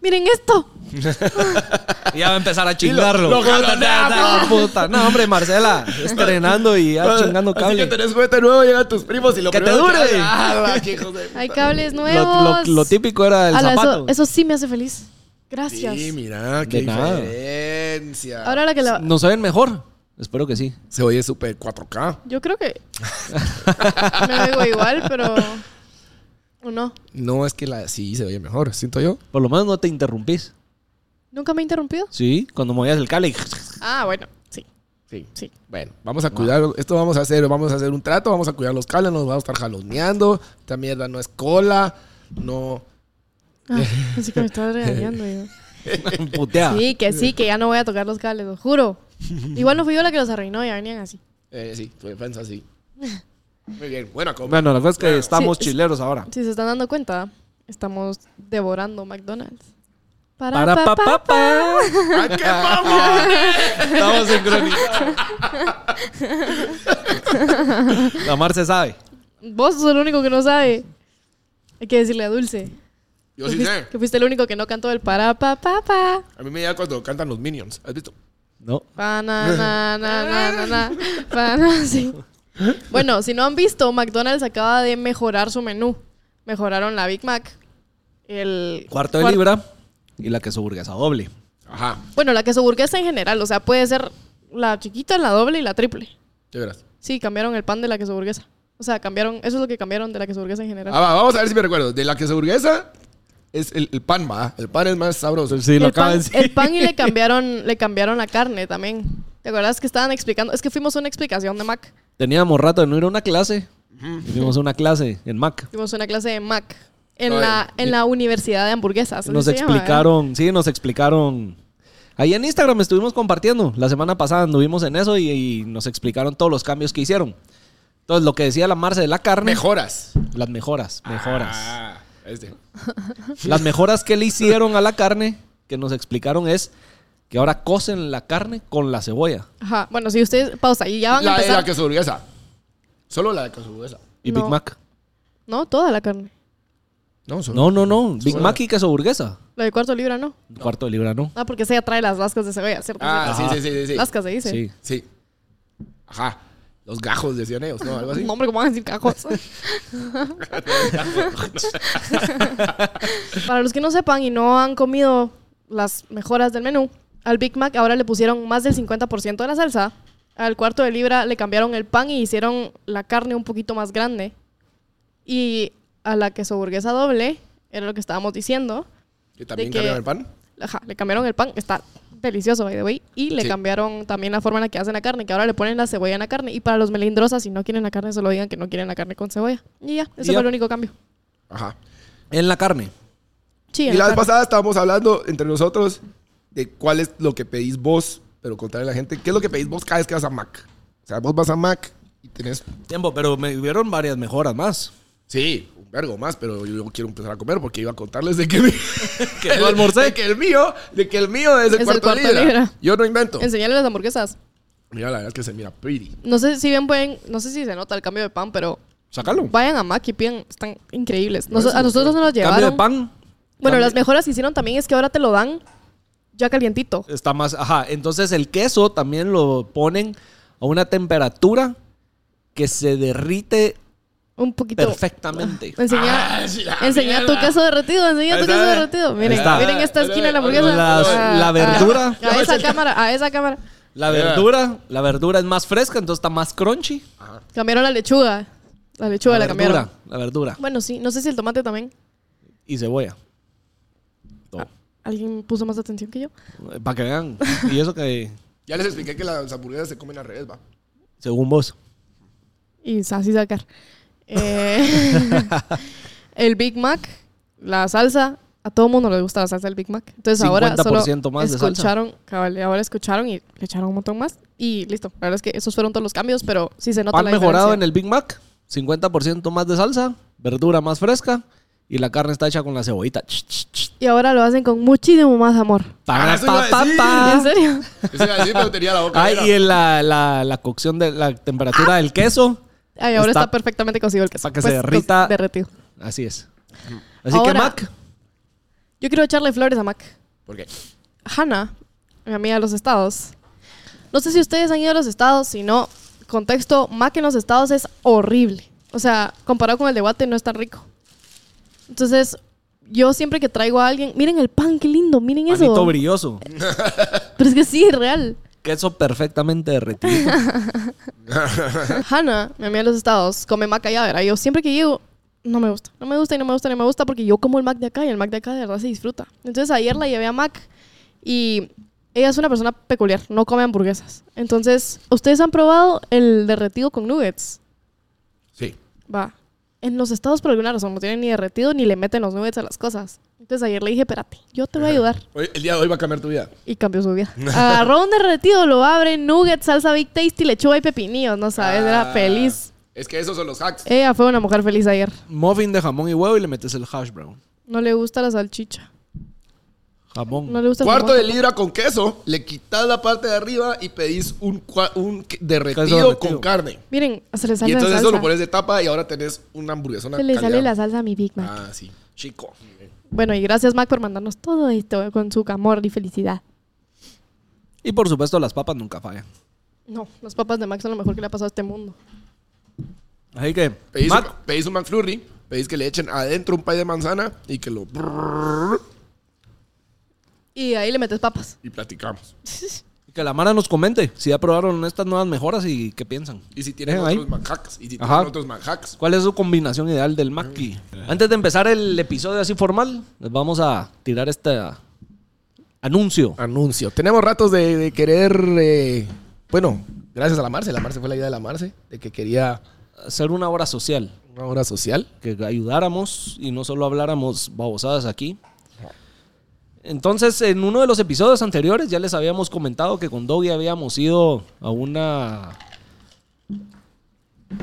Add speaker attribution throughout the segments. Speaker 1: miren esto.
Speaker 2: Y ya va a empezar a chingarlo.
Speaker 3: lo
Speaker 2: Puta, ta,
Speaker 3: jalonea,
Speaker 2: ta, puta. No, hombre, Marcela, estrenando y ya chingando
Speaker 3: Ah, Así que
Speaker 2: cable.
Speaker 3: tenés juguete nuevo, llegan tus primos y lo
Speaker 2: ¡Que te
Speaker 3: primero
Speaker 2: dure!
Speaker 3: hacen, "Ala, qué hijos de
Speaker 1: Hay
Speaker 3: puta".
Speaker 1: cables
Speaker 2: Lo,
Speaker 1: nuevos.
Speaker 2: lo- lo típico era el
Speaker 1: Ala,
Speaker 2: zapato.
Speaker 1: eso, eso sí me hace feliz. Gracias.
Speaker 3: Sí, mira, qué
Speaker 2: De nada.
Speaker 3: diferencia.
Speaker 1: Ahora la que la...
Speaker 2: ¿Nos saben mejor? Espero que sí.
Speaker 3: se oye súper 4K.
Speaker 1: Yo creo que... me oigo igual, pero... ¿O no?
Speaker 3: No, es que la sí se oye mejor, siento yo.
Speaker 2: Por lo menos no te interrumpís.
Speaker 1: ¿Nunca me he interrumpido?
Speaker 2: Sí, cuando movías el cable. y-
Speaker 1: Ah, bueno, sí.
Speaker 3: Sí.
Speaker 1: Sí.
Speaker 3: Bueno, vamos a cuidar, esto vamos a hacer, vamos a hacer un trato, vamos a cuidar los cables, nos vamos a estar jaloneando. Esta mierda no es cola, no.
Speaker 1: Ah, así que me estaba regañando. yo.
Speaker 2: Putea.
Speaker 1: Sí, que sí, que ya no voy a tocar los cables, lo juro. Igual no fui yo la que los arruinó, ya venían así.
Speaker 3: Eh, sí, tu defensa sí. Muy bien, buena comida.
Speaker 2: Bueno, la cosa es que estamos
Speaker 1: Sí, es-
Speaker 2: chileros ahora.
Speaker 1: Si se están dando cuenta, estamos devorando McDonald's. Para,
Speaker 2: Para
Speaker 1: pa,
Speaker 2: pa,
Speaker 1: pa,
Speaker 2: pa,
Speaker 1: pa.
Speaker 2: pa.
Speaker 3: ¡Ay, qué mamón!
Speaker 2: Estamos sincronizados. La Mar se sabe.
Speaker 1: Vos sos el único que no sabe. Hay que decirle a Dulce.
Speaker 3: Yo
Speaker 1: que,
Speaker 3: sí
Speaker 1: fuiste,
Speaker 3: sé.
Speaker 1: que fuiste el único que no cantó el para pa pa pa.
Speaker 3: A mí me llega cuando cantan los Minions. ¿Has visto?
Speaker 2: No.
Speaker 1: Pa, na, na, na, na, na, na. Pa, na, sí. Bueno, si no han visto, McDonald's acaba de mejorar su menú. Mejoraron la Big Mac. El
Speaker 2: Cuarto de
Speaker 1: cuar-
Speaker 2: libra y la que su burguesa doble.
Speaker 3: Ajá,
Speaker 1: Bueno, la queso burguesa en general, o sea, puede ser la chiquita, la doble y la triple.
Speaker 3: de veras.
Speaker 1: Sí, cambiaron el pan de la queso burguesa. O sea, cambiaron, eso es lo que cambiaron de la queso burguesa en general.
Speaker 3: Ah, va, vamos a ver si me recuerdo. De la que se burguesa es el, el pan, va. El pan es más sabroso.
Speaker 2: Sí,
Speaker 1: el, pan, el pan y le cambiaron, le cambiaron la carne también. ¿Te acuerdas que estaban explicando? Es que fuimos a una explicación de Mac.
Speaker 2: Teníamos rato de no ir a una clase. Y fuimos a una clase en Mac.
Speaker 1: Fuimos a una clase de Mac en,
Speaker 3: Ay,
Speaker 1: la, en la Universidad de Hamburguesas. así
Speaker 2: Nos
Speaker 1: se llama, ¿eh? ¿verdad?
Speaker 2: explicaron, sí, nos explicaron. Ahí en Instagram estuvimos compartiendo. La semana pasada anduvimos en eso y, y nos explicaron todos los cambios que hicieron. Entonces, lo que decía la Marce de la carne.
Speaker 3: Mejoras.
Speaker 2: Las mejoras, mejoras.
Speaker 3: Ah, este.
Speaker 2: Las mejoras que le hicieron a la carne, que nos explicaron, es que ahora cocen la carne con la cebolla
Speaker 1: Ajá. Bueno, si ustedes, pausa, y ya van a
Speaker 3: La de
Speaker 1: empezar.
Speaker 3: la queso burguesa. Solo la de queso burguesa.
Speaker 2: y
Speaker 1: No.
Speaker 2: Big Mac.
Speaker 1: No, toda la carne.
Speaker 3: No, solo.
Speaker 2: No, no, no. Big Mac y queso burguesa.
Speaker 1: La de cuarto libra no.
Speaker 2: Cuarto de libra, no.
Speaker 1: Ah, porque esa ya trae las lascas de cebolla, ¿cierto?
Speaker 3: Ah, sí,
Speaker 2: Ajá.
Speaker 3: sí, sí, sí, sí.
Speaker 1: Lascas se dice.
Speaker 2: Sí.
Speaker 3: Sí. Ajá. Los gajos decían ellos, ¿no? Algo así.
Speaker 1: No, hombre, ¿cómo van a decir cajos? Para los que no sepan y no han comido las mejoras del menú, al Big Mac ahora le pusieron más del 50% de la salsa. Al cuarto de libra le cambiaron el pan y hicieron la carne un poquito más grande. Y a la queso burguesa doble, era lo que estábamos diciendo,
Speaker 3: Que también
Speaker 1: de que-
Speaker 3: cambiaban el pan.
Speaker 1: ajá, le cambiaron el pan, está delicioso, by the way, y le
Speaker 3: Sí.
Speaker 1: cambiaron también la forma en la que hacen la carne, que ahora le ponen la cebolla en la carne. Y para los melindrosas, si no quieren la carne, solo digan que no quieren la carne con cebolla. Y ya,
Speaker 2: Y
Speaker 1: ese
Speaker 2: ya.
Speaker 1: fue el único cambio.
Speaker 3: Ajá.
Speaker 2: En la carne.
Speaker 1: Sí, en
Speaker 3: Y
Speaker 1: la
Speaker 3: la vez
Speaker 1: carne.
Speaker 3: pasada estábamos hablando entre nosotros de cuál es lo que pedís vos, pero contarle a la gente, ¿qué es lo que pedís vos cada vez que vas a Mac? O sea, vos vas a Mac y tenés,
Speaker 2: Tiempo, pero me hubieron varias mejoras más.
Speaker 3: sí, un vergo más, pero yo, yo quiero empezar a comer porque iba a contarles de que, mi-
Speaker 2: Que no almorcé.
Speaker 3: de que el mío, de que el mío es el,
Speaker 1: Es el
Speaker 3: cuarto,
Speaker 1: cuarto
Speaker 3: libra.
Speaker 1: libra.
Speaker 3: Yo no invento.
Speaker 1: Enseñarle las hamburguesas.
Speaker 3: Mira, la verdad es que se mira pretty.
Speaker 1: No sé si bien pueden, no sé si se nota el cambio de pan, pero
Speaker 2: Sácalo.
Speaker 1: vayan a Mac y pidan, están increíbles. Nos-
Speaker 3: Parece
Speaker 1: a nosotros nos los
Speaker 2: Cambio de
Speaker 1: llevaron.
Speaker 2: pan.
Speaker 1: Bueno,
Speaker 2: Cambio-
Speaker 1: las mejoras que hicieron también es que ahora te lo dan ya calientito.
Speaker 2: Está más. Ajá. Entonces, el queso también lo ponen a una temperatura que se derrite
Speaker 1: Un poquito.
Speaker 2: perfectamente.
Speaker 1: Enseña,
Speaker 3: Ah, sí, la
Speaker 1: enseña tu
Speaker 3: mierda.
Speaker 1: queso derretido, enseña
Speaker 3: Ahí
Speaker 1: tu
Speaker 3: está,
Speaker 1: queso
Speaker 3: ve.
Speaker 1: derretido. Miren,
Speaker 2: está.
Speaker 1: miren esta esquina de la hamburguesa.
Speaker 2: Las-
Speaker 1: Ah,
Speaker 2: la
Speaker 1: ah,
Speaker 2: verdura.
Speaker 1: A, esa cámara, a esa cámara.
Speaker 2: La verdura, la verdura es más fresca, entonces está más crunchy.
Speaker 1: Cambiaron la lechuga. La lechuga la,
Speaker 2: verdura,
Speaker 1: cambiaron.
Speaker 2: la verdura
Speaker 1: Bueno, sí, no sé si el tomate también.
Speaker 2: y cebolla. No.
Speaker 1: Alguien puso más atención que yo.
Speaker 2: Para que vean. Y eso que,
Speaker 3: Ya les expliqué que las hamburguesas se comen al revés, va.
Speaker 2: según vos.
Speaker 1: y así sacar. Eh, el Big Mac, la salsa, a todo mundo le gusta la salsa del Big Mac. Entonces ahora solo
Speaker 2: 50% más de salsa.
Speaker 1: escucharon, cabal, ahora escucharon y le echaron un montón más y listo. La verdad es que esos fueron todos los cambios, pero sí se nota
Speaker 2: Pan
Speaker 1: la
Speaker 2: mejorado en
Speaker 1: diferencia.
Speaker 2: el Big Mac, 50% más de salsa, verdura más fresca y la carne está hecha con la cebollita. Ch, ch, ch.
Speaker 1: Y ahora lo hacen con muchísimo más amor.
Speaker 2: Para,
Speaker 3: Ah, eso
Speaker 2: pa,
Speaker 3: iba a
Speaker 2: pa,
Speaker 3: decir.
Speaker 2: pa.
Speaker 1: ¿En serio?
Speaker 3: Eso iba a decir, pero tenía la boca
Speaker 2: Ay,
Speaker 3: llena.
Speaker 2: y en la, la, la cocción de la temperatura del queso.
Speaker 1: Ay, ahora está,
Speaker 2: Está-
Speaker 1: Pues, perfectamente cocido el queso.
Speaker 2: para que se derrita.
Speaker 1: derretido.
Speaker 2: Así es. Así
Speaker 1: Ahora-
Speaker 2: que Mac,
Speaker 1: Yo quiero echarle flores a Mac.
Speaker 3: ¿Por qué?
Speaker 1: Hannah, mi amiga de los estados. No sé si ustedes han ido a los estados, si no, contexto, Mac en los estados es horrible. O sea, comparado con el de Guate, no es tan rico. Entonces, yo siempre que traigo a alguien, miren el pan, qué lindo, miren
Speaker 2: Panito
Speaker 1: eso.
Speaker 2: brilloso.
Speaker 1: Pero es que sí, es real.
Speaker 2: Queso perfectamente derretido.
Speaker 1: Hannah, mi amiga de los estados, come Mac allá, ¿verdad? Yo siempre que llego, no me gusta, no me gusta y no me gusta, no me gusta porque yo como el Mac de acá y el Mac de acá de verdad se disfruta. Entonces ayer la llevé a Mac y ella es una persona peculiar, no come hamburguesas. Entonces, ¿ustedes han probado el derretido con nuggets?
Speaker 3: Sí.
Speaker 1: Va. En los estados por alguna razón no tienen ni derretido ni le meten los nuggets a las cosas. Entonces ayer le dije, espérate, yo te voy a ayudar.
Speaker 3: Hoy- el día de hoy va a cambiar tu vida.
Speaker 1: Y cambió su vida. Agarró un derretido, lo abre, nuggets, salsa Big Tasty, lechuga y pepinillos. No sabes, era
Speaker 3: Ah,
Speaker 1: feliz.
Speaker 3: Es que esos son los hacks.
Speaker 1: Ella fue una mujer feliz ayer.
Speaker 2: Muffin de jamón y huevo y le metes el hash brown.
Speaker 1: No le gusta la salchicha.
Speaker 2: Jamón.
Speaker 1: No le gusta el
Speaker 3: Cuarto
Speaker 1: jamón.
Speaker 3: de libra con queso, le quitas la parte de arriba y pedís un, cua- un que- derretido,
Speaker 2: Queso derretido.
Speaker 3: con carne.
Speaker 1: Miren, se le sale
Speaker 3: y
Speaker 1: la
Speaker 3: entonces
Speaker 1: salsa.
Speaker 3: eso lo pones de tapa y ahora tenés una hamburguesona.
Speaker 1: se le sale la
Speaker 3: calidad.
Speaker 1: salsa a mi Big Mac.
Speaker 3: Ah, sí.
Speaker 2: Chico.
Speaker 1: Bueno, y gracias Mac por mandarnos todo esto con su amor y felicidad.
Speaker 2: Y por supuesto, las papas nunca fallan.
Speaker 1: No, los papas de Mac son lo mejor que le ha pasado a este mundo.
Speaker 2: Así que,
Speaker 3: Pedís,
Speaker 2: Mac,
Speaker 3: Un, pedís un McFlurry, pedís que le echen adentro un pay de manzana y que lo...
Speaker 1: Y ahí le metes papas.
Speaker 3: Y platicamos.
Speaker 2: que la Mara nos comente si ya probaron estas nuevas mejoras y qué piensan.
Speaker 3: Y si tienen
Speaker 2: Dejen Eh, ahí.
Speaker 3: otros manjacks. Y si tienen
Speaker 2: Ajá.
Speaker 3: otros manjacks.
Speaker 2: ¿Cuál es su combinación ideal del Mac? Y Antes de empezar el episodio así formal, les vamos a tirar este anuncio.
Speaker 3: Anuncio. Tenemos ratos de, de querer... eh, bueno, gracias a la Marce. La Marce fue la idea de la Marce. De que quería
Speaker 2: Hacer una obra social.
Speaker 3: una hora social.
Speaker 2: que ayudáramos y no solo habláramos babosadas aquí. Entonces, en uno de los episodios anteriores ya les habíamos comentado que con Doggy habíamos ido a una...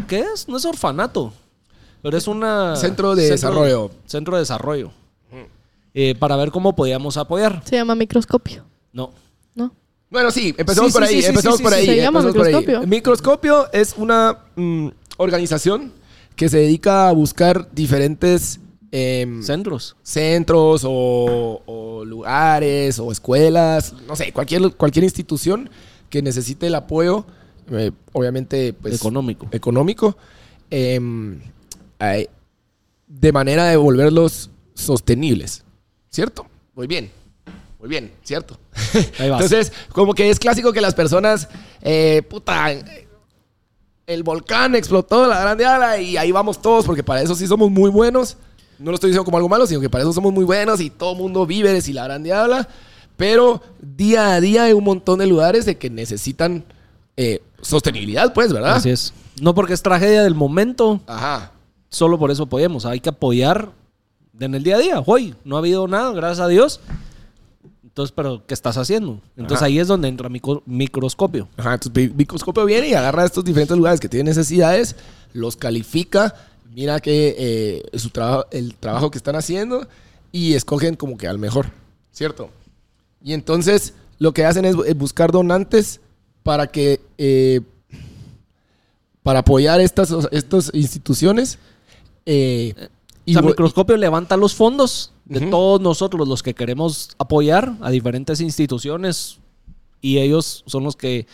Speaker 2: ¿Qué es? No es orfanato, pero es una...
Speaker 3: Centro de desarrollo.
Speaker 2: Centro de desarrollo. Eh, para ver cómo podíamos apoyar.
Speaker 1: Se llama microscopio,
Speaker 2: No.
Speaker 1: ¿no?
Speaker 3: Bueno, sí, empezamos
Speaker 2: Sí,
Speaker 3: por
Speaker 2: sí,
Speaker 3: ahí.
Speaker 2: sí, sí,
Speaker 3: empezamos
Speaker 2: sí,
Speaker 3: por
Speaker 2: sí,
Speaker 3: ahí.
Speaker 1: se llama
Speaker 3: empezamos por ahí.
Speaker 1: microscopio.
Speaker 3: Microscopio es una mm, organización que se dedica a buscar diferentes em,
Speaker 2: Centros.
Speaker 3: centros o, o lugares o escuelas, no sé, cualquier, cualquier institución que necesite el apoyo, eh, obviamente, pues.
Speaker 2: Económico.
Speaker 3: Económico. em, ay, de manera de volverlos sostenibles. ¿Cierto? Muy bien. Muy bien, ¿cierto?
Speaker 2: Ahí vas.
Speaker 3: Entonces, como que es clásico que las personas, eh, puta, eh, el volcán explotó la grande ala y ahí vamos todos, porque para eso sí somos muy buenos. No lo estoy diciendo como algo malo, sino que para eso somos muy buenos y todo mundo vive y la grande ala. Pero día a día hay un montón de lugares de que necesitan eh, sostenibilidad, pues, ¿verdad?
Speaker 2: Así es. No porque es tragedia del momento,
Speaker 3: Ajá.
Speaker 2: solo por eso apoyemos. Hay que apoyar en el día a día. Hoy no ha habido nada, gracias a Dios. Entonces, pero ¿qué estás haciendo? Entonces
Speaker 3: Ajá.
Speaker 2: ahí es donde entra micro- microscopio.
Speaker 3: Ajá, entonces Microscopio viene y agarra estos diferentes lugares que tienen necesidades, los califica, mira que eh, su trabajo, el trabajo que están haciendo y escogen como que al mejor, ¿cierto? Y entonces lo que hacen es, bu- es buscar donantes para que eh, para apoyar estas, estas instituciones eh,
Speaker 2: O sea,
Speaker 3: vo-
Speaker 2: microscopio levanta los fondos de
Speaker 3: Ujú.
Speaker 2: todos nosotros los que queremos apoyar a diferentes instituciones y ellos son los que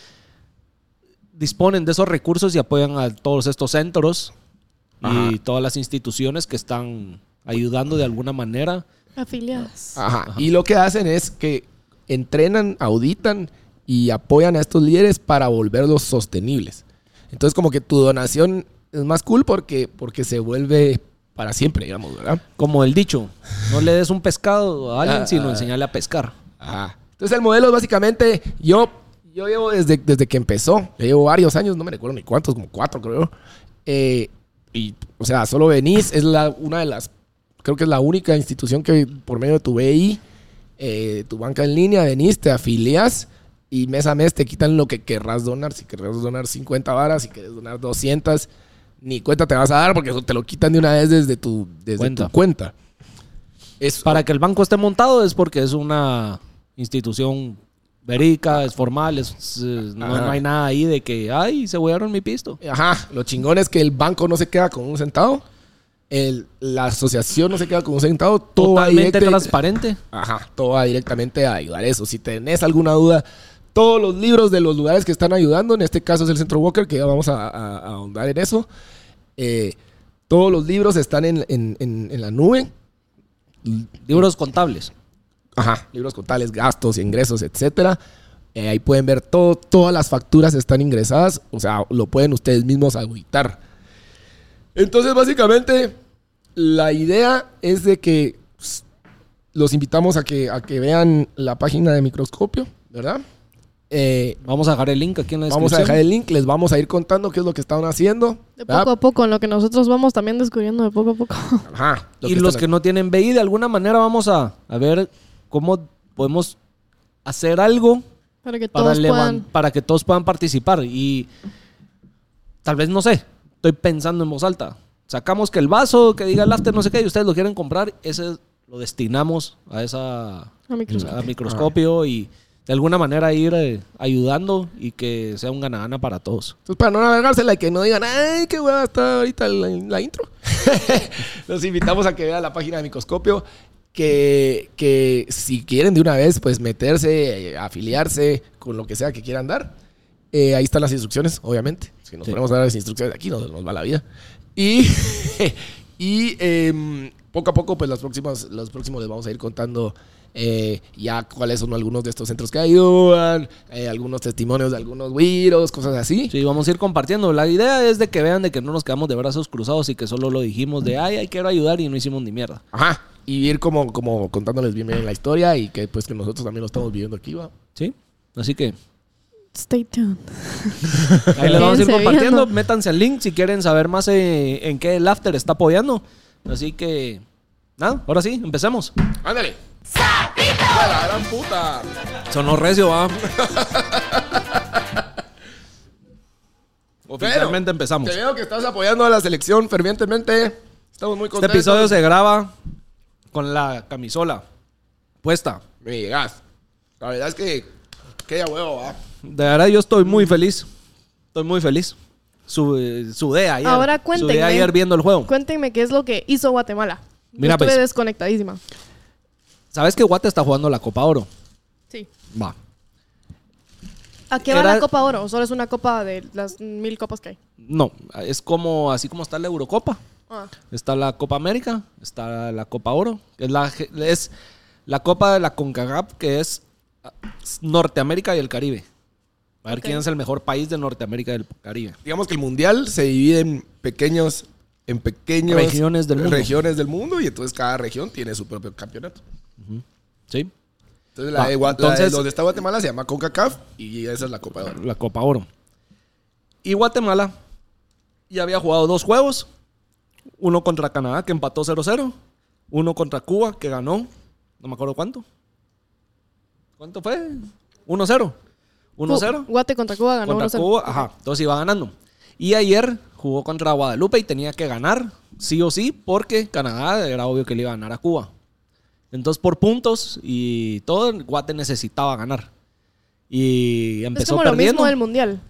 Speaker 2: disponen de esos recursos y apoyan a todos estos centros
Speaker 3: Ajá.
Speaker 2: y todas las instituciones que están ayudando de alguna manera.
Speaker 1: Afiliadas.
Speaker 3: Ajá. Y lo que hacen es que entrenan, auditan y apoyan a estos líderes para volverlos sostenibles. Entonces, como que tu donación es más cool porque, porque se vuelve para siempre, digamos, ¿verdad?
Speaker 2: Como el dicho, no le des un pescado a alguien,
Speaker 3: Ah,
Speaker 2: sino
Speaker 3: ah.
Speaker 2: enseñarle a pescar.
Speaker 3: Ajá. Entonces, el modelo es básicamente, yo, yo llevo desde, desde que empezó, yo llevo varios años, no me recuerdo ni cuántos, como cuatro creo. Eh, y, o sea, solo venís, es la, una de las, creo que es la única institución que por medio de tu BI, eh, tu banca en línea, venís, te afilias y mes a mes te quitan lo que querrás donar. Si querrás donar 50 varas, si querés donar 200, ni cuenta te vas a dar porque eso te lo quitan de una vez desde tu, desde
Speaker 2: Cuenta.
Speaker 3: tu cuenta. Es,
Speaker 2: Para que el banco esté montado es porque es una institución verídica, es formal, es, es- no,
Speaker 3: Ajá.
Speaker 2: no hay nada ahí de que, ay, se huearon mi pisto.
Speaker 3: Ajá, lo chingón es que el banco no se queda con un centavo el- la asociación no se queda con un centavo, todo
Speaker 2: Totalmente
Speaker 3: va directo-
Speaker 2: transparente.
Speaker 3: Ajá, todo va directamente a ayudar eso. Si tenés alguna duda, todos los libros de los lugares que están ayudando, en este caso es el Centro Walker, que ya vamos a, a- a ahondar en eso. Eh, todos los libros están en, en- en- en la nube.
Speaker 2: Libros contables.
Speaker 3: Ajá, libros contables, gastos, ingresos, etcétera. Eh, ahí pueden ver todo, todas las facturas están ingresadas, o sea, lo pueden ustedes mismos auditar. Entonces, básicamente, la idea es de que pues, los invitamos a que, a que vean la página de microscopio, ¿verdad? Eh,
Speaker 2: Vamos a dejar el link aquí en la descripción.
Speaker 3: vamos a dejar el link, les vamos a ir contando qué es lo que están haciendo.
Speaker 1: De
Speaker 3: ¿verdad?
Speaker 1: poco a poco, en lo que nosotros vamos también descubriendo de poco a poco.
Speaker 3: Ajá, lo
Speaker 2: y
Speaker 3: que
Speaker 2: los
Speaker 3: están-
Speaker 2: que no tienen BI, de alguna manera vamos a, a ver cómo podemos hacer algo
Speaker 1: Para que
Speaker 2: para,
Speaker 1: todos
Speaker 2: levan-
Speaker 1: puedan.
Speaker 2: para que todos puedan participar. Y tal vez, no sé, estoy pensando en voz alta. Sacamos que el vaso que diga el after, no sé qué, y ustedes lo quieren comprar, ese lo destinamos a esa
Speaker 1: A microscopio.
Speaker 2: a microscopio y de alguna manera ir eh, ayudando y que sea un gana-gana para todos.
Speaker 3: Entonces, para no alargársela y que no digan, ay, qué hueva está ahorita la, la intro. Los invitamos a que vean la página de Microscopio. Que, que si quieren de una vez, pues meterse, eh, afiliarse con lo que sea que quieran dar. Eh, ahí están las instrucciones, obviamente. Si nos
Speaker 2: Sí.
Speaker 3: ponemos a dar las instrucciones aquí, nos, nos va la vida. Y, y em, poco a poco, pues las próximas, los próximos les vamos a ir contando eh, ya cuáles son algunos de estos centros que ayudan, eh, algunos testimonios de algunos güiros, cosas así.
Speaker 2: Sí, vamos a ir compartiendo. La idea es de que vean de que no nos quedamos de brazos cruzados y que solo lo dijimos de, ay, ay, quiero ayudar y no hicimos ni mierda.
Speaker 3: Ajá. Y ir como, como contándoles bien, bien la historia y que pues que nosotros también lo estamos viviendo aquí, va.
Speaker 2: ¿Sí? Así que
Speaker 1: Stay tuned.
Speaker 2: Ahí les vamos a ir
Speaker 1: Quédense
Speaker 2: compartiendo.
Speaker 1: viendo.
Speaker 2: Métanse al link si quieren saber más eh, en qué el After está apoyando. Así que, nada, ahora sí, empecemos.
Speaker 3: ¡Ándale! ¡A la gran puta!
Speaker 2: Sonó recio, va. Oficialmente
Speaker 3: Pero,
Speaker 2: empezamos.
Speaker 3: Te veo que estás apoyando a la selección fervientemente. Estamos muy
Speaker 2: Este
Speaker 3: contentos.
Speaker 2: episodio se graba con la camisola puesta.
Speaker 3: Me llegas. La verdad es que... Que ya huevo, va.
Speaker 2: De verdad, yo estoy muy feliz. Estoy muy feliz. Su- eh, sudé ayer.
Speaker 1: Ahora
Speaker 2: Sudé
Speaker 1: cuéntenme.
Speaker 2: ayer viendo el juego.
Speaker 1: Cuéntenme qué es lo que hizo Guatemala. Yo
Speaker 2: Mira,
Speaker 1: estuve
Speaker 2: pues.
Speaker 1: desconectadísima.
Speaker 2: ¿Sabes que Guate está jugando la Copa Oro?
Speaker 1: Sí.
Speaker 2: Va.
Speaker 1: ¿A qué va
Speaker 2: Era-
Speaker 1: la Copa Oro? ¿O solo es una copa de las mil copas que hay?
Speaker 2: No, es como así como está la Eurocopa.
Speaker 1: Ah,
Speaker 2: Está la Copa América, está la Copa Oro, que es la, ge- es la Copa de la CONCACAF, que es ah, s- Norteamérica y el Caribe. A ver
Speaker 1: Ok.
Speaker 2: quién es el mejor país de Norteamérica y del Caribe.
Speaker 3: Digamos que el mundial se divide en pequeños... En pequeños...
Speaker 2: Regiones del mundo.
Speaker 3: Regiones del mundo y entonces cada región tiene su propio campeonato.
Speaker 2: ¿Sí?
Speaker 3: Entonces la,
Speaker 2: Va,
Speaker 3: de, Gua- la de
Speaker 2: entonces-
Speaker 3: donde está Guatemala se llama CONCACAF y esa es la Copa de Oro.
Speaker 2: La Copa Oro. Y Guatemala ya había jugado dos juegos. Uno contra Canadá, que empató 0-0. Uno contra Cuba, que ganó. No me acuerdo cuánto. ¿Cuánto fue? 1-0. 1-0.
Speaker 1: Cu- Guate contra Cuba ganó
Speaker 2: contra
Speaker 1: 1-0.
Speaker 2: Cuba, ajá, entonces iba ganando. Y ayer jugó contra Guadalupe y tenía que ganar, sí o sí, porque Canadá era obvio que le iba a ganar a Cuba. Entonces, por puntos y todo, Guate necesitaba ganar. Y
Speaker 1: Es
Speaker 2: empezó
Speaker 1: como lo
Speaker 2: perdiendo.
Speaker 1: mismo del Mundial.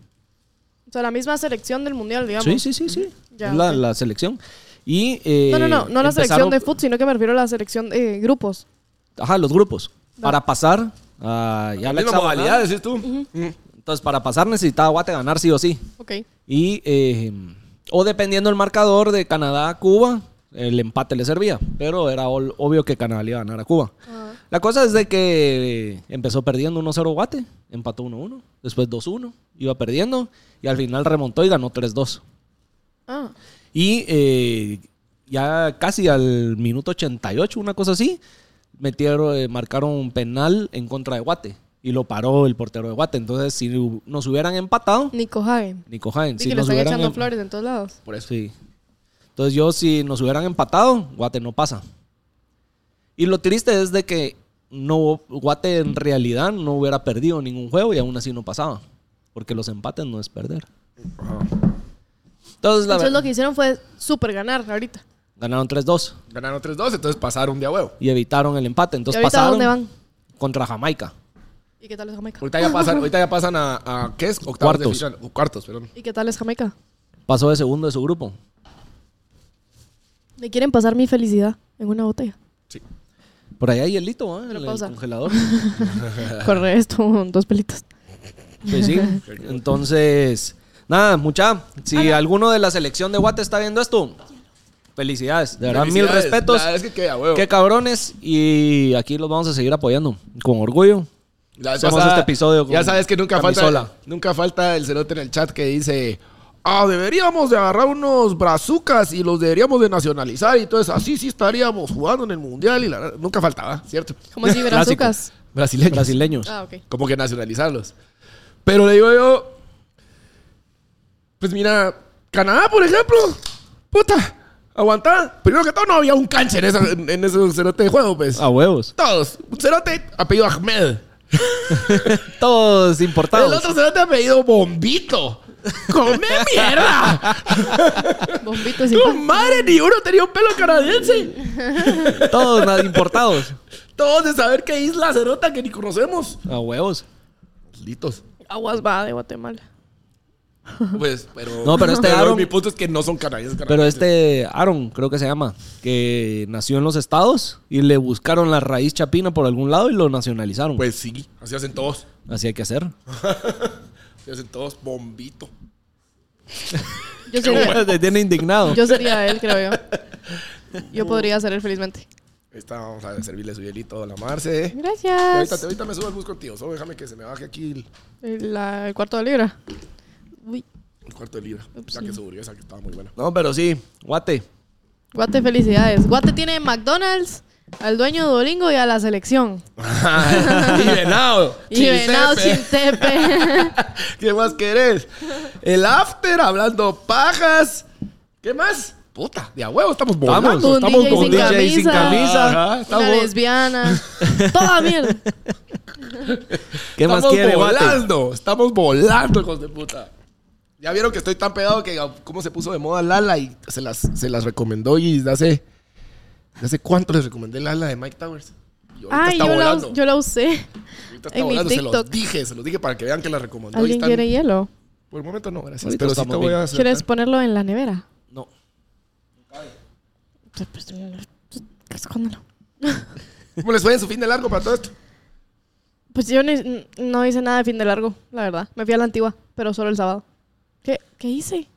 Speaker 1: O sea, la misma selección del Mundial, digamos.
Speaker 2: sí, sí, sí, sí.
Speaker 1: Ya,
Speaker 2: Es la,
Speaker 1: ok.
Speaker 2: la selección. Y, eh,
Speaker 1: No, no, no, no la selección
Speaker 2: empezaron-
Speaker 1: de fútbol, sino que me refiero a la selección de grupos.
Speaker 2: Ajá, los grupos. Para pasar a ya la
Speaker 3: La misma
Speaker 2: hexagonal.
Speaker 3: modalidad, decís tú.
Speaker 2: Entonces, para pasar necesitaba Guate ganar sí o sí.
Speaker 1: Ok.
Speaker 2: Y, eh, o dependiendo del marcador de Canadá a Cuba, el empate le servía. Pero era ol- obvio que Canadá le iba a ganar a Cuba.
Speaker 1: Ah.
Speaker 2: La cosa es de que eh, empezó perdiendo 1-0 Guate, empató 1-1, después 2-1, iba perdiendo y al final remontó y ganó 3-2.
Speaker 1: Ah.
Speaker 2: Y eh, ya casi al minuto 88, una cosa así, metieron, eh, marcaron un penal en contra de Guate y lo paró el portero de Guate. Entonces, si hu- nos hubieran empatado,
Speaker 1: Nico Hagen.
Speaker 2: Nico Jaén,
Speaker 1: Mm. Sí,
Speaker 2: si
Speaker 1: que le
Speaker 2: nos
Speaker 1: están
Speaker 2: hubieran
Speaker 1: echando
Speaker 2: em-
Speaker 1: flores en todos lados.
Speaker 2: por eso. Sí. Entonces yo, si nos hubieran empatado, Guate no pasa. Y lo triste es de que no, Guate en realidad no hubiera perdido ningún juego y aún así no pasaba. Porque los empates no es perder. Entonces, la
Speaker 1: Entonces
Speaker 2: verdad,
Speaker 1: lo que hicieron fue súper ganar ahorita.
Speaker 2: ganaron 3-2
Speaker 3: Ganaron 3-2, entonces pasaron de a huevo.
Speaker 2: y evitaron el empate.
Speaker 1: ¿Y
Speaker 2: Entonces
Speaker 1: ahorita
Speaker 2: pasaron
Speaker 1: dónde van?
Speaker 2: contra Jamaica.
Speaker 1: ¿Y qué tal es Jamaica?
Speaker 3: Ahorita ya pasan, ahorita ya pasan a, a- ¿qué es? Octavos de
Speaker 2: Cuartos.
Speaker 3: final. O cuartos, perdón.
Speaker 1: ¿Y qué tal es Jamaica?
Speaker 2: Pasó de segundo de su grupo.
Speaker 1: Me quieren pasar mi felicidad en una botella.
Speaker 2: Por ahí hay hielito, ¿eh? En
Speaker 1: Pero
Speaker 2: el
Speaker 1: pausa.
Speaker 2: congelador.
Speaker 1: Corre esto, dos pelitos.
Speaker 2: Pues sí. Entonces, nada, mucha. Si
Speaker 1: Ah,
Speaker 2: alguno de la selección de Guate está viendo esto, felicidades. De verdad, mil
Speaker 3: Felicidades.
Speaker 2: respetos.
Speaker 3: La verdad es que queda huevo.
Speaker 2: Qué cabrones. Y aquí los vamos a seguir apoyando con orgullo.
Speaker 3: La vez
Speaker 2: Hacemos
Speaker 3: pasada,
Speaker 2: este episodio con
Speaker 3: Ya sabes que nunca
Speaker 2: camisola.
Speaker 3: falta, nunca falta el cerote en el chat que dice, ah, deberíamos de agarrar unos brazucas y los deberíamos de nacionalizar y entonces así sí estaríamos jugando en el mundial y la- nunca faltaba, ¿cierto?
Speaker 1: Como si
Speaker 2: Clásico.
Speaker 1: brazucas.
Speaker 3: Brasileños.
Speaker 2: Brasileños.
Speaker 1: Ah, ok.
Speaker 3: Como que nacionalizarlos. Pero le digo yo, pues mira, Canadá, por ejemplo, puta, aguantá. Primero que todo, no había un canche en, esa- en- en ese cerote de juego, pues.
Speaker 2: A huevos.
Speaker 3: Todos, un cerote, apellido Ahmed.
Speaker 2: Todos importados.
Speaker 3: El otro se te ha pedido bombito. ¡Come mierda!
Speaker 1: Bombitos y
Speaker 3: ¡Tu madre! Ni uno tenía un pelo canadiense.
Speaker 2: Todos nada, importados.
Speaker 3: Todos de saber qué isla se nota que ni conocemos.
Speaker 2: A huevos.
Speaker 3: Litos.
Speaker 1: aguas va de Guatemala.
Speaker 3: Pues, pero.
Speaker 2: No, pero este Aaron-
Speaker 3: Mi punto es que no son canadienses.
Speaker 2: Pero
Speaker 3: canadienses.
Speaker 2: este Aaron, creo que se llama, que nació en los estados y le buscaron la raíz chapina por algún lado y lo nacionalizaron.
Speaker 3: Pues sí, así hacen todos.
Speaker 2: Así hay que hacer.
Speaker 3: Así hacen todos. Bombito.
Speaker 1: Yo sería,
Speaker 2: Te tiene indignado.
Speaker 1: yo sería él, creo yo. Yo podría ser él felizmente.
Speaker 3: Ahí está, vamos a servirle su hielito a la Marce. Ahorita,
Speaker 1: Gracias.
Speaker 3: ahorita me subo al bus contigo. Solo déjame que se me baje aquí el,
Speaker 1: La- el cuarto de libra. Uy.
Speaker 3: el cuarto de libra.
Speaker 1: Ups,
Speaker 3: La que
Speaker 1: sí.
Speaker 3: subió, esa que estaba muy buena.
Speaker 2: No, pero sí, guate.
Speaker 1: Guate, felicidades. Guate tiene McDonald's, al dueño de Dolingo y a la selección.
Speaker 3: y venado.
Speaker 1: Y Venado
Speaker 3: Chinsepe.
Speaker 1: Chintepe.
Speaker 3: ¿Qué más querés? El after hablando pajas. ¿Qué más? Puta, de a huevo estamos volando.
Speaker 2: Estamos,
Speaker 1: Un
Speaker 2: estamos
Speaker 1: DJ
Speaker 2: con
Speaker 1: sin
Speaker 2: DJ sin
Speaker 1: camisa.
Speaker 2: camisa.
Speaker 3: Ajá,
Speaker 1: Una
Speaker 3: estamos,
Speaker 1: lesbiana. Toda mierda.
Speaker 2: ¿Qué más
Speaker 3: estamos
Speaker 2: quiere, guate?
Speaker 3: volando. Estamos volando, hijos de puta. Ya vieron que estoy tan pegado que cómo se puso de moda Lala y se las, se las recomendó y de hace, de hace cuánto les recomendé Lala de Mike Towers. Y ahorita
Speaker 1: Ay,
Speaker 3: está
Speaker 1: Ah, yo la,
Speaker 3: volando.
Speaker 1: us- yo la usé.
Speaker 3: ahorita está
Speaker 1: en mi
Speaker 3: volando. Se los
Speaker 1: TikTok.
Speaker 3: dije, se los dije para que vean que las recomendó. y
Speaker 1: ¿Alguien
Speaker 3: están-
Speaker 1: quiere hielo?
Speaker 3: Por el momento no, gracias.
Speaker 2: Ahorita
Speaker 3: pero sí
Speaker 2: estamos
Speaker 3: te voy
Speaker 2: bien.
Speaker 3: a hacer.
Speaker 1: ¿Quieres ponerlo en la nevera? Pues,
Speaker 2: No.
Speaker 1: Escóndelo.
Speaker 3: ¿Cómo les fue en su fin de largo para todo esto?
Speaker 1: Pues yo ni- no hice nada de fin de largo, la verdad. Me fui a la antigua, pero solo el sábado. ¿Qué, qué hice?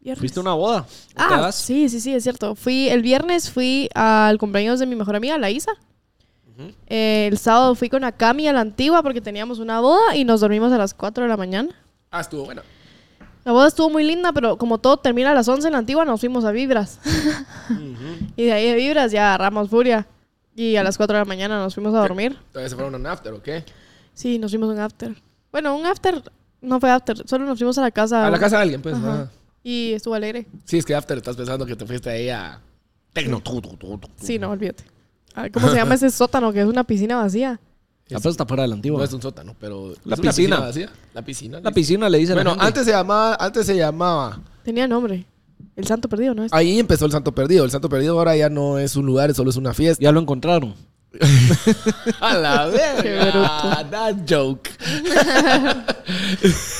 Speaker 1: Viernes.
Speaker 2: ¿Fuiste a una boda? ¿No te
Speaker 1: Ah,
Speaker 2: vas?
Speaker 1: sí, sí, sí, es cierto. Fui el viernes fui al cumpleaños de mi mejor amiga, la Isa. Eh, el sábado fui con Akami a la antigua porque teníamos una boda y nos dormimos a las 4 de la mañana.
Speaker 3: Ah, estuvo bueno.
Speaker 1: La boda estuvo muy linda, pero como todo termina a las 11 en la antigua, nos fuimos a Vibras. y de ahí de Vibras ya agarramos furia. Y a las 4 de la mañana nos fuimos a dormir.
Speaker 3: ¿Todavía se fueron a un after o qué?
Speaker 1: Sí, nos fuimos a un after. Bueno, un after no fue after, solo nos fuimos a la casa.
Speaker 3: A la casa de alguien, pues.
Speaker 1: Ajá.
Speaker 3: ah.
Speaker 1: Y estuvo alegre.
Speaker 3: Sí, es que after estás pensando que te fuiste ahí a. Tecno. tu, tu, tu, tu, tu.
Speaker 1: Sí, no, olvídate. Ah, ¿Cómo se llama ese sótano que es una piscina vacía?
Speaker 2: La plaza está fuera del antiguo.
Speaker 3: No es un sótano, pero.
Speaker 2: La
Speaker 3: es una
Speaker 2: piscina.
Speaker 3: vacía. La piscina.
Speaker 2: La piscina le dice
Speaker 3: Bueno,
Speaker 2: la gente.
Speaker 3: antes se llamaba. Antes se llamaba.
Speaker 1: Tenía nombre. El santo perdido, ¿no?
Speaker 3: Ahí empezó el Santo Perdido. El Santo Perdido ahora ya no es un lugar, solo es una fiesta.
Speaker 2: Ya lo encontraron.
Speaker 3: A la
Speaker 1: Qué bruto.
Speaker 3: That joke.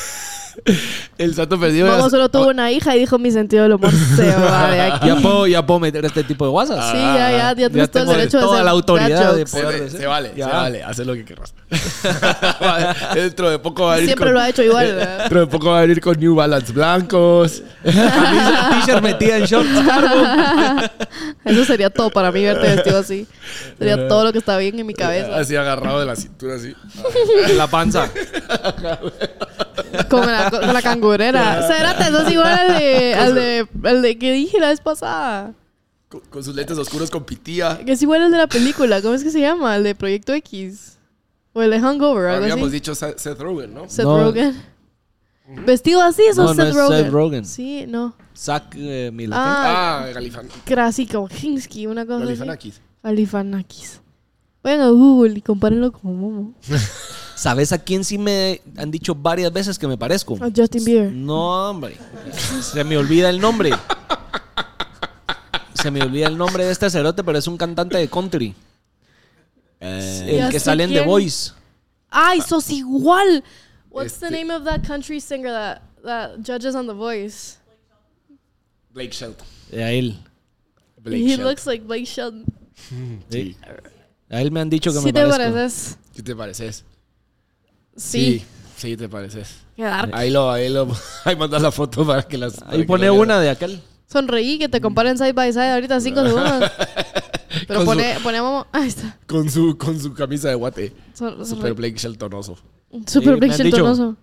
Speaker 3: el Santo Perdido.
Speaker 1: Momo
Speaker 3: ya-
Speaker 1: solo tuvo una hija y dijo mi sentido del humor se va de
Speaker 3: Ah.
Speaker 1: aquí.
Speaker 2: Ya puedo, ya puedo meter este tipo de WhatsApp.
Speaker 1: Sí, ya, ya, ya tienes todo el
Speaker 2: tengo
Speaker 1: derecho de
Speaker 2: toda
Speaker 1: hacer
Speaker 2: la autoridad
Speaker 1: dad
Speaker 2: de
Speaker 1: jokes.
Speaker 2: poder-
Speaker 3: Se,
Speaker 2: Sí.
Speaker 3: se vale,
Speaker 2: Ya.
Speaker 3: se vale, hacer lo que querrás. Dentro de poco va a venir
Speaker 1: Siempre
Speaker 3: con-
Speaker 1: lo ha hecho igual. ¿verdad?
Speaker 3: Dentro de poco va a venir con New Balance blancos.
Speaker 2: T-shirt metida en shorts.
Speaker 1: Eso sería todo para mí verte vestido así. Sería todo lo que está bien en mi cabeza.
Speaker 3: Así agarrado de la cintura, así.
Speaker 2: En la panza.
Speaker 1: Con la, con la cangurera. Cérate, eso es igual al de, al de, al de que dije la vez pasada.
Speaker 3: Con, con sus lentes oscuros con pitía.
Speaker 1: Que es igual al de la película. ¿Cómo es que se llama? El de Proyecto X. O el de Hangover, algo
Speaker 3: Habíamos
Speaker 1: así.
Speaker 3: dicho Seth Seth Rogen, ¿no?
Speaker 1: Seth
Speaker 2: No.
Speaker 1: Rogen. Vestido así, eso
Speaker 2: No,
Speaker 1: es
Speaker 2: no
Speaker 1: Seth
Speaker 2: es Seth
Speaker 1: Rogen.
Speaker 2: Rogen.
Speaker 1: Sí, no.
Speaker 2: Zack eh, Miller.
Speaker 1: Ah,
Speaker 3: Ah, Galifan
Speaker 1: Crassi Hinsky, una cosa así.
Speaker 3: Galifanakis.
Speaker 1: Galifanakis. Vayan a Google y compárenlo con Momo.
Speaker 2: ¿Sabes a quién sí me han dicho varias veces que me parezco?
Speaker 1: A Justin Bieber.
Speaker 2: No, hombre. Se me olvida el nombre. Se me olvida el nombre de este cerote, pero es un cantante de country. Eh,
Speaker 1: Ya
Speaker 2: el que
Speaker 1: sé
Speaker 2: sale en The
Speaker 1: quién.
Speaker 2: Voice. Ah.
Speaker 1: ¡Ay, sos igual! What's the
Speaker 3: Este-
Speaker 1: name of that country singer that, that judges on The Voice?
Speaker 3: Blake Shelton.
Speaker 2: A él.
Speaker 3: Blake
Speaker 1: He
Speaker 3: Shelton.
Speaker 1: looks like Blake Shelton.
Speaker 2: Sí. A él me han dicho que
Speaker 1: Sí
Speaker 2: me
Speaker 1: te
Speaker 2: parezco.
Speaker 1: pareces.
Speaker 3: ¿Qué te pareces?
Speaker 1: Sí.
Speaker 3: Sí, sí te pareces.
Speaker 1: Qué dark.
Speaker 3: Ahí lo, ahí lo, ahí mandas la foto para que las. para
Speaker 2: Ahí
Speaker 3: que
Speaker 2: pone
Speaker 3: lo vean.
Speaker 2: una de aquel.
Speaker 1: Sonreí que te comparen side by side ahorita cinco segundos. Pero
Speaker 3: Con su-
Speaker 1: pone, ponemos. Ahí está.
Speaker 3: Con su, con su camisa de guate.
Speaker 1: Son-
Speaker 3: Super
Speaker 1: sonreí.
Speaker 3: Blake Sheltonoso.
Speaker 1: Super Blake
Speaker 2: Sí, Eh, me han dicho.
Speaker 1: Sheltonoso.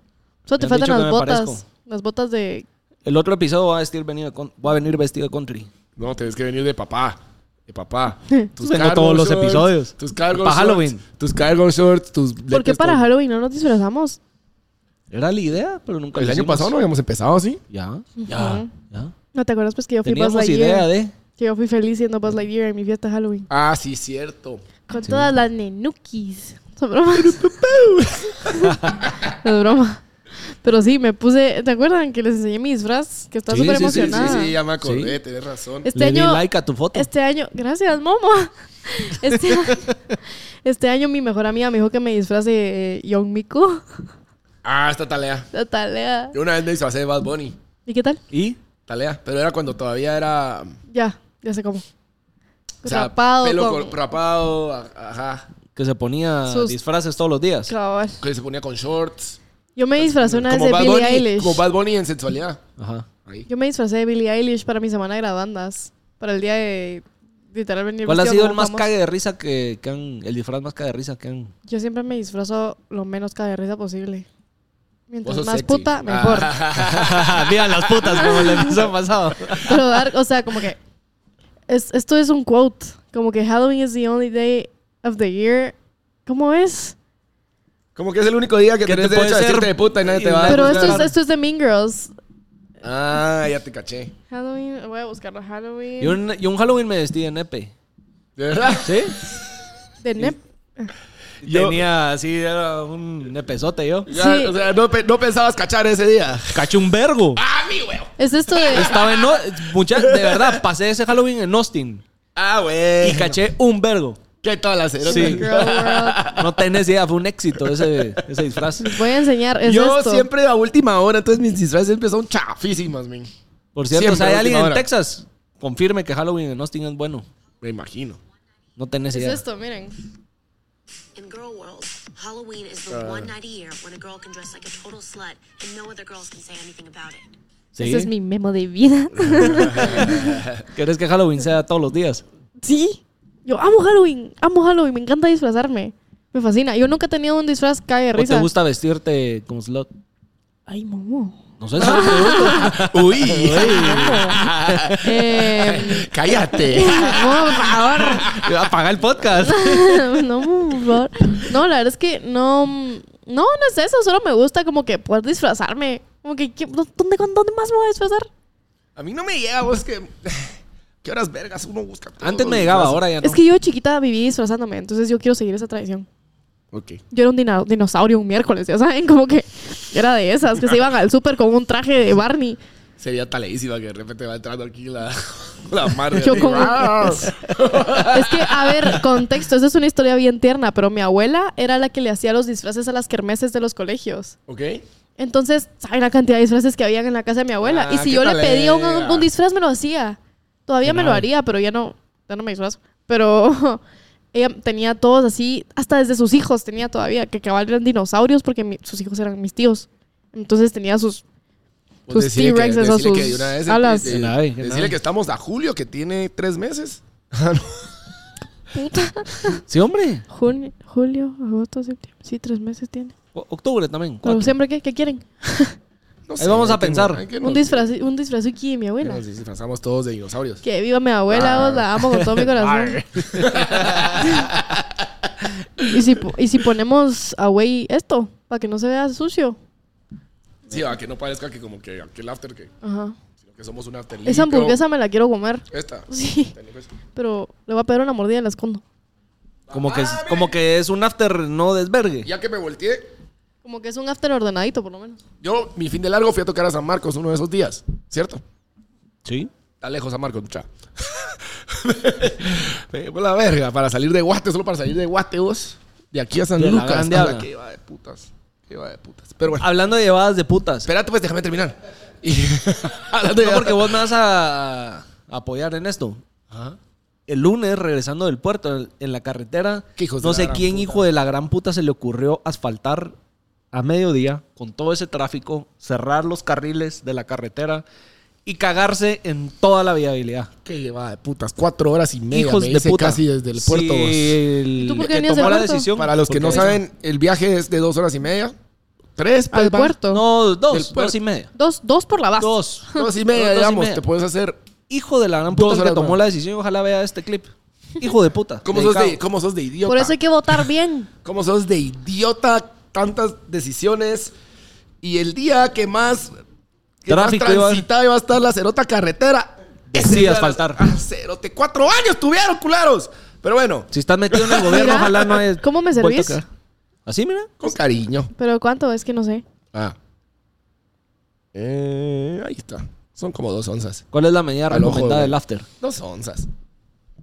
Speaker 1: Solo te
Speaker 2: Me han
Speaker 1: faltan
Speaker 2: dicho que
Speaker 1: las
Speaker 2: me
Speaker 1: botas.
Speaker 2: parezco.
Speaker 1: Las botas de.
Speaker 2: El otro episodio va a, vestir venido con- va a venir vestido de country.
Speaker 3: No, tienes que venir de papá. De papá. Tus
Speaker 2: Vengo
Speaker 3: cargo
Speaker 2: todos los
Speaker 3: shorts,
Speaker 2: episodios.
Speaker 3: Tus cargo
Speaker 2: Para
Speaker 3: shorts.
Speaker 2: Halloween.
Speaker 3: Tus cargo shorts, tus
Speaker 1: ¿Por qué
Speaker 3: lentes
Speaker 1: para
Speaker 3: con-
Speaker 1: Halloween no nos disfrazamos?
Speaker 2: Era la idea, pero nunca
Speaker 3: El
Speaker 2: lo
Speaker 3: año
Speaker 2: hicimos.
Speaker 3: pasado no habíamos empezado, ¿sí?
Speaker 2: Ya,
Speaker 1: Ujú.
Speaker 2: ya.
Speaker 1: ¿No te acuerdas pues que yo fui Buzz
Speaker 2: Teníamos
Speaker 1: Lightyear?
Speaker 2: idea de...
Speaker 1: Que yo fui feliz siendo Buzz Lightyear en mi fiesta de Halloween.
Speaker 3: Ah, sí, cierto.
Speaker 1: Con todas las nenukis. Son bromas. es broma. Pero sí, me puse... ¿Te acuerdan que les enseñé mi disfraz? Que está
Speaker 2: Sí,
Speaker 1: súper
Speaker 2: sí, sí,
Speaker 1: emocionada.
Speaker 3: Sí, sí, ya me acordé,
Speaker 2: Ah. Sí.
Speaker 3: tenés razón.
Speaker 1: Este
Speaker 2: Le di
Speaker 1: año...
Speaker 2: like a tu foto.
Speaker 1: Este año... Gracias, Momo. Este, este año mi mejor amiga me dijo que me disfrace eh, Young Miku.
Speaker 3: Ah, esta talea.
Speaker 1: La tarea.
Speaker 3: Yo una vez me disfrazé de Bad Bunny.
Speaker 1: ¿Y qué tal?
Speaker 2: Y
Speaker 3: Talea. Pero era cuando todavía era.
Speaker 1: Ya, ya sé cómo.
Speaker 3: O sea,
Speaker 1: Rapado
Speaker 3: pelo
Speaker 1: con-
Speaker 3: con- rapado, a- ajá.
Speaker 2: que se ponía
Speaker 1: Sus-
Speaker 2: disfraces todos los días.
Speaker 1: Cabal.
Speaker 3: Que se ponía con shorts.
Speaker 1: Yo me disfrazé una vez
Speaker 3: Como
Speaker 1: de
Speaker 3: Bad,
Speaker 1: Billie
Speaker 3: Bunny,
Speaker 1: Eilish.
Speaker 3: como Bad Bunny en sensualidad.
Speaker 2: Ajá.
Speaker 3: Ahí.
Speaker 1: Yo me disfracé de Billie Eilish para mi semana de grabandas. Para el día de literalmente.
Speaker 2: ¿Cuál ha sido el más cague de risa que, que han... El disfraz más cague de risa que han...
Speaker 1: Yo siempre me disfrazo lo menos caga de risa posible. Mientras
Speaker 3: Vos sos
Speaker 1: más
Speaker 3: sexy.
Speaker 2: Ah.
Speaker 1: puta, mejor.
Speaker 2: Digan las putas como el episodio pasado.
Speaker 1: Pero dar, o sea, como que. es- esto es un quote. Como que Halloween is the only day of the year. ¿Cómo es?
Speaker 3: Como que es el único día que
Speaker 2: Que
Speaker 3: tenés
Speaker 2: te
Speaker 3: derecho a
Speaker 2: puede
Speaker 3: decirte
Speaker 2: ser-
Speaker 3: de puta y nadie te va a
Speaker 2: Ay,
Speaker 1: Pero
Speaker 2: pues,
Speaker 1: esto es,
Speaker 2: claro.
Speaker 1: esto es de Mean Girls.
Speaker 3: Ah, ya te caché.
Speaker 1: Halloween, voy a buscarlo. Halloween.
Speaker 2: Yo un, yo un Halloween me vestí de nepe.
Speaker 3: ¿De verdad?
Speaker 2: ¿Sí?
Speaker 1: de Nep.
Speaker 3: Yo-
Speaker 2: Tenía así, era un nepezote yo.
Speaker 3: Ya,
Speaker 1: Sí.
Speaker 3: O sea, no, pe- no pensabas cachar ese día.
Speaker 2: Caché un vergo.
Speaker 3: ¡Ah, mi huevo!
Speaker 1: Es esto de.
Speaker 2: Estaba en... O- Mucha, de verdad, pasé ese Halloween en Austin.
Speaker 3: ¡Ah,
Speaker 2: Y
Speaker 3: güey!
Speaker 1: Eh.
Speaker 2: caché un vergo.
Speaker 3: ¿Qué todas las erotas?
Speaker 2: Sí.
Speaker 1: Girl World.
Speaker 2: No tenés idea, fue un éxito ese, ese disfraz.
Speaker 1: Les voy a enseñar. Es
Speaker 3: Yo
Speaker 1: esto.
Speaker 3: siempre a última hora, entonces mis disfraces siempre son chafísimas, men.
Speaker 2: Por cierto,
Speaker 3: Siempre
Speaker 2: si hay
Speaker 3: a
Speaker 2: alguien
Speaker 3: última
Speaker 2: en
Speaker 3: hora.
Speaker 2: Texas, confirme que Halloween en Austin es bueno.
Speaker 3: Me imagino.
Speaker 2: No tenés
Speaker 1: Es
Speaker 2: idea.
Speaker 1: esto, miren.
Speaker 4: In girl world, Halloween is the one night a year when a girl can dress like a total slut and no other girls can say anything about it.
Speaker 2: ¿Sí?
Speaker 1: Ese es mi memo de vida.
Speaker 2: ¿Querés que Halloween sea todos los días?
Speaker 1: sí. Yo amo Halloween. Amo Halloween. Me encanta disfrazarme. Me fascina. Yo nunca he tenido un disfraz cae de
Speaker 2: ¿O
Speaker 1: risa.
Speaker 2: te gusta vestirte como slot?
Speaker 1: Ay, momo.
Speaker 2: No sé, solo pregunto.
Speaker 3: ¡Uy!
Speaker 1: Eh,
Speaker 3: ¡Cállate!
Speaker 1: momo, por favor.
Speaker 2: Apaga el podcast.
Speaker 1: no, por favor. No, la verdad es que no. mm, No, no es eso. Solo me gusta como que poder disfrazarme. Como que, ¿qué- ¿dónde, con- ¿dónde más me voy a disfrazar?
Speaker 3: A mí no me llega, vos que. ¿Qué horas vergas uno busca? todos
Speaker 2: Antes
Speaker 3: los
Speaker 2: me llegaba,
Speaker 3: disfraces.
Speaker 2: ahora ya no.
Speaker 1: Es que yo de chiquita viví disfrazándome. Entonces yo quiero seguir esa tradición.
Speaker 3: Ok.
Speaker 1: Yo era un dina- dinosaurio un miércoles, ya saben, como que era de esas, que se iban al súper con un traje de Barney.
Speaker 3: Sería taleísima que de repente va entrando aquí la, la madre.
Speaker 1: Yo como- Es que, a ver, contexto, esa es una historia bien tierna, pero mi abuela era la que le hacía los disfraces a las kermeses de los colegios.
Speaker 3: ¿Ok? Pues
Speaker 1: Entonces, ¿saben la cantidad de disfraces que habían en la casa de mi abuela?
Speaker 3: Ah,
Speaker 1: y si
Speaker 3: qué
Speaker 1: yo le
Speaker 3: talega.
Speaker 1: pedía un, un disfraz, me lo hacía. Todavía
Speaker 2: Qué
Speaker 1: me lo
Speaker 2: nave.
Speaker 1: haría, pero ya no, ya no me disfrazo. Pero ella tenía todos así, hasta desde sus hijos tenía todavía, que cabal eran dinosaurios porque mi- sus hijos eran mis tíos. Entonces tenía sus Tus
Speaker 3: decirle
Speaker 1: T-Rex,
Speaker 3: que-
Speaker 1: esos,
Speaker 3: decirle
Speaker 1: sus
Speaker 3: que de una vez-
Speaker 1: alas.
Speaker 3: de-
Speaker 2: Que nada, que nada.
Speaker 3: Decirle que estamos a Julio, que tiene tres meses.
Speaker 2: Sí, hombre.
Speaker 1: Junio, julio, agosto, septiembre. Sí, tres meses tiene.
Speaker 2: O- Octubre también.
Speaker 1: ¿Pero
Speaker 2: cuatro.
Speaker 1: siempre qué? ¿Qué quieren?
Speaker 3: No
Speaker 2: Ahí vamos a
Speaker 3: hay que-
Speaker 2: pensar.
Speaker 3: hay que
Speaker 1: un
Speaker 3: nos-
Speaker 1: disfraz, un disfraz aquí de mi
Speaker 3: que
Speaker 1: abuela.
Speaker 3: Nos disfrazamos todos de dinosaurios.
Speaker 1: Que viva mi abuela,
Speaker 3: Ah.
Speaker 1: vos la amo con todo mi corazón. y, si, po- y si ponemos away esto, para que no se vea sucio.
Speaker 3: Sí, a que no parezca que como que aquel after que,
Speaker 1: Ajá.
Speaker 3: sino que somos un after.
Speaker 1: Esa hamburguesa me la quiero comer.
Speaker 3: Esta.
Speaker 1: Sí, pero le voy a pegar una mordida y las escondo.
Speaker 2: Como que, es- como que es un after no desvergue.
Speaker 3: Ya que me volteé,
Speaker 1: Como que es un after ordenadito, por lo menos.
Speaker 3: yo mi fin de largo fui a tocar a San Marcos uno de esos días, ¿cierto?
Speaker 2: Sí.
Speaker 3: Está lejos San Marcos, mucha. me llevó pues la verga para salir de Guate, solo para salir de Guate vos. De aquí a San
Speaker 2: De la
Speaker 3: Lucas.
Speaker 2: Grande
Speaker 3: Ah,
Speaker 2: Habla.
Speaker 3: que iba de putas. Que iba de putas. Pero bueno,
Speaker 2: Hablando de llevadas de putas.
Speaker 3: espérate pues, déjame terminar. Y-
Speaker 2: Ah, No, porque vos me vas a a apoyar en esto.
Speaker 3: Ajá.
Speaker 2: El lunes, regresando del puerto, en la carretera,
Speaker 3: Qué hijos de
Speaker 2: no
Speaker 3: la
Speaker 2: sé
Speaker 3: gran
Speaker 2: quién
Speaker 3: puta.
Speaker 2: hijo de la gran puta se le ocurrió asfaltar a mediodía con todo ese tráfico, cerrar los carriles de la carretera y cagarse en toda la viabilidad.
Speaker 3: Qué llevada de putas. Cuatro horas y media.
Speaker 2: Hijos
Speaker 3: me
Speaker 2: de
Speaker 3: hice
Speaker 2: puta.
Speaker 3: casi desde el puerto.
Speaker 2: Sí,
Speaker 3: vos.
Speaker 2: el
Speaker 1: ¿Y tú por qué
Speaker 2: que
Speaker 1: venías del
Speaker 2: tomó la
Speaker 1: puerto?
Speaker 2: decisión.
Speaker 3: Para los que
Speaker 2: ¿Por
Speaker 3: no
Speaker 2: qué?
Speaker 3: saben, el viaje es de dos horas y media. Tres, pues,
Speaker 1: Al
Speaker 3: va.
Speaker 1: puerto.
Speaker 2: No,
Speaker 3: Del
Speaker 2: dos, dos
Speaker 3: puerto.
Speaker 2: y media.
Speaker 1: Dos, dos por la base.
Speaker 2: Dos.
Speaker 3: Dos y media,
Speaker 2: Dos y
Speaker 3: digamos.
Speaker 2: media.
Speaker 3: Te puedes hacer.
Speaker 2: Hijo de la gran
Speaker 3: Dos
Speaker 2: puta el que
Speaker 3: horas,
Speaker 2: tomó
Speaker 3: man.
Speaker 2: la decisión. Ojalá vea este clip. Hijo de puta.
Speaker 3: ¿Cómo sos de,
Speaker 2: Dedicado.
Speaker 3: ¿Cómo sos de idiota?
Speaker 1: Por eso hay que votar bien.
Speaker 3: ¿Cómo sos de idiota? Tantas decisiones. Y el día que más. Que
Speaker 2: Tráfico
Speaker 3: más
Speaker 2: iba a-
Speaker 3: transitada iba a estar la cerota carretera.
Speaker 2: Decía
Speaker 3: Ese día las-
Speaker 2: asfaltar.
Speaker 3: Ah, cerote. Cuatro años tuvieron, culeros. Pero bueno,
Speaker 2: Si estás metido en el gobierno,
Speaker 1: Mira,
Speaker 2: ojalá no hayas
Speaker 1: ¿cómo me
Speaker 2: vuelto a
Speaker 1: servís?
Speaker 2: caer. Así, mira.
Speaker 3: con cariño.
Speaker 1: Pero ¿cuánto? Es que no sé.
Speaker 3: Ah. Eh, ahí está. Son como dos onzas.
Speaker 2: ¿Cuál es la medida
Speaker 3: Al ojo,
Speaker 2: recomendada
Speaker 3: güey.
Speaker 2: del after?
Speaker 3: Dos onzas.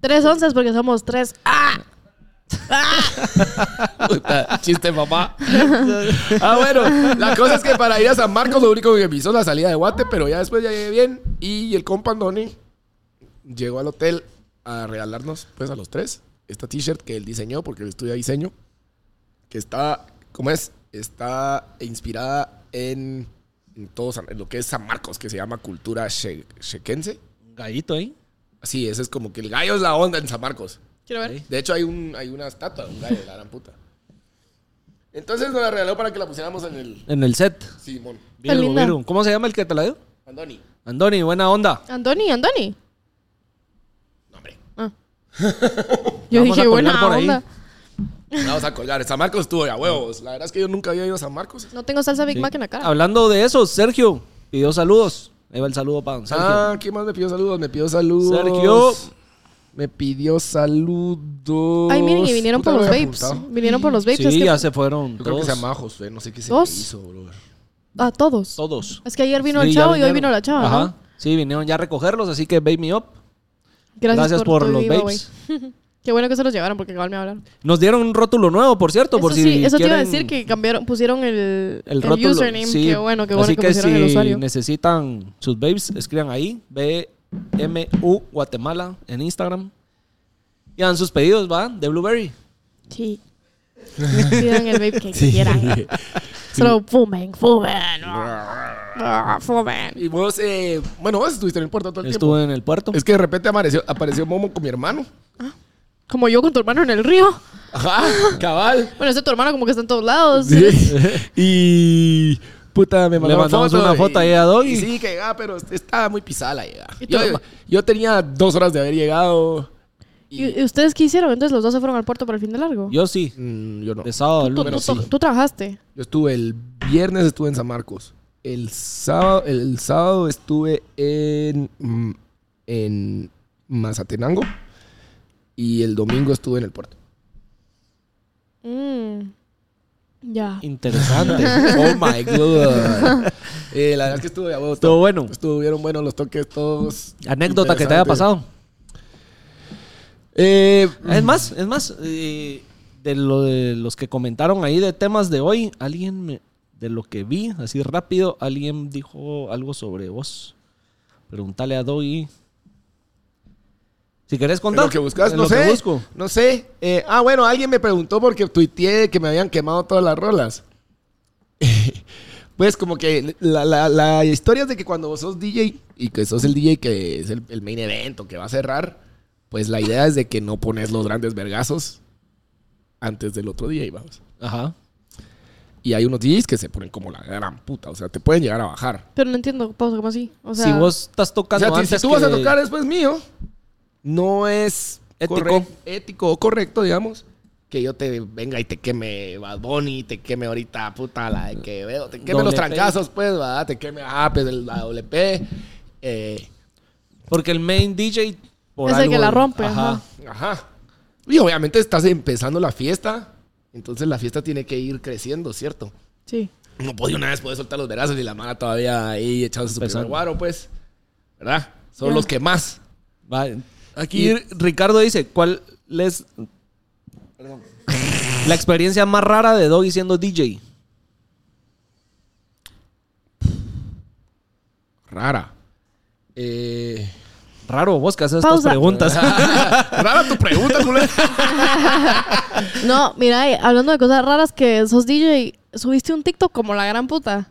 Speaker 1: Tres onzas porque somos tres. ¡Ah!
Speaker 3: Puta, Chiste, papá. ah, bueno. La cosa es que para ir a San Marcos lo único que me hizo es la salida de Guate, pero ya después ya llegué bien. Y el compa Andoni llegó al hotel a regalarnos, pues, a los tres, esta t-shirt que él diseñó, porque él estudia diseño, que está, ¿cómo es? Está inspirada en, en todo San- en lo que es San Marcos, que se llama cultura che- chequense.
Speaker 2: Un Gallito ahí.
Speaker 3: Así, ese es como que el gallo es la onda en San Marcos.
Speaker 1: Quiero ver.
Speaker 3: De hecho, hay, un, hay una estatua de un gallo de la gran puta. Entonces nos la regaló para que la pusiéramos en el
Speaker 2: En el set.
Speaker 3: Simón.
Speaker 1: Qué
Speaker 2: Virgo,
Speaker 1: linda.
Speaker 2: Virgo. ¿Cómo se llama el que te la dio?
Speaker 3: Andoni.
Speaker 2: Andoni, buena onda.
Speaker 1: Andoni, Andoni. Ah.
Speaker 3: No, hombre.
Speaker 1: Yo
Speaker 2: Vamos
Speaker 1: dije,
Speaker 2: a colgar
Speaker 1: buena
Speaker 2: por ahí.
Speaker 1: onda.
Speaker 3: La vamos a colgar. San Marcos estuvo de a huevos. La verdad es que yo nunca había ido a San Marcos.
Speaker 1: No tengo salsa Big Mac en la cara.
Speaker 2: Hablando de eso, Sergio pidió saludos. Ahí va el saludo para don Sergio.
Speaker 3: Ah, ¿quién más me pidió saludos? Me pidió saludos.
Speaker 2: Sergio.
Speaker 3: Me pidió saludos.
Speaker 1: Ay, miren, y vinieron
Speaker 3: Puta,
Speaker 1: por los
Speaker 3: no había
Speaker 1: vapes.
Speaker 3: apuntado.
Speaker 1: Vinieron por los vapes. es
Speaker 2: sí,
Speaker 1: que-
Speaker 2: ya se fueron.
Speaker 3: Yo creo que
Speaker 2: todos.
Speaker 3: se llamaba Josué. No sé qué se le
Speaker 1: Dos.
Speaker 3: hizo, bro.
Speaker 1: A todos.
Speaker 2: Todos.
Speaker 1: Es que ayer vino
Speaker 2: Sí,
Speaker 1: el
Speaker 2: ya
Speaker 1: chavo y hoy
Speaker 2: vinieron.
Speaker 1: vino la chava.
Speaker 2: Ajá.
Speaker 1: ¿no?
Speaker 2: Sí, vinieron ya a recogerlos, así que baby up.
Speaker 1: Gracias,
Speaker 2: Gracias por,
Speaker 1: tu
Speaker 2: los
Speaker 1: giveaway.
Speaker 2: babes.
Speaker 1: Qué bueno que se los llevaron porque igual me hablaron.
Speaker 2: Nos dieron un rótulo nuevo, por cierto, por
Speaker 1: eso
Speaker 2: si
Speaker 1: sí, eso te iba a
Speaker 2: quieren
Speaker 1: decir que cambiaron, pusieron el,
Speaker 2: el
Speaker 1: el
Speaker 2: rótulo.
Speaker 1: username.
Speaker 2: sí.
Speaker 1: Qué bueno, qué bueno
Speaker 2: Así
Speaker 1: que, pusieron
Speaker 2: si
Speaker 1: el usuario.
Speaker 2: necesitan sus babes, escriban ahí BMU Guatemala en Instagram. Y hagan sus pedidos, ¿va? De Blueberry.
Speaker 1: Sí. Pidan el vape que quieran. Solo fumen, fumen. Ah, fumen.
Speaker 3: Y vos, eh, bueno, vos estuviste en el puerto todo el tiempo.
Speaker 2: Estuve en el puerto.
Speaker 3: Es que de repente apareció, apareció Momo con mi hermano.
Speaker 1: Como yo con tu hermano en el río.
Speaker 3: Ajá, cabal.
Speaker 1: Bueno, ese tu hermano como que está en todos lados.
Speaker 3: y puta, me mandaron
Speaker 2: mandamos una foto ahí a Doggy.
Speaker 3: y sí, que llegaba, pero estaba muy pisada la llegada.
Speaker 1: ¿Y
Speaker 3: Yo,
Speaker 1: tu-
Speaker 3: yo tenía dos horas de haber llegado.
Speaker 1: ¿Y y ustedes qué hicieron? Entonces los dos se fueron al puerto para el fin de largo.
Speaker 2: Yo sí.
Speaker 3: Mm, yo no.
Speaker 2: De sábado a
Speaker 1: tú,
Speaker 2: lunes.
Speaker 1: tú- tú trabajaste.
Speaker 3: Yo estuve el viernes, estuve en San Marcos. El sábado, el sábado estuve en, mm, en Mazatenango. Y el domingo estuve en el puerto.
Speaker 1: Mm. Ya.
Speaker 2: Interesante.
Speaker 3: Oh my god. Eh, la verdad es que estuvo de a huevos.
Speaker 2: Estuvo bueno.
Speaker 3: Estuvieron buenos los toques todos.
Speaker 2: Anécdota que te haya
Speaker 3: Interesante.
Speaker 2: pasado.
Speaker 3: Eh,
Speaker 2: Es más, es más, eh, de, lo de los que comentaron ahí de temas de hoy, alguien me- de lo que vi, así rápido, alguien dijo algo sobre vos. Pregúntale a Doggy. Si querés
Speaker 3: ¿En
Speaker 2: contar.
Speaker 3: lo que buscas,
Speaker 2: en
Speaker 3: no
Speaker 2: lo
Speaker 3: sé.
Speaker 2: que busco.
Speaker 3: No sé. Eh, ah, bueno, alguien me preguntó porque tuiteé que me habían quemado todas las rolas. pues como que la, la- la historia es de que cuando vos sos DJ y que sos el DJ que es el, el main event o que va a cerrar, pues la idea es de que no pones los grandes vergazos antes del otro DJ, vamos.
Speaker 2: Ajá.
Speaker 3: Y hay unos DJs que se ponen como la gran puta, o sea, te pueden llegar a bajar.
Speaker 1: Pero no entiendo, pausa, ¿cómo así? O sea,
Speaker 2: si vos estás tocando
Speaker 3: o sea, si- si,
Speaker 2: antes
Speaker 3: tú vas a
Speaker 2: que-
Speaker 3: tocar después mío, no es
Speaker 2: Ético.
Speaker 3: correc- ético o correcto, digamos, que yo te venga y te queme Bad Bunny, te queme ahorita, puta, la de que veo, te queme los
Speaker 2: Doble P.
Speaker 3: trancazos, pues, ¿verdad? Te queme, ah, pues, el- la WP. Eh,
Speaker 2: Porque el main DJ. por
Speaker 1: Es el que
Speaker 2: algo-
Speaker 1: la rompe, ajá.
Speaker 3: ajá. Y obviamente estás empezando la fiesta, entonces la fiesta tiene que ir creciendo, ¿cierto?
Speaker 1: sí.
Speaker 3: no podía una vez poder soltar los verazos y la mala todavía ahí echándose su primer
Speaker 2: Empezando.
Speaker 3: guaro, pues. ¿Verdad? Son
Speaker 1: Ya.
Speaker 3: los que más.
Speaker 2: Va, Aquí Ricardo dice: ¿Cuál es la experiencia más rara de Doggy siendo DJ?
Speaker 3: Rara. Eh,
Speaker 2: Raro vos que haces
Speaker 1: Pausa. Ah.
Speaker 2: estas preguntas.
Speaker 3: Rara tu pregunta, culero.
Speaker 1: No, mira, y hablando de cosas raras que sos DJ, subiste un TikTok como la gran puta.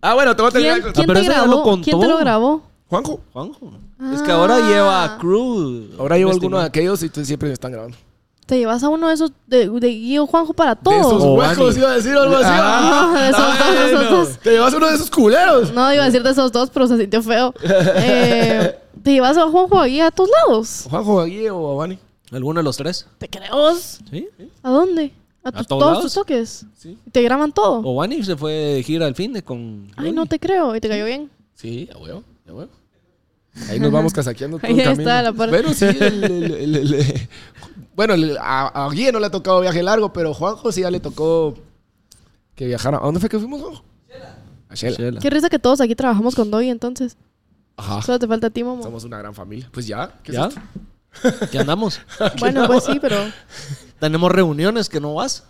Speaker 3: Ah, bueno, te voy a
Speaker 1: ¿Quién,
Speaker 3: terminar.
Speaker 1: quién
Speaker 3: con-
Speaker 2: pero
Speaker 1: te
Speaker 2: eso ya
Speaker 1: grabó?
Speaker 2: lo contó.
Speaker 1: ¿Quién te lo grabó?
Speaker 3: Juanjo.
Speaker 2: Juanjo. Es que ahora lleva crew.
Speaker 3: Ahora llevo alguno
Speaker 2: Investigando.
Speaker 3: de aquellos y tú- siempre me están grabando.
Speaker 1: ¿Te llevas a uno de esos de, de Guillo Juanjo para
Speaker 3: De esos
Speaker 1: todos?
Speaker 2: Oh,
Speaker 3: huecos,
Speaker 2: Vani.
Speaker 3: iba a decir algo así.
Speaker 1: Ah, de esos dos, de esos
Speaker 3: bueno.
Speaker 1: dos.
Speaker 3: Te llevas uno de esos culeros.
Speaker 1: No, iba a decir de esos dos, pero se sintió feo. Eh, ¿Te llevas a Juanjo ahí a tus lados?
Speaker 3: Juanjo aquí o a Vani.
Speaker 2: ¿Alguno de los tres?
Speaker 1: ¿Te creos?
Speaker 2: Sí.
Speaker 1: ¿A dónde? ¿A, tus,
Speaker 2: todos
Speaker 1: todos
Speaker 2: lados? Oh,
Speaker 1: tus toques?
Speaker 3: Sí.
Speaker 1: ¿Y ¿Te graban todo?
Speaker 2: O Wani se fue de gira al fin de con.
Speaker 1: Ay, no te creo. ¿Y te cayó bien?
Speaker 3: Sí, a huevo, a huevo. Ahí nos vamos casaqueando todo
Speaker 1: Ahí
Speaker 3: el
Speaker 1: está
Speaker 3: camino.
Speaker 1: la parte.
Speaker 3: Bueno, sí, el- el- el- el- el- bueno, el- a, a Guille no le ha tocado viaje largo, pero Juanjo sí ya le tocó que viajara. ¿A dónde fue que fuimos, Juanjo? A Shela.
Speaker 2: Chela.
Speaker 1: Qué risa que todos aquí trabajamos con Doy, entonces.
Speaker 3: Ajá.
Speaker 1: Solo te falta a ti, Momo.
Speaker 3: Somos una gran familia. Pues ya. ¿qué es
Speaker 2: ¿Ya?
Speaker 3: esto?
Speaker 2: ¿Ya andamos?
Speaker 1: Bueno, pues sí, pero...
Speaker 2: Tenemos reuniones que no vas.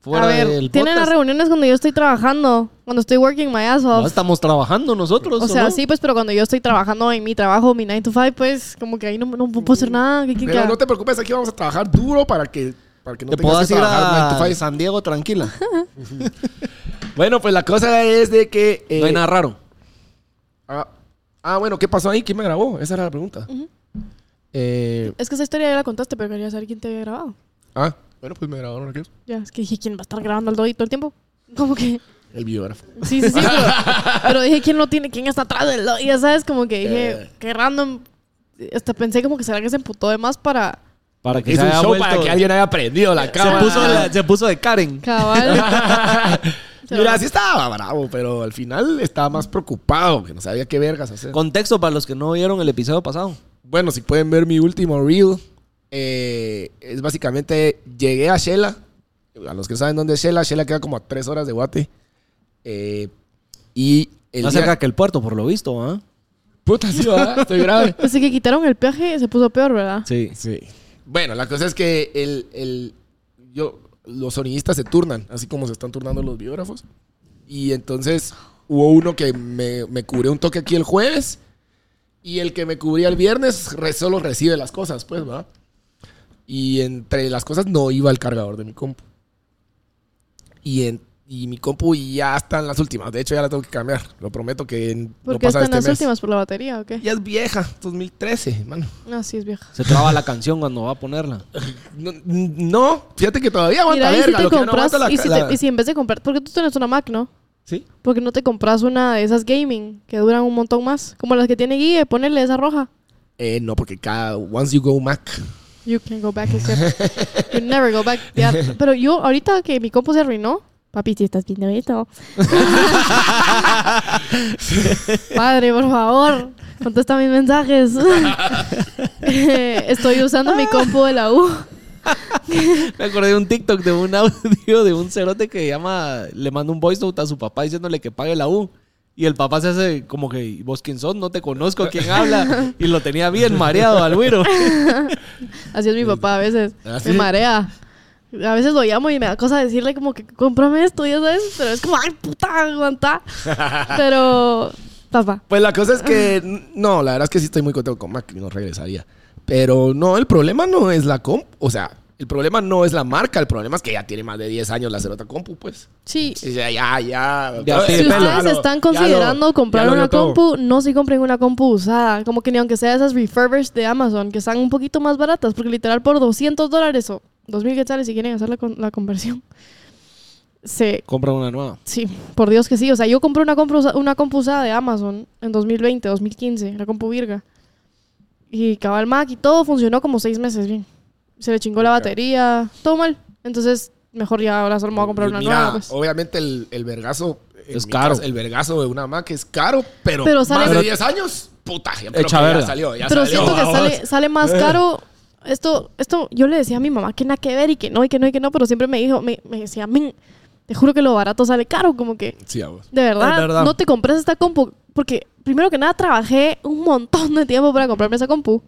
Speaker 2: Fuera
Speaker 1: a ver,
Speaker 2: del
Speaker 1: tienen las
Speaker 2: podcast.
Speaker 1: reuniones cuando yo estoy trabajando, cuando estoy working my ass
Speaker 2: No,
Speaker 1: off.
Speaker 2: estamos trabajando nosotros.
Speaker 1: O sea,
Speaker 2: no?
Speaker 1: sí, pues, pero cuando yo estoy trabajando en mi trabajo, mi 9 to 5, pues, como que ahí no, no puedo hacer nada. ¿Qué- qué-
Speaker 3: Pero
Speaker 1: qué-
Speaker 3: no te preocupes, aquí vamos a trabajar duro para que, para que no
Speaker 2: Te
Speaker 3: tengas
Speaker 2: puedas
Speaker 3: que
Speaker 2: ir
Speaker 3: trabajar
Speaker 2: a
Speaker 3: 9 to 5.
Speaker 2: San Diego tranquila.
Speaker 3: Bueno, pues la cosa es de que... eh,
Speaker 2: No hay nada raro.
Speaker 3: ah, ah, bueno, ¿qué pasó ahí? ¿Quién me grabó? Esa era la pregunta. Eh,
Speaker 1: Es que esa historia ya la contaste, pero quería saber quién te había grabado.
Speaker 3: ah, bueno, pues me grabaron aquellos.
Speaker 1: Ya, es que dije, ¿quién va a estar grabando al Doi todo el tiempo? Como que...
Speaker 3: El videógrafo.
Speaker 1: Sí, sí, sí, pero, pero dije, ¿quién lo tiene? ¿Quién está atrás del Doi? Ya sabes, como que dije,
Speaker 3: Eh.
Speaker 1: qué random. Hasta pensé como que será que se emputó de más para...
Speaker 2: Para
Speaker 3: Es un show para que alguien haya aprendido la
Speaker 2: se
Speaker 1: Ah.
Speaker 3: cámara.
Speaker 2: puso, la- se puso de Karen.
Speaker 1: Cabal. Se
Speaker 3: Mira,
Speaker 1: va.
Speaker 3: sí estaba bravo, pero al final estaba más preocupado, que no sabía qué vergas hacer.
Speaker 2: Contexto para los que no vieron el episodio pasado.
Speaker 3: Bueno, si pueden ver mi último reel, eh, es básicamente llegué a Shela. A los que saben dónde es Shela, Shela queda como a tres horas de Guate. Eh, y el
Speaker 2: Más
Speaker 3: día-
Speaker 2: cerca que el puerto, por lo visto, ¿ah?
Speaker 3: Puta, sí, ¿verdad? estoy grave.
Speaker 1: Así que quitaron el peaje, se puso peor, ¿verdad?
Speaker 2: Sí.
Speaker 3: Sí. Bueno, la cosa es que el, el- yo, los sonidistas se turnan, así como se están turnando los biógrafos. Y entonces hubo uno que me, me cubrió un toque aquí el jueves. Y el que me cubría el viernes re- solo recibe las cosas, pues, ¿verdad? Y entre las cosas no iba el cargador de mi compu. Y, en- y mi compu ya está en las últimas. De hecho, ya la tengo que cambiar. Lo prometo que en- no
Speaker 1: Porque
Speaker 3: pasa
Speaker 1: están
Speaker 3: de este
Speaker 1: las
Speaker 3: mes.
Speaker 1: últimas por la batería, ¿o qué?
Speaker 3: Ya es vieja, 2013, mano.
Speaker 1: No, sí, es vieja.
Speaker 2: Se traba la canción cuando va a ponerla.
Speaker 3: No, no, fíjate que todavía aguanta
Speaker 1: Mira, y si
Speaker 3: verga.
Speaker 1: te
Speaker 3: lo que yo no
Speaker 1: compras,
Speaker 3: aguanto la
Speaker 1: y, si
Speaker 3: ca-
Speaker 1: te-
Speaker 3: la-
Speaker 1: y si en vez de comprar, porque tú tienes una Mac, ¿no?
Speaker 3: ¿Sí?
Speaker 1: Porque no te compras una de esas gaming que duran un montón más, como las que tiene Guille, ponerle esa roja.
Speaker 3: Eh, no, porque cada once you go Mac.
Speaker 1: You can go back, except you never go back. Ya, Pero yo, ahorita que mi compu se arruinó, papi, si estás viendo esto. Padre, por favor, contesta mis mensajes. Eh, Estoy usando mi compu de la U.
Speaker 2: Me acordé de un TikTok de un audio de un cerote que llama, le manda un voice note a su papá diciéndole que pague la U. Y el papá se hace como que, "¿Y ¿vos quién sos? No te conozco, ¿quién habla? Y lo tenía bien mareado al güiro.
Speaker 1: Así es mi papá a veces.
Speaker 3: ¿Ah, sí?
Speaker 1: Me marea. A veces lo llamo y me da cosa decirle como que cómprame esto, ya sabes. Pero es como, ay, puta, aguanta. Pero, papá.
Speaker 3: Pues la cosa es que, n- no, la verdad es que sí estoy muy contento con Mac y no regresaría. Pero no, el problema no es la comp. O sea, el problema no es la marca, el problema es que ya tiene más de 10 años la cerota compu, pues.
Speaker 1: Sí,
Speaker 3: Sí, Ya, ya, ya.
Speaker 2: Ah, eh, Ya
Speaker 1: Si
Speaker 2: pide pelo.
Speaker 1: ustedes están considerando comprar una compu, no se compren una compu usada. Como que ni aunque sea esas refurbished de Amazon, que están un poquito más baratas, porque literal por 200 dólares o 2000 quetzales, si quieren hacer la, con- la conversión. Se,
Speaker 2: Compra una nueva.
Speaker 1: sí, por Dios que sí. O sea, yo compré una, compra usa- una compu usada de Amazon en 2020, 2015, la compu Virga. Y cabal Mac y todo funcionó como seis meses bien. Se le chingó la batería, todo mal. Entonces, mejor ya ahora solo me voy a comprar una
Speaker 3: Mira,
Speaker 1: nueva. pues.
Speaker 3: obviamente el, el vergazo. en
Speaker 2: Es
Speaker 3: mi
Speaker 2: caro.
Speaker 3: caso, el vergazo de una Mac es caro, pero,
Speaker 1: Pero sale-
Speaker 3: más de
Speaker 1: Pero-
Speaker 3: 10 años, puta. yo creo
Speaker 2: Hecha
Speaker 3: que
Speaker 2: verga.
Speaker 3: Ya salió, ya
Speaker 1: Pero
Speaker 3: salió,
Speaker 1: siento que
Speaker 3: vamos.
Speaker 1: sale, sale más caro. Esto, esto, yo le decía a mi mamá que nada que ver y que no, y que no, y que no, pero siempre me dijo, me, me decía, men, te juro que lo barato sale caro, como que,
Speaker 3: Sí, a vos.
Speaker 1: de verdad,
Speaker 2: Es verdad.
Speaker 1: no te compras esta compu, porque primero que nada trabajé un montón de tiempo para comprarme esa compu.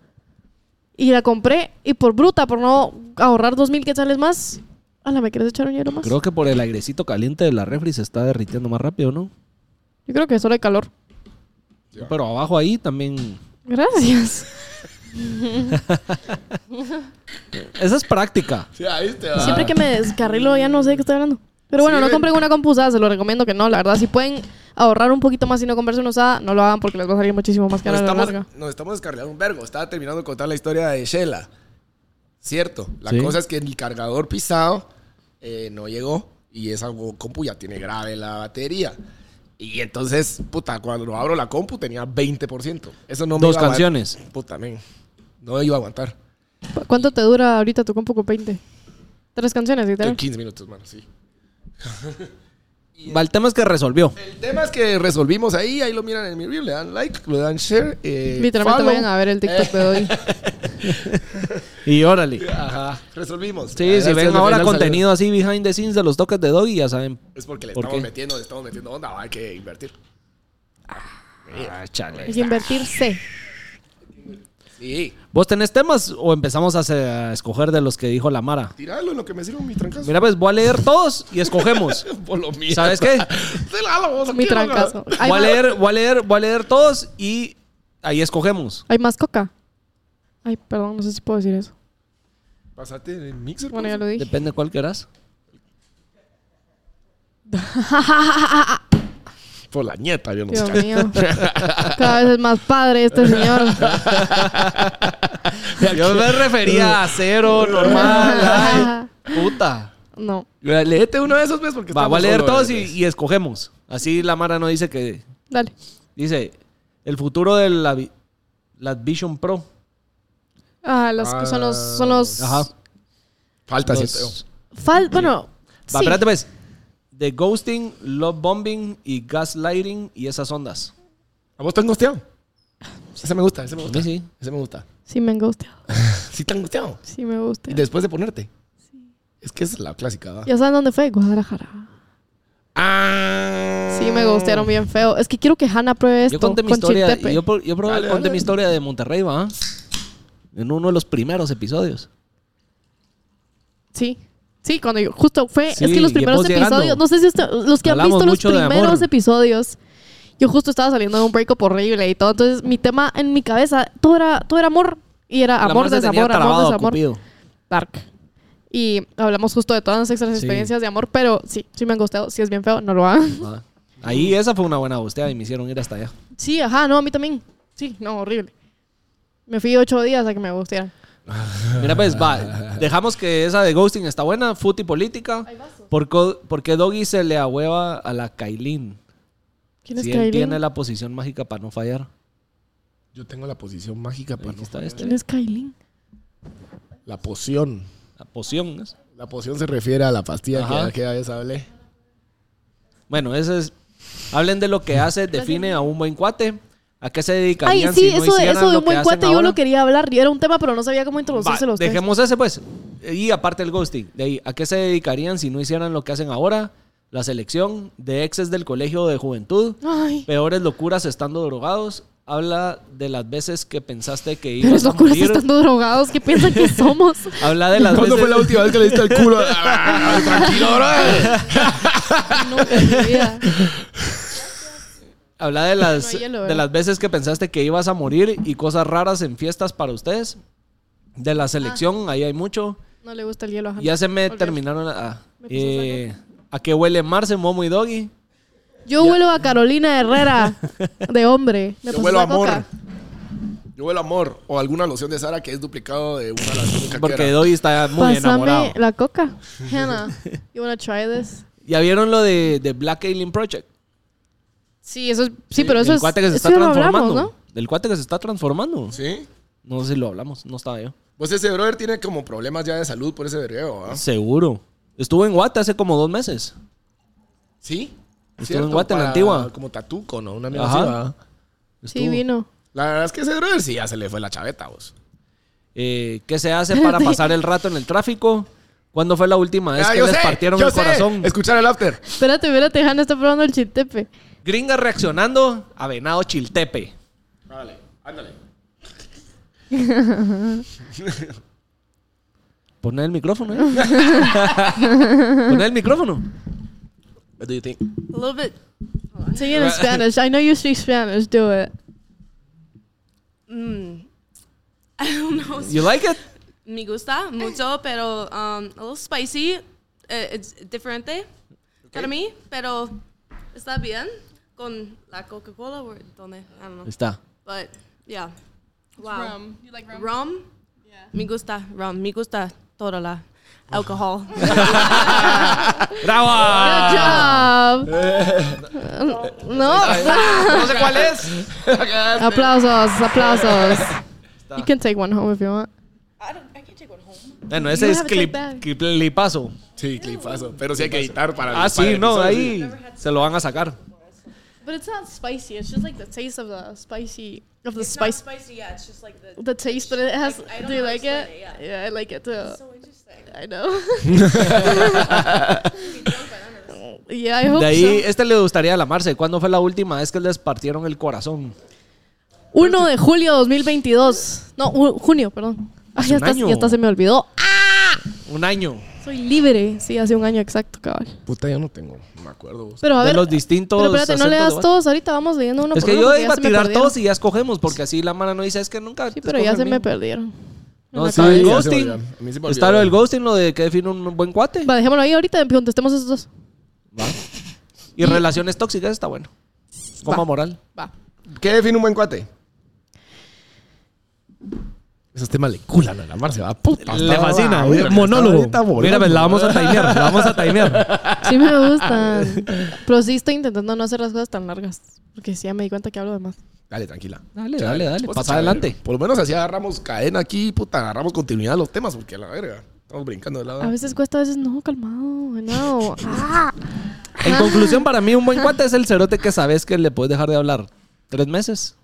Speaker 1: Y la compré, y por bruta, por no ahorrar dos mil quetzales más, ala, ¿me quieres echar un hielo más?
Speaker 2: Creo que por el airecito caliente de la refri se está derritiendo más rápido, ¿no?
Speaker 1: Yo creo que es solo el calor.
Speaker 3: Ya.
Speaker 2: Pero abajo ahí también
Speaker 1: Gracias.
Speaker 5: Esa es práctica.
Speaker 3: Sí, ahí te
Speaker 1: Siempre que me descarrilo ya no sé de qué estoy hablando. Pero bueno,
Speaker 3: Ah. Sí,
Speaker 1: no
Speaker 3: ven.
Speaker 1: compren una compu usada, se lo recomiendo que no, la verdad. Si pueden ahorrar un poquito más y no comprarse una usada, no lo hagan porque les va a salir muchísimo más
Speaker 3: Nos
Speaker 1: cara a la
Speaker 3: estamos,
Speaker 1: larga.
Speaker 3: nos estamos descarrilando un vergo. Estaba terminando de contar la historia de Shela. Cierto. La
Speaker 5: Sí.
Speaker 3: cosa es que el cargador pisado eh, no llegó y esa go- compu ya tiene grave la batería. Y entonces, puta, cuando abro la compu tenía 20%. Eso no me
Speaker 5: Dos
Speaker 3: iba a aguant-
Speaker 5: canciones.
Speaker 3: Puta, men. No iba a aguantar.
Speaker 1: ¿Cu- ¿Cuánto te dura ahorita tu compu con 20? Tres canciones, literal.
Speaker 3: 15 minutos, mano, sí.
Speaker 5: Va, El tema es que resolvió.
Speaker 3: El tema es que resolvimos ahí, ahí lo miran en mi reel, le dan like, le dan share. eh,
Speaker 1: Literalmente
Speaker 3: follow.
Speaker 1: vayan a ver el TikTok de hoy.
Speaker 5: Y órale.
Speaker 3: Ajá, resolvimos.
Speaker 5: Sí, si
Speaker 3: Gracias,
Speaker 5: ven ahora
Speaker 3: Fernando,
Speaker 5: contenido así behind the scenes de los toques de Doggy, ya saben.
Speaker 3: Es porque le
Speaker 5: ¿Por
Speaker 3: estamos
Speaker 5: qué?
Speaker 3: metiendo, le estamos metiendo onda, hay que invertir.
Speaker 5: Ah, chale.
Speaker 1: Hay que invertirse.
Speaker 3: Sí.
Speaker 5: ¿Vos tenés temas o empezamos a, se- a escoger de los que dijo la Mara?
Speaker 3: Tiralo en lo que me sirve mi trancazo.
Speaker 5: Mira, pues voy a leer todos y escogemos.
Speaker 3: por lo mío.
Speaker 5: ¿Sabes qué?
Speaker 1: Mi trancazo. Hay,
Speaker 5: Voy a
Speaker 1: más,
Speaker 5: leer, voy a leer, voy a leer todos y ahí escogemos.
Speaker 1: hay más coca. Ay, perdón, no sé si puedo decir eso.
Speaker 3: Pásate en el mixer.
Speaker 1: Bueno, ya
Speaker 3: por
Speaker 1: lo dije.
Speaker 5: Depende cuál quieras.
Speaker 3: favor. pues. Por la nieta, yo no
Speaker 1: Dios
Speaker 3: sé.
Speaker 1: mío. Cada vez es más padre este señor.
Speaker 5: Yo me refería a cero, normal. ay, puta.
Speaker 1: no.
Speaker 3: Léete uno de esos, ¿ves? Porque
Speaker 5: Va,
Speaker 3: estamos
Speaker 5: voy a leer
Speaker 3: solo, eh.
Speaker 5: todos y,
Speaker 3: ¿ves?
Speaker 5: y escogemos. Así la Mara no dice que.
Speaker 1: Dale.
Speaker 5: Dice: el futuro de la, vi- la Vision Pro.
Speaker 1: Ah, los, son los. Son los
Speaker 5: Ah, Ajá.
Speaker 3: Falta
Speaker 5: Los-
Speaker 3: siento yo.
Speaker 1: Fal bueno,
Speaker 5: Va,
Speaker 1: sí.
Speaker 5: espérate, pues. The ghosting, love bombing y gaslighting y esas ondas.
Speaker 3: ¿A vos te han gusteado? Ese me gusta, ese me gusta.
Speaker 5: mí sí.
Speaker 3: Ese me gusta.
Speaker 1: Sí me gusta.
Speaker 3: Sí te han gusteado.
Speaker 1: Sí me gusta.
Speaker 3: Y después de ponerte. Es que es la clásica, ¿va?
Speaker 1: ¿Ya saben dónde fue? Guadalajara.
Speaker 3: Ah.
Speaker 1: Sí me gustaron bien feo. Es que quiero que Hanna pruebe esto
Speaker 5: Yo conté mi
Speaker 1: con
Speaker 5: historia.
Speaker 1: Chiltepe.
Speaker 5: Yo, por- yo probé-
Speaker 3: Dale,
Speaker 5: conté
Speaker 3: dale.
Speaker 5: mi historia de Monterrey, va. En uno de los primeros episodios.
Speaker 1: Sí. Sí, cuando yo, justo fue,
Speaker 5: Sí,
Speaker 1: es que los
Speaker 5: y
Speaker 1: primeros
Speaker 5: vos llegando.
Speaker 1: episodios, no sé si usted- los que
Speaker 5: Hablamos
Speaker 1: han visto
Speaker 5: mucho
Speaker 1: los
Speaker 5: de
Speaker 1: primeros
Speaker 5: amor.
Speaker 1: episodios, yo justo estaba saliendo de un breakup horrible y todo, entonces mi tema en mi cabeza, todo era, todo era amor y era
Speaker 5: La
Speaker 1: amor,
Speaker 5: Marce tenía
Speaker 1: desamor, amor,
Speaker 5: trabado a
Speaker 1: desamor.
Speaker 5: Cupido.
Speaker 1: Dark. Y hablamos justo de todas nuestras
Speaker 5: Sí.
Speaker 1: experiencias de amor, pero sí, sí me han gustado. Si es bien feo, no lo hagan.
Speaker 5: Ah. Ahí esa fue una buena búsqueda y me hicieron ir hasta allá.
Speaker 1: Sí, ajá, no, a mí también. Sí, no, horrible. Me fui ocho días a que me gustearan.
Speaker 5: Mira, pues va. Dejamos que esa de ghosting está buena. Foot y política. ¿Por, co- por qué Doggy se le ahueva a la Kailin?
Speaker 1: ¿Quién es
Speaker 5: si él
Speaker 1: Kailin?
Speaker 5: tiene la posición mágica para no fallar.
Speaker 3: Yo tengo la posición mágica para
Speaker 5: Aquí
Speaker 3: no
Speaker 5: está
Speaker 3: fallar.
Speaker 5: este.
Speaker 1: ¿Quién es Kailin?
Speaker 3: La poción.
Speaker 5: La poción. ¿no?
Speaker 3: La poción se refiere a la pastilla
Speaker 5: Ajá.
Speaker 3: que, que ya les hablé.
Speaker 5: Bueno, eso es. Hablen de lo que hace, define a un buen cuate. ¿A qué se dedicarían
Speaker 1: Ay, sí,
Speaker 5: si no
Speaker 1: eso, de-
Speaker 5: hicieran
Speaker 1: eso de
Speaker 5: lo
Speaker 1: un
Speaker 5: que
Speaker 1: buen
Speaker 5: hacen
Speaker 1: cuate yo
Speaker 5: ahora?
Speaker 1: lo quería hablar y era un tema, pero no sabía cómo introducírselo
Speaker 5: Va,
Speaker 1: a ustedes.
Speaker 5: dejemos ese, pues. Y aparte el ghosting. De ahí, ¿a qué se dedicarían si no hicieran lo que hacen ahora? La selección de exes del colegio de juventud.
Speaker 1: Ay,
Speaker 5: Peores locuras estando drogados. Habla de las veces que pensaste que
Speaker 1: pero
Speaker 5: ibas
Speaker 1: es
Speaker 5: a
Speaker 1: locura
Speaker 5: morir.
Speaker 1: estando drogados. ¿Qué piensan que somos?
Speaker 5: Habla de las
Speaker 3: ¿Cuándo
Speaker 5: veces...
Speaker 3: fue la última vez que le diste el culo? Ah, Tranquilo, bro.
Speaker 1: No, en mi vida.
Speaker 5: Habla de las,
Speaker 1: No hay hielo,
Speaker 5: de
Speaker 1: ¿verdad?
Speaker 5: las veces que pensaste que ibas a morir y cosas raras en fiestas para ustedes. De la selección, ahí hay mucho.
Speaker 1: Ah. No le gusta el hielo a Hannah.
Speaker 5: Ya se me
Speaker 1: Olvídate.
Speaker 5: terminaron. ah,
Speaker 1: Me puso esa
Speaker 5: eh, ¿A qué huele Marce, Momo y Doggy?
Speaker 1: Yo vuelo a Carolina Herrera de hombre. Me
Speaker 3: Yo
Speaker 1: pasó
Speaker 3: huelo
Speaker 1: esa
Speaker 3: amor.
Speaker 1: coca.
Speaker 3: Yo huelo amor. O alguna loción de Sara que es duplicado de una loción de
Speaker 5: Porque
Speaker 3: caquera.
Speaker 5: Doggy está muy
Speaker 1: Pásame
Speaker 5: enamorado.
Speaker 1: la coca. Hannah, you wanna try this?
Speaker 5: ¿Ya vieron lo de, de Black Alien Project?
Speaker 1: Sí, eso es, sí, pero eso
Speaker 5: el
Speaker 1: es.
Speaker 5: cuate que se
Speaker 1: eso
Speaker 5: está
Speaker 1: ya lo hablamos,
Speaker 5: transformando.
Speaker 1: ¿no?
Speaker 5: El cuate que se está transformando.
Speaker 3: ¿Sí?
Speaker 5: No sé si lo hablamos, no estaba yo.
Speaker 3: Pues ese brother tiene como problemas ya de salud por ese vergueo, ¿ah?
Speaker 5: Seguro. Estuvo en Guate hace como dos meses.
Speaker 3: ¿Sí?
Speaker 5: Estuvo
Speaker 3: Cierto,
Speaker 5: en Guate, en la
Speaker 3: para-
Speaker 5: antigua.
Speaker 3: Como tatuco, ¿no? Una
Speaker 5: Ajá.
Speaker 3: mierda
Speaker 1: Sí,
Speaker 5: Estuvo.
Speaker 1: vino.
Speaker 3: La verdad es que ese brother sí ya se le fue la chaveta, vos.
Speaker 5: Eh, ¿Qué se hace para pasar el rato en el tráfico? ¿Cuándo fue la última vez
Speaker 3: Ah,
Speaker 5: que
Speaker 3: yo
Speaker 5: les
Speaker 3: sé,
Speaker 5: partieron
Speaker 3: yo
Speaker 5: el
Speaker 3: sé.
Speaker 5: corazón?
Speaker 3: Escuchar el after.
Speaker 1: Espérate, espérate, Hannah está probando el chintepe.
Speaker 5: Gringa reaccionando a Venado Chiltepe.
Speaker 3: Ándale, ándale.
Speaker 5: Pon el micrófono, ¿eh? Pon el micrófono.
Speaker 3: What do you think?
Speaker 1: A little bit. Sing it in Spanish. I know you speak Spanish. Do it.
Speaker 6: mm, I don't know.
Speaker 5: You like it?
Speaker 6: Me gusta mucho, pero um, a little spicy. Eh, it's diferente para mí, pero está bien con la Coca-Cola o donde, I don't know.
Speaker 7: Está.
Speaker 6: But, yeah. Wow.
Speaker 1: Rum. You like rum?
Speaker 6: Rum?
Speaker 1: Yeah.
Speaker 6: Me gusta rum. Me gusta toda la alcohol.
Speaker 5: ¡Bravo!
Speaker 1: Good job.
Speaker 5: Eh.
Speaker 1: no.
Speaker 5: No sé cuál es.
Speaker 1: aplausos, aplausos. You can take one home if you want.
Speaker 5: Bueno,
Speaker 1: You
Speaker 5: ese es
Speaker 1: have to take
Speaker 5: clip,
Speaker 1: that.
Speaker 5: clipazo.
Speaker 3: Sí, clipazo. Pero sí hay que editar para...
Speaker 5: Ah,
Speaker 3: para
Speaker 5: sí,
Speaker 3: el
Speaker 5: no,
Speaker 3: episodio,
Speaker 5: ahí se lo van a sacar.
Speaker 1: But it's not spicy. It's just like the taste of the spicy of the
Speaker 6: It's
Speaker 1: spice.
Speaker 6: not spicy, yeah. It's just like the.
Speaker 1: The taste, but it has.
Speaker 6: I- I don't
Speaker 1: do you
Speaker 6: know how to
Speaker 1: like it?
Speaker 6: explain it, yeah.
Speaker 1: I like it too.
Speaker 6: So interesting.
Speaker 1: I know. yeah, I hope
Speaker 5: De ahí,
Speaker 1: so.
Speaker 5: este le gustaría a la Marce. ¿Cuándo fue la última vez que les partieron el corazón?
Speaker 1: 1 de julio 2022. No, ju- junio, perdón. Ay, ya,
Speaker 5: un
Speaker 1: está-
Speaker 5: año.
Speaker 1: ya está, se me olvidó. Ah,
Speaker 5: Un año.
Speaker 1: Soy libre. Sí, hace un año exacto, cabal.
Speaker 3: Puta, yo no tengo. No me acuerdo. vos.
Speaker 1: Pero a
Speaker 5: de
Speaker 1: ver.
Speaker 5: los distintos.
Speaker 1: pero espérate, no
Speaker 5: acentos
Speaker 1: le
Speaker 5: de
Speaker 1: das
Speaker 5: Guate.
Speaker 1: todos ahorita, vamos leyendo uno
Speaker 5: Es
Speaker 1: por
Speaker 5: que
Speaker 1: uno
Speaker 5: yo
Speaker 1: porque ya
Speaker 5: iba a
Speaker 1: se me
Speaker 5: tirar
Speaker 1: perdieron.
Speaker 5: todos y ya escogemos, porque así la mano no dice, es que nunca.
Speaker 1: Sí, pero ya se me
Speaker 5: perdieron.
Speaker 1: perdieron.
Speaker 5: No,
Speaker 1: Me
Speaker 5: está
Speaker 1: acabé
Speaker 5: el
Speaker 1: de-
Speaker 3: ya se me
Speaker 5: ghosting.
Speaker 3: olvidaron. A mí se me
Speaker 5: Está lo del
Speaker 3: olvidaron.
Speaker 5: ghosting, lo de que define un buen cuate.
Speaker 1: Va, dejémoslo ahí ahorita, contestemos esos dos.
Speaker 5: Y relaciones tóxicas está bueno. Como moral.
Speaker 1: Va.
Speaker 3: ¿Qué define un buen cuate? Esos temas le culan a la Marce, va puta.
Speaker 5: Le
Speaker 3: estaba
Speaker 5: fascina.
Speaker 3: ahorita, estaba
Speaker 5: Monólogo.
Speaker 3: ahorita
Speaker 5: Mira,
Speaker 3: volando.
Speaker 5: pues, la vamos a timear. La vamos a timear.
Speaker 1: Sí me gustan. Pero sí estoy intentando no hacer las cosas tan largas. Porque sí, ya me di cuenta que hablo de más.
Speaker 3: Dale, tranquila.
Speaker 5: Dale, dale, dale.
Speaker 3: Vos,
Speaker 5: Pasa
Speaker 3: chale.
Speaker 5: adelante.
Speaker 3: Por lo menos así agarramos cadena aquí, puta, agarramos continuidad a los temas, porque a la verga. Estamos brincando de lado.
Speaker 5: Ah.
Speaker 1: A veces cuesta, a veces no, calmado. No. Ah.
Speaker 5: En conclusión, para mí, un buen cuate es el cerote que sabes que le puedes dejar de hablar tres meses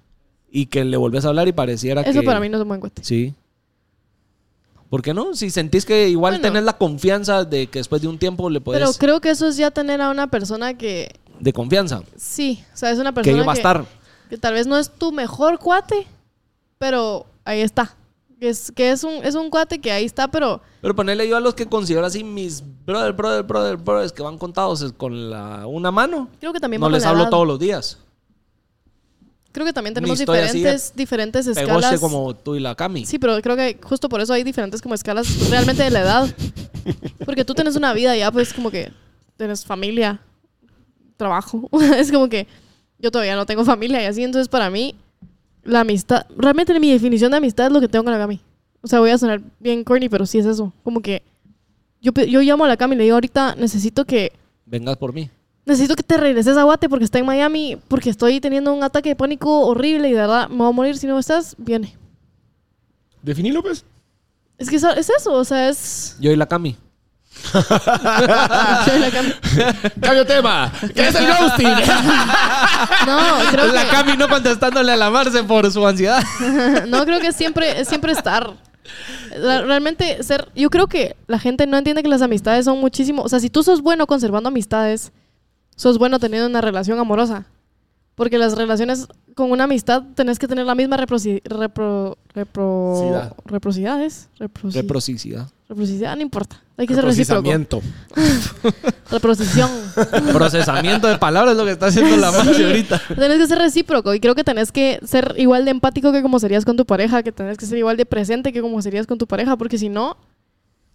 Speaker 5: y que le volvés a hablar y pareciera que.
Speaker 1: Eso para mí no es un buen cuate.
Speaker 5: Sí. ¿Por qué no? Si sentís que igual
Speaker 1: Bueno.
Speaker 5: tenés la confianza de que después de un tiempo le
Speaker 1: Pero
Speaker 5: puedes.
Speaker 1: creo que eso es ya tener a una persona que
Speaker 5: de confianza.
Speaker 1: sí, o sea, es una
Speaker 5: Que
Speaker 1: persona
Speaker 5: iba a estar.
Speaker 1: que tal vez no es tu mejor cuate, pero ahí está. Que Es, que es un, es un cuate que ahí está, pero
Speaker 5: Pero ponerle yo a los que considero así mis brother, brother, brother, brothers que van contados con la, una mano.
Speaker 1: creo que también
Speaker 5: No
Speaker 1: va con
Speaker 5: les
Speaker 1: la
Speaker 5: hablo
Speaker 1: edad.
Speaker 5: todos los días.
Speaker 1: Creo que también
Speaker 5: Ni
Speaker 1: tenemos
Speaker 5: estoy así de
Speaker 1: diferentes, diferentes
Speaker 5: Pegoste
Speaker 1: escalas.
Speaker 5: este como tú y la Cami.
Speaker 1: Sí, pero creo que justo por eso hay diferentes como escalas realmente de la edad. Porque tú tienes una vida ya, pues como que tienes familia, trabajo. es como que yo todavía no tengo familia y así. Entonces para mí, la amistad, realmente mi definición de amistad es lo que tengo con la Cami. O sea, voy a sonar bien corny, pero sí es eso. Como que yo, pe- yo llamo a la Cami y le digo ahorita necesito que...
Speaker 5: Vengas por mí.
Speaker 1: Necesito que te regreses a Guate porque está en Miami, porque estoy teniendo un ataque de pánico horrible y de verdad me voy a morir si no estás. Viene.
Speaker 3: Definí López.
Speaker 1: Es que eso- es eso, o sea, es.
Speaker 5: Yo y la Cami.
Speaker 3: Cambio tema. ¿Qué es el ghosting?
Speaker 1: No, creo
Speaker 5: La Cami no contestándole a la Marce por su ansiedad.
Speaker 1: que, no, creo que siempre, siempre estar. Ra- Realmente ser. Yo creo que la gente no entiende que las amistades son muchísimo. O sea, si tú sos bueno conservando amistades, sos bueno teniendo una relación amorosa. Porque las relaciones con una amistad tenés que tener la misma reproci- repro, repro-
Speaker 3: Cidad.
Speaker 1: reprocidades. Reproci-
Speaker 5: Reprocicidad.
Speaker 1: reprocidad, no importa. Hay que ser recíproco. Reprocisión.
Speaker 5: Procesamiento de palabras es lo que está haciendo la Marce ahorita.
Speaker 1: Tenés que ser recíproco y creo que tenés que ser igual de empático que como serías con tu pareja, que tenés que ser igual de presente que como serías con tu pareja, porque si no,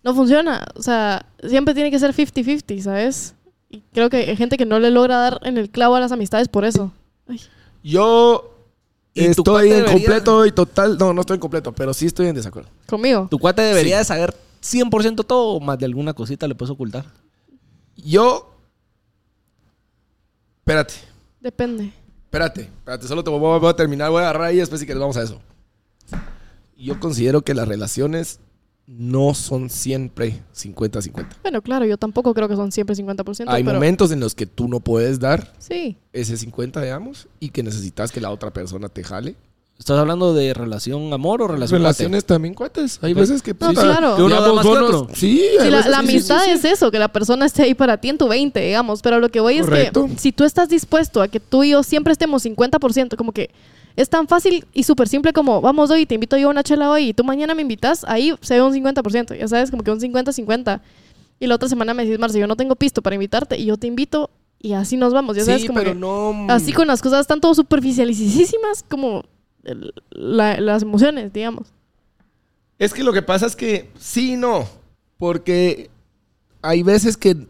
Speaker 1: no funciona. O sea, siempre tiene que ser 50-50, ¿sabes? Y creo que hay gente que no le logra dar en el clavo a las amistades por eso. Ay,
Speaker 3: Yo
Speaker 5: ¿Y tu cuate
Speaker 3: estoy en
Speaker 5: debería-
Speaker 3: completo y total. No, no estoy en completo, pero sí estoy en desacuerdo.
Speaker 1: conmigo.
Speaker 5: Tu cuate debería de saber 100% todo o más de alguna cosita le puedes ocultar.
Speaker 3: Yo. Espérate,
Speaker 1: Depende.
Speaker 3: espérate, espérate. Solo te voy, voy a terminar, voy a agarrar ahí y después si quieres vamos a eso. Yo considero que las relaciones no son siempre 50-50.
Speaker 1: Bueno, claro, yo tampoco creo que son siempre 50%,
Speaker 3: Hay
Speaker 1: pero
Speaker 3: momentos en los que tú no puedes dar
Speaker 1: sí.
Speaker 3: ese 50, digamos, y que necesitas que la otra persona te jale.
Speaker 5: ¿Estás hablando de relación amor o
Speaker 3: Las
Speaker 5: relación
Speaker 3: relaciones también cuates. Hay veces que
Speaker 1: No, claro.
Speaker 3: que uno
Speaker 5: Digamos,
Speaker 3: da más que
Speaker 5: bonos.
Speaker 3: otro. Sí, hay
Speaker 1: Sí, la,
Speaker 3: veces-
Speaker 1: la
Speaker 3: sí, sí,
Speaker 1: amistad
Speaker 3: sí, sí.
Speaker 1: es eso, que la persona esté ahí para ti en tu 20, digamos. Pero lo que voy
Speaker 3: Correcto.
Speaker 1: es que si tú estás dispuesto a que tú y yo siempre estemos 50%, como que es tan fácil y súper simple como vamos hoy, te invito yo a una chela hoy y tú mañana me invitas, ahí se ve un 50%, ya sabes, como que un 50-50. Y la otra semana me decís, Marce, yo no tengo pisto para invitarte y yo te invito y así nos vamos, ya sabes,
Speaker 3: Sí,
Speaker 1: como
Speaker 3: pero
Speaker 1: que
Speaker 5: mm.
Speaker 3: no.
Speaker 1: así con las cosas tan todo superficialisísimas como el- la- las emociones, digamos.
Speaker 3: Es que lo que pasa es que sí y no. Porque hay veces que.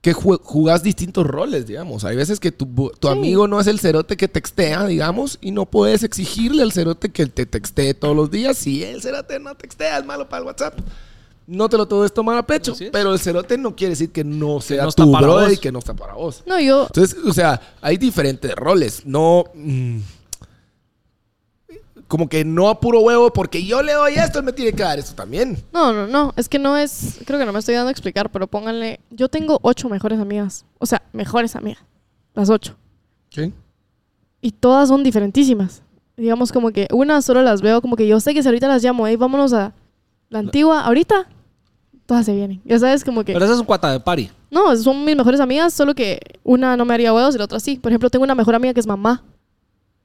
Speaker 3: que jue- jugás distintos roles, digamos. Hay veces que tu, bu- tu amigo no es el cerote que textea, digamos, y no puedes exigirle al cerote que te textee todos los días. Si el cerote no textea, es malo para el WhatsApp. No te lo puedes tomar a pecho.
Speaker 2: Así es.
Speaker 3: Pero el cerote no quiere decir que no sea
Speaker 2: no está
Speaker 3: tu
Speaker 2: para
Speaker 3: brother
Speaker 2: vos.
Speaker 3: y que no está para vos.
Speaker 1: No, yo,
Speaker 3: Entonces, o sea, hay diferentes roles. No. mm, como que no a puro huevo, porque yo le doy esto, él me tiene que dar esto también.
Speaker 1: No, no, no. Es que no es. Creo que no me estoy dando a explicar, pero pónganle. Yo tengo ocho mejores amigas. O sea, mejores amigas. Las ocho.
Speaker 3: Sí.
Speaker 1: Y todas son diferentísimas. Digamos como que una solo las veo, como que yo sé que si ahorita las llamo, hey, vámonos a la antigua, ahorita, todas se vienen. Ya sabes, como que.
Speaker 2: Pero ese es un cuata de party.
Speaker 1: No, son mis mejores amigas, solo que una no me haría huevos y la otra sí. Por ejemplo, tengo una mejor amiga que es mamá.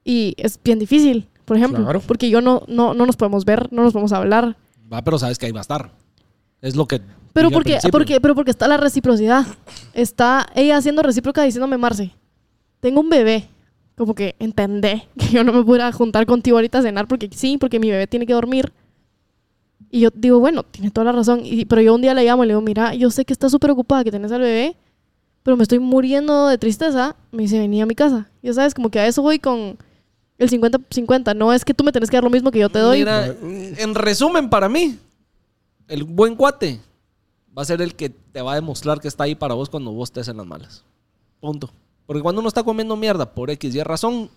Speaker 1: Y es bien difícil, por ejemplo.
Speaker 3: Claro.
Speaker 1: Porque yo no, no, no nos podemos ver, no nos podemos hablar.
Speaker 2: Va, pero sabes que ahí va a estar. Es lo que.
Speaker 1: Pero
Speaker 2: dije al
Speaker 1: porque,
Speaker 2: principio.
Speaker 1: porque, pero porque está la reciprocidad. Está ella siendo recíproca diciéndome, Marce, tengo un bebé. Como que entendé que yo no me pudiera juntar contigo ahorita a cenar porque sí, porque mi bebé tiene que dormir. Y yo digo, bueno, tiene toda la razón. Y- pero yo un día le llamo y le digo, mira, yo sé que estás súper ocupada, que tenés al bebé, pero me estoy muriendo de tristeza. Me dice, vení a mi casa. Ya sabes, como que a eso voy con el 50-50. No es que tú me tenés que dar lo mismo que yo te doy.
Speaker 2: Mira, en resumen, para mí, el buen cuate va a ser el que te va a demostrar que está ahí para vos cuando vos estés en las malas. Punto. Porque cuando uno está comiendo mierda por X y razón,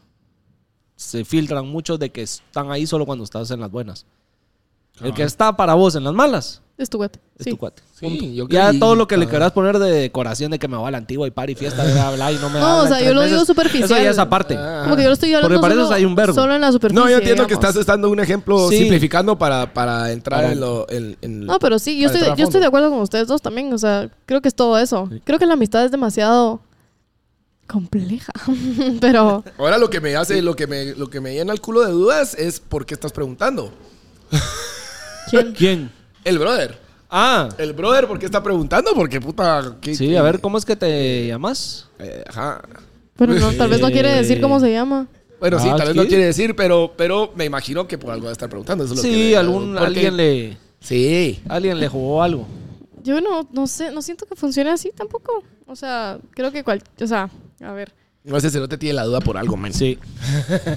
Speaker 2: se filtran muchos de que están ahí solo cuando estás en las buenas. El que está para vos en las malas
Speaker 1: Es tu cuate.
Speaker 2: es
Speaker 1: Sí.
Speaker 2: tu cuate.
Speaker 3: Sí,
Speaker 2: Punto.
Speaker 3: yo
Speaker 2: ya
Speaker 3: creí-
Speaker 2: todo lo que le
Speaker 3: ah.
Speaker 2: querás poner de decoración de que me va a la antigua y par y fiesta, bla, bla, bla, y no me
Speaker 1: No,
Speaker 2: habla
Speaker 1: o
Speaker 2: en
Speaker 1: sea,
Speaker 2: tres
Speaker 1: yo lo digo
Speaker 2: meses. Eso
Speaker 1: superficial.
Speaker 2: ya es aparte.
Speaker 3: Ah.
Speaker 1: Como que yo lo estoy hablando
Speaker 2: Porque para eso
Speaker 1: solo,
Speaker 2: hay un verbo.
Speaker 1: solo en la superficie.
Speaker 3: No, yo entiendo que
Speaker 1: digamos.
Speaker 3: estás dando un ejemplo
Speaker 2: Sí.
Speaker 3: simplificando para, para entrar
Speaker 2: Para- pues.
Speaker 3: en lo. en- en-
Speaker 1: No, pero sí, yo
Speaker 3: para
Speaker 1: estoy,
Speaker 3: entrar a
Speaker 1: yo estoy
Speaker 3: fondo.
Speaker 1: de acuerdo con ustedes dos también. O sea, creo que es todo eso. Creo que la amistad es demasiado compleja. pero
Speaker 3: Ahora lo que me hace, lo que me, lo que me llena el culo de dudas es por qué estás preguntando.
Speaker 1: ¿quién?
Speaker 2: ¿Quién?
Speaker 3: El brother.
Speaker 2: Ah,
Speaker 3: El brother, ¿por qué está preguntando? Porque puta. ¿qué-
Speaker 2: sí,
Speaker 3: qué-
Speaker 2: a ver, ¿cómo es que te llamas?
Speaker 3: Eh, ajá.
Speaker 1: Pero no, tal vez no quiere decir cómo se llama.
Speaker 3: Bueno, sí,
Speaker 2: Ah,
Speaker 3: tal vez no
Speaker 2: sí.
Speaker 3: quiere decir, pero, pero me imagino que por algo va a estar preguntando. Eso es lo que
Speaker 2: Sí,
Speaker 3: me-
Speaker 2: algún,
Speaker 3: porque-
Speaker 2: alguien, le,
Speaker 3: Sí.
Speaker 2: alguien le jugó algo.
Speaker 1: Yo no, no sé, no siento que funcione así tampoco. O sea, creo que cual, o sea, a ver.
Speaker 3: No sé si no te tiene la duda por algo, man.
Speaker 2: Sí.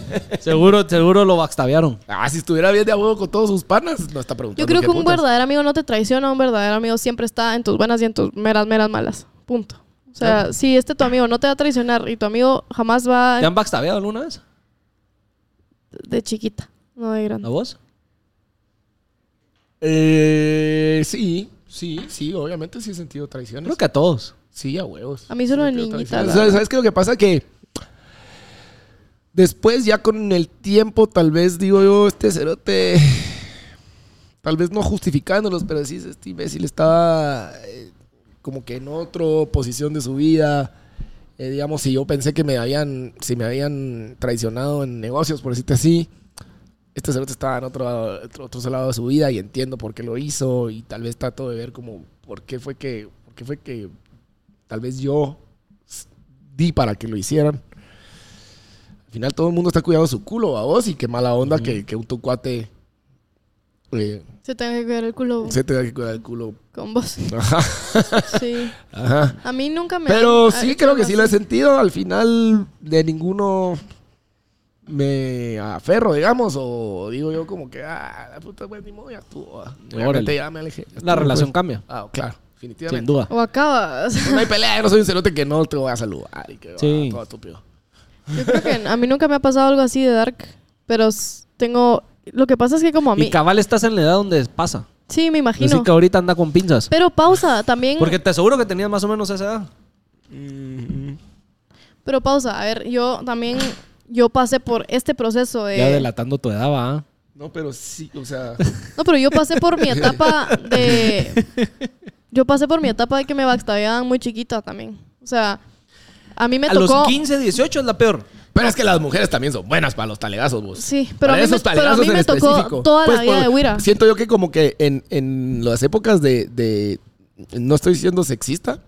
Speaker 2: seguro, seguro lo backstabearon.
Speaker 3: Ah, si estuviera bien de abuelo con todos sus panas, no está preguntando.
Speaker 1: Yo creo
Speaker 3: qué
Speaker 1: que un
Speaker 3: putas.
Speaker 1: verdadero amigo no te traiciona, un verdadero amigo siempre está en tus buenas y en tus meras, meras malas. Punto. O sea, si este tu amigo no te va a traicionar y tu amigo jamás va
Speaker 2: ¿Te han backstabeado alguna vez?
Speaker 1: de chiquita, no de grande.
Speaker 2: ¿A vos?
Speaker 3: Eh, sí, sí, sí, obviamente sí he sentido traiciones.
Speaker 2: Creo que a todos.
Speaker 3: Sí, a huevos.
Speaker 1: A mí solo de
Speaker 3: Sentido
Speaker 1: niñita,
Speaker 3: traiciones.
Speaker 1: la verdad.
Speaker 3: ¿Sabes, ¿Sabes qué? Lo que pasa que después ya con el tiempo tal vez digo yo, este cerote, tal vez no justificándolos, pero decís, este imbécil está eh, como que en otra posición de su vida. Eh, digamos, si yo pensé que me habían, si me habían traicionado en negocios, por decirte así, este cerote estaba en otro, otro, otro lado de su vida y entiendo por qué lo hizo y tal vez trato de ver como por qué fue que, por qué fue que tal vez yo s- di para que lo hicieran. Al final todo el mundo está cuidando su culo a vos y qué mala onda que, que un tu cuate eh,
Speaker 1: Se tenga que cuidar el culo
Speaker 3: se tenga que cuidar el culo.
Speaker 1: con vos.
Speaker 3: Ajá.
Speaker 1: Sí.
Speaker 3: Ajá.
Speaker 1: A mí nunca me.
Speaker 3: Pero
Speaker 1: han-
Speaker 3: sí,
Speaker 1: hecho
Speaker 3: creo que
Speaker 1: algo
Speaker 3: sí lo he
Speaker 1: así.
Speaker 3: sentido. Al final de ninguno me aferro, digamos, o digo yo como que, ah, la puta, pues ni modo, ya estuvo. ah.
Speaker 2: Órale.
Speaker 3: Obviamente ya me alejé. Ya
Speaker 2: La
Speaker 3: estuvo,
Speaker 2: relación
Speaker 3: pues.
Speaker 2: cambia,
Speaker 3: Ah, claro, definitivamente.
Speaker 2: sin duda.
Speaker 1: O acabas.
Speaker 3: No hay pelea, yo no soy un celote que no te voy a saludar y que
Speaker 2: Sí.
Speaker 3: ah, todo estúpido.
Speaker 1: Yo creo que a mí nunca me ha pasado algo así de dark. Pero s- tengo. Lo que pasa es que, como a mí.
Speaker 2: Y cabal estás en la edad donde pasa.
Speaker 1: Sí, me
Speaker 2: Así
Speaker 1: imagino.
Speaker 2: que ahorita anda con pinzas.
Speaker 1: Pero pausa también.
Speaker 2: Porque te aseguro que tenías más o menos esa edad.
Speaker 1: Pero pausa. A ver, yo también. Yo pasé por este proceso de.
Speaker 2: Ya delatando tu edad, va. ¿ah?
Speaker 3: No, pero sí, o sea,
Speaker 1: No, pero yo pasé por mi etapa de. Yo pasé por mi etapa de que me backstabeaban muy chiquita también. O sea, a mí me
Speaker 2: A
Speaker 1: tocó.
Speaker 2: los 15, 18 es la peor.
Speaker 3: pero es que las mujeres también son buenas para los talegazos, vos.
Speaker 1: Sí, pero
Speaker 3: Para
Speaker 1: a mí me- pero a mí me tocó toda la vida de Huira.
Speaker 3: Pues, Siento yo que como que en, en las épocas de, de- No estoy siendo sexista.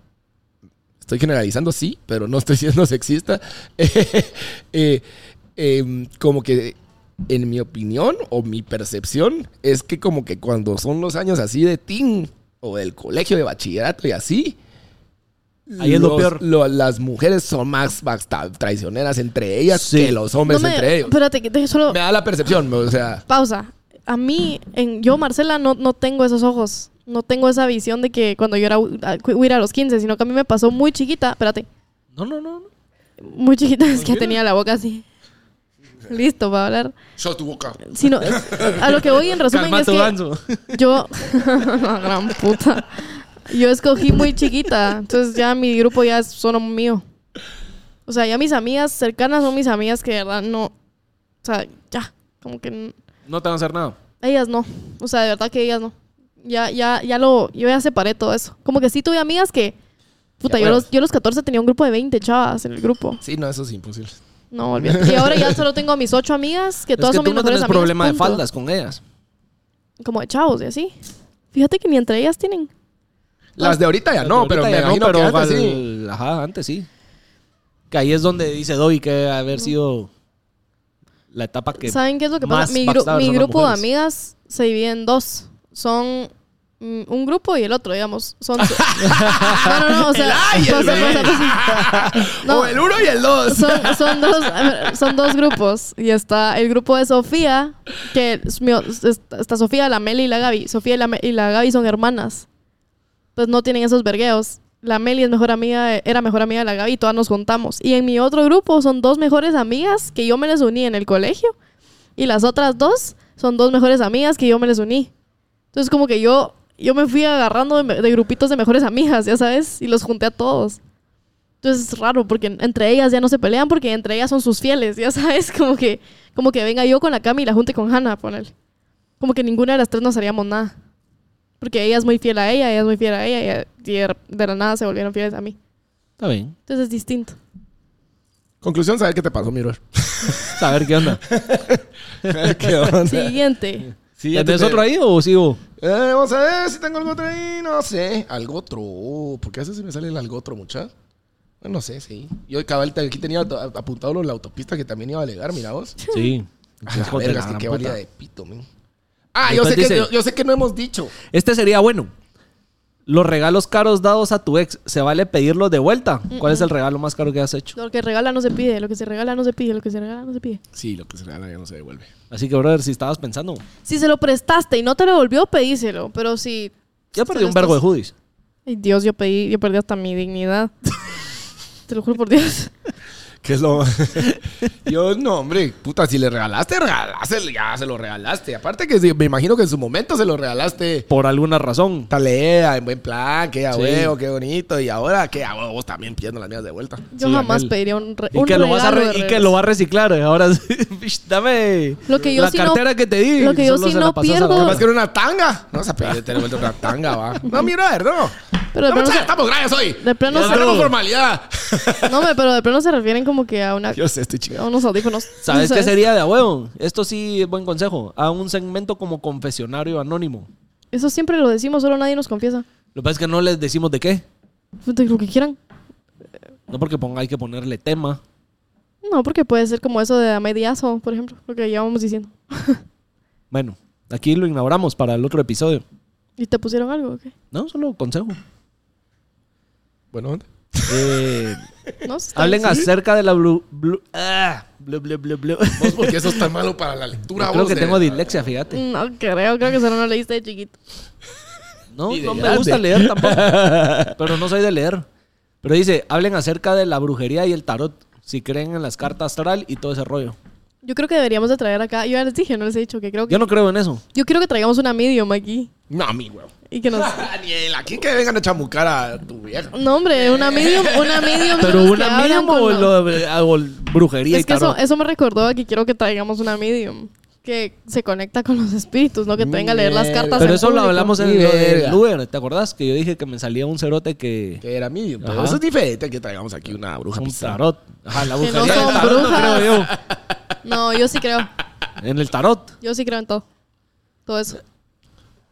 Speaker 3: Estoy generalizando, sí, pero no estoy siendo sexista. Eh, em, como que, en mi opinión o mi percepción, es que como que cuando son los años así de teen o del colegio de bachillerato y así.
Speaker 5: Ahí es lo peor.
Speaker 3: las mujeres son más, más ta- traicioneras entre ellas
Speaker 5: Sí.
Speaker 3: que los hombres
Speaker 1: No me-
Speaker 3: entre ellos.
Speaker 1: Espérate, que te- solo
Speaker 3: Me da la percepción, o sea.
Speaker 1: pausa. A mí, en, yo, Marcela, no, no tengo esos ojos. No tengo esa visión de que cuando yo era u- a- cu- huir a los 15, sino que a mí me pasó muy chiquita. Espérate,
Speaker 5: No, no, no. no.
Speaker 1: muy chiquita, es que ya tenía la boca así. Listo para hablar.
Speaker 3: Yo tu boca.
Speaker 1: Sino, a lo que voy en resumen
Speaker 5: Calma
Speaker 1: es
Speaker 5: tu
Speaker 1: que
Speaker 5: ganso.
Speaker 1: yo. gran puta. Yo escogí muy chiquita. Entonces ya mi grupo ya es solo mío. O sea, ya mis amigas cercanas son mis amigas que de verdad no. O sea, ya. Como que. n-
Speaker 5: No te van a hacer nada.
Speaker 1: Ellas no. O sea, de verdad que ellas no. Ya, ya, ya lo. Yo ya separé todo eso. Como que sí tuve amigas que. Puta,
Speaker 3: Ya
Speaker 1: yo a los,
Speaker 3: huevos.
Speaker 1: yo a los 14 tenía un grupo de 20 chavas en el grupo.
Speaker 3: Sí, no, eso es imposible.
Speaker 1: No, olvídate. Y ahora ya solo tengo a mis ocho amigas, que todas
Speaker 5: es que
Speaker 1: son mis
Speaker 5: tú no
Speaker 1: mejores
Speaker 5: tienes
Speaker 1: amigas.
Speaker 5: problema de
Speaker 1: punto.
Speaker 5: faldas con ellas.
Speaker 1: Como de chavos y así. Fíjate que ni entre ellas tienen.
Speaker 3: Las de ahorita ya no,
Speaker 5: Ahorita
Speaker 3: pero me
Speaker 5: ya
Speaker 3: imagino que antes
Speaker 5: al-
Speaker 3: sí.
Speaker 5: Ajá, antes sí. Que ahí es donde dice Dobby que haber sido la etapa que.
Speaker 1: ¿Saben qué es lo que
Speaker 5: más
Speaker 1: pasa? Mi, gru-
Speaker 5: backstabbers
Speaker 1: mi
Speaker 5: son las
Speaker 1: grupo de
Speaker 5: mujeres.
Speaker 1: amigas se divide en dos. Son mm, un grupo y el otro, digamos. Son no, no, no, o sea,
Speaker 3: ¡El A y el
Speaker 1: pasa,
Speaker 3: B!
Speaker 1: pasa, No.
Speaker 3: O el uno y el dos.
Speaker 1: son, son dos, son dos grupos. Y está el grupo de Sofía, que es mi- está está Sofía, la Meli y la Gaby. Sofía y la, Me- y la Gaby son hermanas. Pues no tienen esos vergueos. La Meli es mejor amiga, de- era mejor amiga de la Gaby, y todas nos juntamos. Y en mi otro grupo son dos mejores amigas que yo me les uní en el colegio. Y las otras dos son dos mejores amigas que yo me les uní. Entonces como que yo, yo me fui agarrando de, me- de grupitos de mejores amigas, ya sabes, y los junté a todos. Entonces es raro porque en- entre ellas ya no se pelean porque entre ellas son sus fieles, ya sabes, como que, como que venga yo con la Cami y la junte con Hannah, ponele. Como que ninguna de las tres nos haríamos nada. Porque ella es muy fiel a ella, ella es muy fiel a ella, y a- y de de la nada se volvieron fieles a mí.
Speaker 5: Está bien.
Speaker 1: Entonces es distinto.
Speaker 3: Conclusión, saber qué te pasó, mi bro.
Speaker 5: Saber qué onda.
Speaker 3: ¿Qué onda?
Speaker 1: Siguiente.
Speaker 3: Sí, ya
Speaker 5: ¿Tenés
Speaker 3: te-
Speaker 5: otro ahí o sigo?
Speaker 3: Eh, vamos a ver si tengo algo otro ahí. No sé. Algo otro. Oh, ¿Por qué a veces se me sale el algo otro, mucha? Bueno, no sé, sí. Yo cabal te- aquí tenía to- apuntado lo de la autopista que también iba a alegar, mira vos.
Speaker 5: Sí.
Speaker 3: Ah, la
Speaker 5: Hijo de
Speaker 3: verga,
Speaker 5: la
Speaker 3: es que
Speaker 5: gran
Speaker 3: qué
Speaker 5: puta.
Speaker 3: valía de pito, men. Ah, yo sé,
Speaker 5: Entonces
Speaker 3: que,
Speaker 5: dice-
Speaker 3: yo, yo sé que no hemos dicho.
Speaker 5: Este sería bueno. Los regalos caros dados a tu ex, ¿se vale pedirlos de vuelta? ¿Cuál es el regalo más caro que has hecho?
Speaker 1: Lo que regala no se pide, lo que se regala no se pide, lo que se regala no se pide.
Speaker 3: Sí, lo que se gana ya no se devuelve.
Speaker 5: Así que, brother, si estabas pensando,
Speaker 1: Si se lo prestaste y no te lo devolvió, pedíselo. Pero si...
Speaker 5: ya
Speaker 1: se
Speaker 5: perdí
Speaker 1: lo
Speaker 5: un vergo de
Speaker 1: estás-
Speaker 5: hoodies.
Speaker 1: Ay, Dios, yo pedí, yo perdí hasta mi dignidad. te lo juro por Dios.
Speaker 3: ¿Qué es lo.? Yo, no, hombre, puta, si le regalaste, regalaste, ya se lo regalaste. Aparte que sí, me imagino que en su momento se lo regalaste.
Speaker 5: Por alguna razón.
Speaker 3: Talea, en buen plan, qué a
Speaker 5: Sí.
Speaker 3: huevo, qué bonito. Y ahora, qué a huevo, vos también pidiendo las mías de vuelta.
Speaker 1: Yo
Speaker 5: Sí,
Speaker 1: jamás
Speaker 5: Anel.
Speaker 1: pediría un, re-
Speaker 5: Y
Speaker 1: un
Speaker 5: que, lo vas a
Speaker 1: regalo
Speaker 5: re-
Speaker 1: de
Speaker 5: y que
Speaker 1: regreso.
Speaker 5: lo va a reciclar. eh. Ahora sí, bish, dame
Speaker 1: Lo que yo
Speaker 5: la
Speaker 1: sí no-
Speaker 5: cartera que te di.
Speaker 1: lo que yo
Speaker 5: Solo
Speaker 1: sí
Speaker 5: se la
Speaker 1: no
Speaker 5: pasas a-
Speaker 1: pierdo-
Speaker 3: Más que era una tanga. No se pide tener vuelta una tanga, va. No, mi brother, no.
Speaker 1: Pero de
Speaker 3: no
Speaker 1: plano
Speaker 3: mucha,
Speaker 1: se-
Speaker 3: estamos graves hoy.
Speaker 1: de plano
Speaker 3: no
Speaker 1: se-
Speaker 3: hagamos formalidad.
Speaker 1: No, hombre, pero de plano se refieren como que a una
Speaker 3: Yo sé, estoy
Speaker 1: a
Speaker 3: chingado.
Speaker 1: unos audífonos.
Speaker 5: ¿Sabes qué
Speaker 1: ¿Sabes?
Speaker 5: sería de a huevo? Esto sí es buen consejo. A un segmento como confesionario anónimo.
Speaker 1: Eso siempre lo decimos, solo nadie nos confiesa.
Speaker 5: Lo que pasa es que no les decimos de qué.
Speaker 1: De lo que quieran.
Speaker 5: No porque ponga, hay que ponerle tema.
Speaker 1: No, porque puede ser como eso de a mediazo, por ejemplo, lo que llevábamos diciendo.
Speaker 5: Bueno, aquí lo ignoramos para el otro episodio.
Speaker 1: ¿Y te pusieron algo o qué?
Speaker 5: No, solo consejo.
Speaker 3: Bueno, ¿dónde?
Speaker 5: Eh,
Speaker 1: No, sí está
Speaker 5: hablen
Speaker 1: bien.
Speaker 5: acerca de la blu, blu- ah, blu- blu- blu- blu.
Speaker 3: vos, porque eso es tan malo para la lectura.
Speaker 5: Creo
Speaker 3: vos,
Speaker 5: que
Speaker 3: de-
Speaker 5: tengo dislexia, fíjate.
Speaker 1: Mm, No creo, creo que solo no leíste de chiquito.
Speaker 5: No,
Speaker 3: Y de
Speaker 5: no me
Speaker 3: grande.
Speaker 5: gusta leer tampoco. Pero no soy de leer. Pero dice, hablen acerca de la brujería y el tarot. Si creen en las cartas astral y todo ese rollo.
Speaker 1: Yo creo que deberíamos de traer acá. Yo ya les dije, no les he dicho que creo que.
Speaker 5: Yo
Speaker 1: Yo,
Speaker 5: no creo en eso.
Speaker 1: creo que traigamos una medium aquí.
Speaker 3: No, mi huevo.
Speaker 1: Y que nos.
Speaker 3: Daniela, ¿quién que vengan a chamucar a tu vieja?
Speaker 1: No, hombre, una medium, una medium.
Speaker 5: Pero
Speaker 1: los que
Speaker 5: una
Speaker 1: hablan
Speaker 5: medium
Speaker 1: con
Speaker 5: o,
Speaker 1: los-
Speaker 5: lo de- o brujería
Speaker 1: Es
Speaker 5: y
Speaker 1: que
Speaker 5: tarot.
Speaker 1: eso, eso me recordó a que quiero que traigamos una medium que se conecta con los espíritus, no que te venga a leer las cartas.
Speaker 5: Pero
Speaker 1: en
Speaker 5: eso lo
Speaker 1: público.
Speaker 5: hablamos en
Speaker 3: Ni
Speaker 5: lo de
Speaker 3: verga.
Speaker 5: Luger. ¿Te acordás? Que yo dije que me salía un cerote que...
Speaker 3: Que era medium. Pero
Speaker 5: Ajá.
Speaker 3: eso es diferente al que traigamos aquí una bruja
Speaker 5: Un
Speaker 3: pisada.
Speaker 5: tarot. Ajá, la
Speaker 1: Que no
Speaker 5: brujería
Speaker 1: son
Speaker 5: del tarot, no
Speaker 1: brujas.
Speaker 5: creo yo.
Speaker 1: No, yo sí creo.
Speaker 5: En el tarot.
Speaker 1: Yo sí creo en todo. Todo eso.